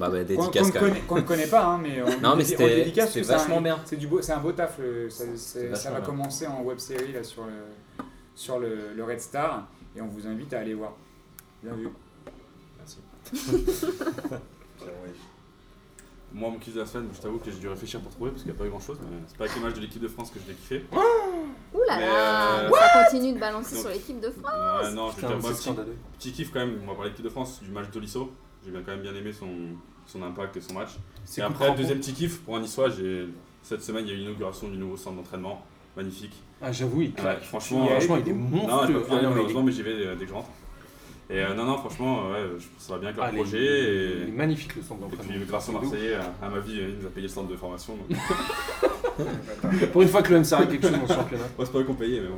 Bah, bah, Qu'on dédicace qu'on ne quand même. connaît, qu'on ne connaît pas, hein, mais on, Non, mais on c'était- dédicace parce c'était que c'est vachement un- bien. C'est du beau, c'est un beau taf. le- ça, c'est- vachement ça va bien. commencer en web série là sur le sur le, le Red Star et on vous invite à aller voir. Bien vu. Moi, mon kiff de la semaine, je t'avoue que j'ai dû réfléchir pour trouver parce qu'il n'y a pas eu grand chose. C'est pas avec les matchs de l'équipe de France que je l'ai kiffé. Ouh là Mais, là, euh, ça continue de balancer donc- sur l'équipe de France. Ouais, non, je veux Putain, dire, moi, c'est petit, scandaleux. petit kiff quand même, on va parler de l'équipe de France, du match d'Olisso. J'ai bien quand même bien aimé son, son impact et son match. C'est Et coup de après, crampon. deuxième petit kiff pour un niçois, j'ai cette semaine il y a eu l'inauguration du nouveau centre d'entraînement, magnifique. Ah, j'avoue, il Ouais, claque. franchement, franchement, euh, il est non, je peux monstrueux. plus y Ah, non, mais aller, il est- malheureusement, mais j'y vais euh, dès que je rentre. Et euh, non, non, franchement, euh, ouais, je pense que ça va bien avec leur ah, il est- projet. et- Il est magnifique le centre Et d'entraînement. puis grâce aux Marseillais, euh, à ma vie, euh, il nous a payé le centre de formation. donc- Ouais, Pour une fois que l'OM s'arrête quelque chose dans le championnat. c'est pas eux qu'on payait, mais bon.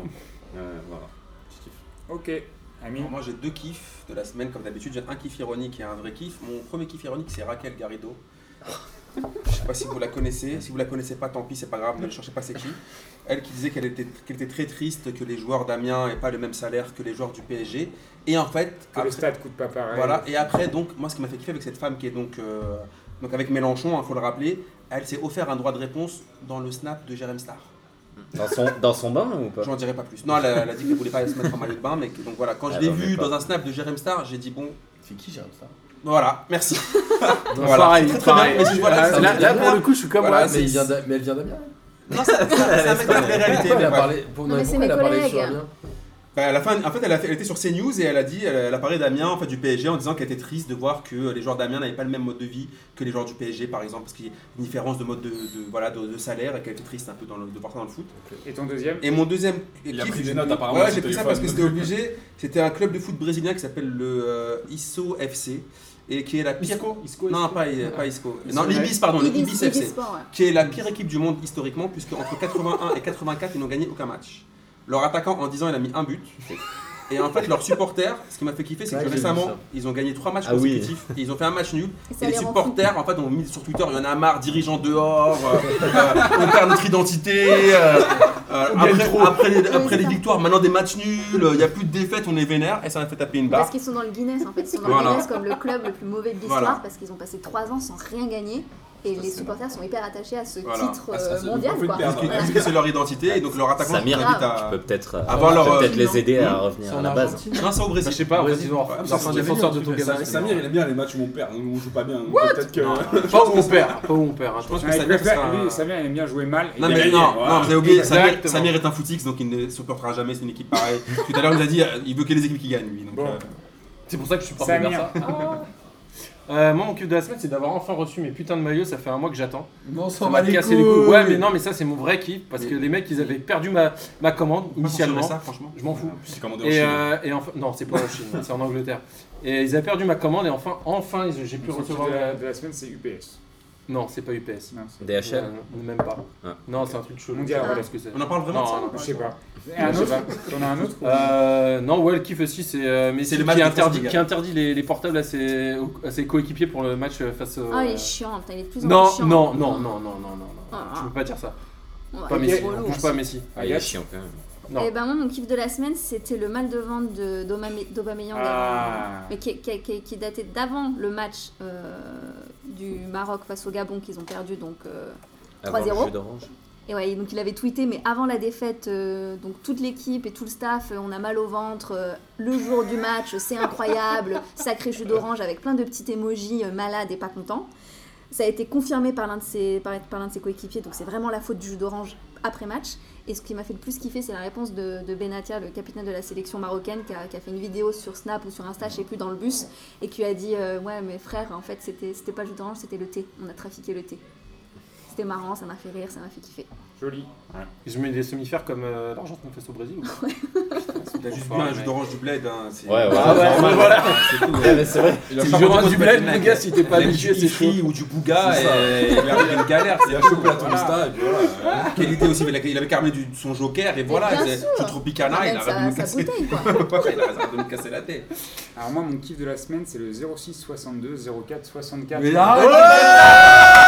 Euh, voilà. Petit kiff. Ok. Amine Alors moi j'ai deux kiffs de la semaine comme d'habitude, j'ai un kiff ironique et un vrai kiff. Mon premier kiff ironique c'est Raquel Garrido. Je sais pas si vous la connaissez, si vous la connaissez pas tant pis, c'est pas grave, ne cherchez pas c'est qui. Elle qui disait qu'elle était, qu'elle était très triste que les joueurs d'Amiens aient pas le même salaire que les joueurs du PSG. Et en fait, Que après- le stade coûte pas pareil. voilà, et après, donc, moi, ce qui m'a fait kiffer avec cette femme qui est donc, euh, donc avec Mélenchon, il faut le rappeler, elle s'est offert un droit de réponse dans le snap de Jérém Star. Dans son, dans son bain ou pas J'en dirai pas plus. Non, elle, a- elle a dit qu'elle voulait pas se mettre en maillot de bain, mais que- donc voilà, quand je Elle l'ai en met vue pas. dans un snap de Jérém Star, j'ai dit bon, C'est qui, Jérôme Star voilà, merci. Voilà. Pareil, Très, très pareil. bien, mais je- voilà, Ah, ça- Là, là, pour le coup, je suis comme Voilà, moi. c'est- mais, il vient d'A- mais elle vient d'Amiens. Non, ça, ça, ça mec de la réalité. Pourquoi elle a bref. parlé, pour- Non, mais c'est pourquoi elle a mes parlé sur collègues. Amiens Bah, à la fin, en fait, elle, a fait- elle était sur CNews et elle a dit, elle, elle a parlé d'Amiens, en fait, du PSG, en disant qu'elle était triste de voir que euh, les joueurs d'Amiens n'avaient pas le même mode de vie que les joueurs du PSG, par exemple, parce qu'il y a une différence de mode de, de- voilà, de, de salaire et qu'elle était triste un peu dans le, de voir ça dans le foot. Et ton deuxième Et mon deuxième Il a kiff, pris des je- notes, apparemment, Ouais, sur j'ai le pris ça parce téléphone. que c'était obligé. C'était un club de foot brésilien qui s'appelle le euh, ISO FC et qui est la pire. Isco, Isco, Non, pas, pas ISCO. Non, l'Ibis, pardon, le Ibis Ibis Ibis FC Sport, ouais. qui est la pire équipe du monde historiquement, puisque entre 81 et 84, ils n'ont gagné aucun match. Leur attaquant, en 10 ans, il a mis un but. Et en fait, leurs supporters, ce qui m'a fait kiffer, c'est Ouais, que j'ai vu récemment, ça. ils ont gagné 3 matchs Ah oui. consécutifs. et ils ont fait un match nul. Et ça Et les les rend supporters, en fait, ont mis sur Twitter il y en a marre, dirigeants dehors, euh, euh, on perd notre identité. euh, euh, après, après les, après les ça. victoires, maintenant des matchs nuls, euh, il n'y a plus de défaites, on est vénère. Et ça m'a fait taper une Parce barre. qu'ils sont dans le Guinness en fait, ils sont dans Voilà. le Guinness comme le club le plus mauvais de l'histoire Voilà. parce qu'ils ont passé 3 ans sans rien gagner et les supporters sont hyper attachés à ce Voilà. titre Ah, ça, euh, c'est le mondial coup de quoi. perdre. Parce que- Voilà. parce que c'est leur identité. Et donc leur attaquant, je Samir, vous invite Tu à. peux peut-être euh, Avoir leur, peut-être euh, les aider à C'est revenir à en la base. Argentine Non, c'est au Brésil. Je sais pas, en Vas-y. fait, ils ont Ouais, leur mais leur c'est fin un Ah, défenseur de truc, Togan. ça, Sam- Samir, il aime bien les matchs où on perd, donc on joue pas bien. donc Peut-être que. Pas où on perd, pas où on perd. hein. Je pense que Ouais, ça Ah, il vient préfère- parce que- lui, Samir, il aime bien jouer mal. et Non, il mais gagne. non, voilà. non, vous avez oublié, Samir, Exactement. Samir est un footix, donc il ne supportera jamais, c'est une équipe pareille. Tout à l'heure, il nous a dit, euh, il veut que les équipes qui gagnent, lui. Donc, Bon. euh, C'est pour ça que je suis parti Samir. vers ça. Ah. Euh, moi, mon kiff de la semaine, c'est d'avoir enfin reçu mes putains de maillots. Ça fait un mois que j'attends. Non, on Ça s'en m'a va les cassé les couilles. Ouais, mais couilles. non, mais ça, c'est mon vrai kiff parce que les mecs, ils avaient perdu ma, ma commande on peut pas censurer initialement. ça, franchement. Je m'en fous. J'ai commandé en Et, Chine. euh, et enfin, non, c'est pas en Chine, c'est en Angleterre. Et ils avaient perdu ma commande et enfin, enfin, ils- j'ai pu Son kiff recevoir. de la, la- de la semaine, c'est UPS. Non, c'est pas UPS. Non, c'est- DHL Euh, même pas. Ah. Non, c'est un truc chelou. Mondial, Je sais pas ouais. ce que c'est. On en parle vraiment Non, de ça non, ou pas Je sais pas. Et un Je sais autre T'en as un autre ou- Euh, non, ouais, le kiff aussi, c'est euh, Messi C'est le match qui, de France interdit, Bulgarie. qui interdit les, les portables à ses, aux- à ses coéquipiers pour le match euh, face au. Ah, il est chiant, putain, il est de plus en non, plus chiant. non, non, non, non, non, non, non, Ah, tu ah. peux pas dire ça. Ouais, Pas il est Messi, relou. hein. on touche pas à Messi. Ah, Il est Yates chiant quand même. Non. Et ben moi, mon kiff de la semaine, c'était le mal de vente de d'Aubame- d'Aubameyang, Ah. mais qui, qui- qui- qui datait d'avant le match euh, du Maroc face au Gabon qu'ils ont perdu donc. euh, Avoir le 3-0. jus d'orange. Et ouais, donc il avait tweeté, mais avant la défaite, euh, donc toute l'équipe et tout le staff, euh, on a mal au ventre, euh, le jour du match, c'est incroyable, sacré jus d'orange avec plein de petites émojis euh, malades et pas contents. Ça a été confirmé par l'un de ses, par, par l'un de ses coéquipiers, donc c'est vraiment la faute du jus d'orange après match. Et ce qui m'a fait le plus kiffer, c'est la réponse de, de Benatia, le capitaine de la sélection marocaine, qui a, qui a fait une vidéo sur Snap ou sur Insta, je sais plus, dans le bus, et qui a dit euh, Ouais, mais frère, en fait, c'était c'était pas le jus d'orange, c'était le thé. On a trafiqué le thé. C'était marrant, ça m'a fait rire, ça m'a fait kiffer. Joli. Je mets des semi-fers comme euh, l'Argentine face au Brésil. ou pas T'as juste bu Enfin, un jus mec. d'orange du bled. Hein, c'est- Ouais, ouais. Ah ouais, normal. voilà. C'est tout. Ouais, mais c'est vrai. Il a C'est pas du beaucoup orange de du bled, mec. mon gars, si t'es pas Il a du habitué, c'est Ifri chaud. ou du Bouga, et il avait une galère. Il c'est a tout, chopé la voilà. tourista et puis voilà. Quelle idée aussi, mais il a- il avait carmé du- son joker, et voilà, bien c'est sûr. tout Tropicana, Ah il Ramène arrête de nous sa, sa casser. bouteille quoi. Il arrête de nous casser la tête. Alors, moi, mon kiff de la semaine, c'est le 06 62 04 64. Mais arrête de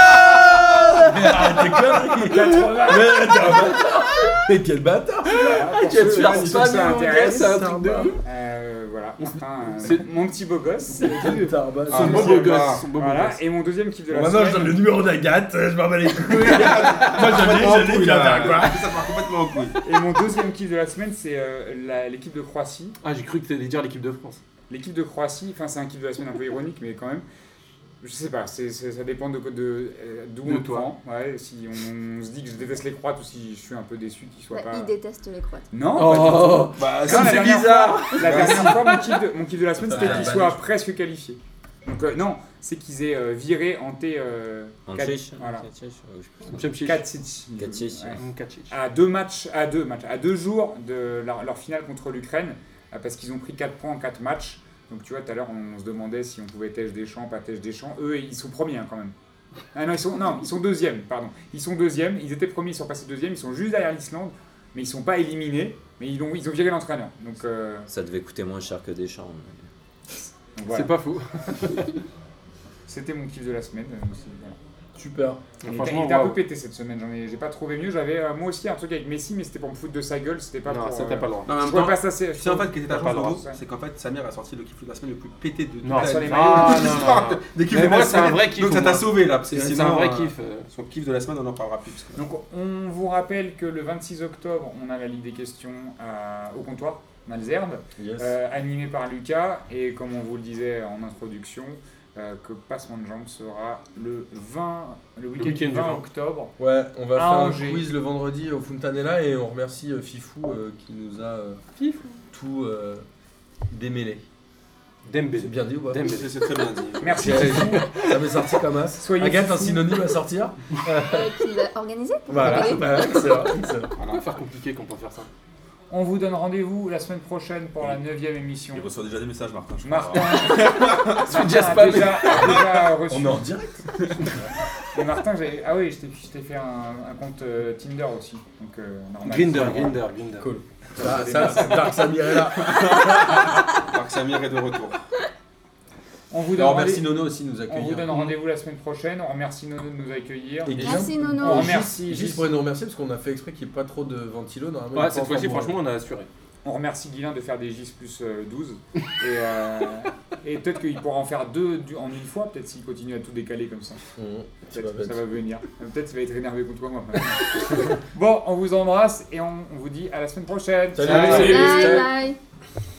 Mais quel bâtard Ah, Voilà, pour ceux- ceux que ça intéresse. c'est un truc de ouf. Euh, voilà, Martin, euh, C'est- mon petit beau gosse. Quel tarbat. Ah, mon bon beau beau gosse. gosse. Voilà, et mon deuxième kiff de la Maintenant, je donne semaine. le numéro d'Agathe, je m'en bats les couilles. Moi, j'avais j'avais dit, j'avais quoi. Ça part complètement en couille. Et mon deuxième kiff de la semaine, c'est euh, la- l'équipe de Croatie. Ah, j'ai cru que t'allais dire l'équipe de France. L'équipe de Croatie, enfin c'est un kiff de la semaine un peu ironique, mais quand même, je sais pas, c'est- c'est- ça dépend de de- euh, d'où De on toi. prend. Ouais, si on, se dit que je déteste les Croates ou si je suis un peu déçu qu'ils soient Ouais, pas. Bah, Il déteste les Croates. Non. Oh, Bah, pas du tout. Non, la c'est dernière bizarre. fois- La dernière fois, mon kiff de, mon kiff de la semaine, c'était Ah, qu'ils bah, soient presque qualifiés. Donc, euh, non, c'est qu'ils aient euh, viré Ante euh, Kat- Antich voilà. Chemchich. Katic. Katic, Ouais. Mm, Katic. À deux matchs, à deux matchs, à deux jours de leur, leur finale contre l'Ukraine, euh, parce qu'ils ont pris 4 points en 4 matchs. Donc tu vois, tout à l'heure, on, se demandait si on pouvait tèche des champs, pas tèche des champs. Eux, ils sont premiers hein, quand même. Ah non, ils sont, non, ils sont deuxièmes, pardon. Ils sont deuxièmes, ils étaient premiers, ils sont passés deuxièmes, ils sont juste derrière l'Islande, mais ils sont pas éliminés, mais ils ont, ils ont viré l'entraîneur. Donc, euh, Ça devait coûter moins cher que Deschamps. donc voilà. C'est pas faux. C'était mon kiff de la semaine. euh, c'est- voilà. Il Super. était- il Franchement, était un waouh. peu pété cette semaine, j'en ai, j'ai pas trouvé mieux. J'avais euh, moi aussi un truc avec Messi, mais c'était pour me foutre de sa gueule, c'était pas Non, pour. ça t'as euh, pas le droit. Non, mais en je même vois temps, pas ça, c'est. C'est en fait qui était T'as à pas le droit. Bordeaux, c'est qu'en fait Samir a sorti le kiff de la semaine le plus pété de toute Non, la sur les vie. maillots. Ah, non, non, non. Des kiffs Mais de moi, la c'est un semaine. vrai kiff, Donc ça moi. t'a sauvé là, parce que C'est sinon, un vrai euh, kiff. euh. Son kiff de la semaine, on en parlera plus. parce que- Donc on vous rappelle que le 26 octobre, on a la Ligue des questions à- au comptoir, on a les herbes, Yes. euh, animée par Lucas, et comme on vous le disait en introduction, euh, que Passement de Jambes sera le 20, le week-end week-end du 20 20. octobre. Ouais, on va À faire un Angers. quiz le vendredi au Fontanella et on remercie euh, Fifou euh, qui nous a euh, tout euh, démêlé. Dembélé. C'est bien dit ou pas Dembélé. C'est c'est très bien dit. Merci. Ouais, Ça m'est sorti comme as. Soyez Agathe, un fous. synonyme à sortir euh, qui va organiser Voilà, bah, excellent, excellent. Pourquoi faire compliqué quand on peut faire ça On vous donne rendez-vous la semaine prochaine pour la 9ème émission. Il reçoit déjà des messages, Martin. je crois. Martin, Martin déjà a spammé. déjà, a déjà reçu. On est en direct Et Martin, j'ai- ah oui, je t'ai- je t'ai fait un, un compte euh, Tinder aussi. Donc, euh, normal. Grinder, Grinder, Grinder. Cool. Ça, Ah, ça, c'est Dark Samir est là. Marc Samir est de retour. On vous Et donne On remercie rendez- Nono aussi de nous On vous accueillir. donne rendez-vous la semaine prochaine. On remercie Nono de nous accueillir. Et Guillaume, Merci on Nono. Bonjour. remercie, Juste pour nous remercier parce qu'on a fait exprès qu'il n'y ait pas trop de ventilo. Normalement, il Ouais, est pas cette fois-ci, encore franchement, on a assuré. on remercie Guilin de faire des gis plus euh, 12. Et, euh, et peut-être qu'il pourra en faire deux du- en une fois, peut-être s'il continue à tout décaler comme ça. Mmh, c'est pas Peut-être que ça bête. va venir. Euh, Peut-être qu'il va être énervé contre moi. bon, on vous embrasse et on, on vous dit à la semaine prochaine. Salut. Salut. Bye bye.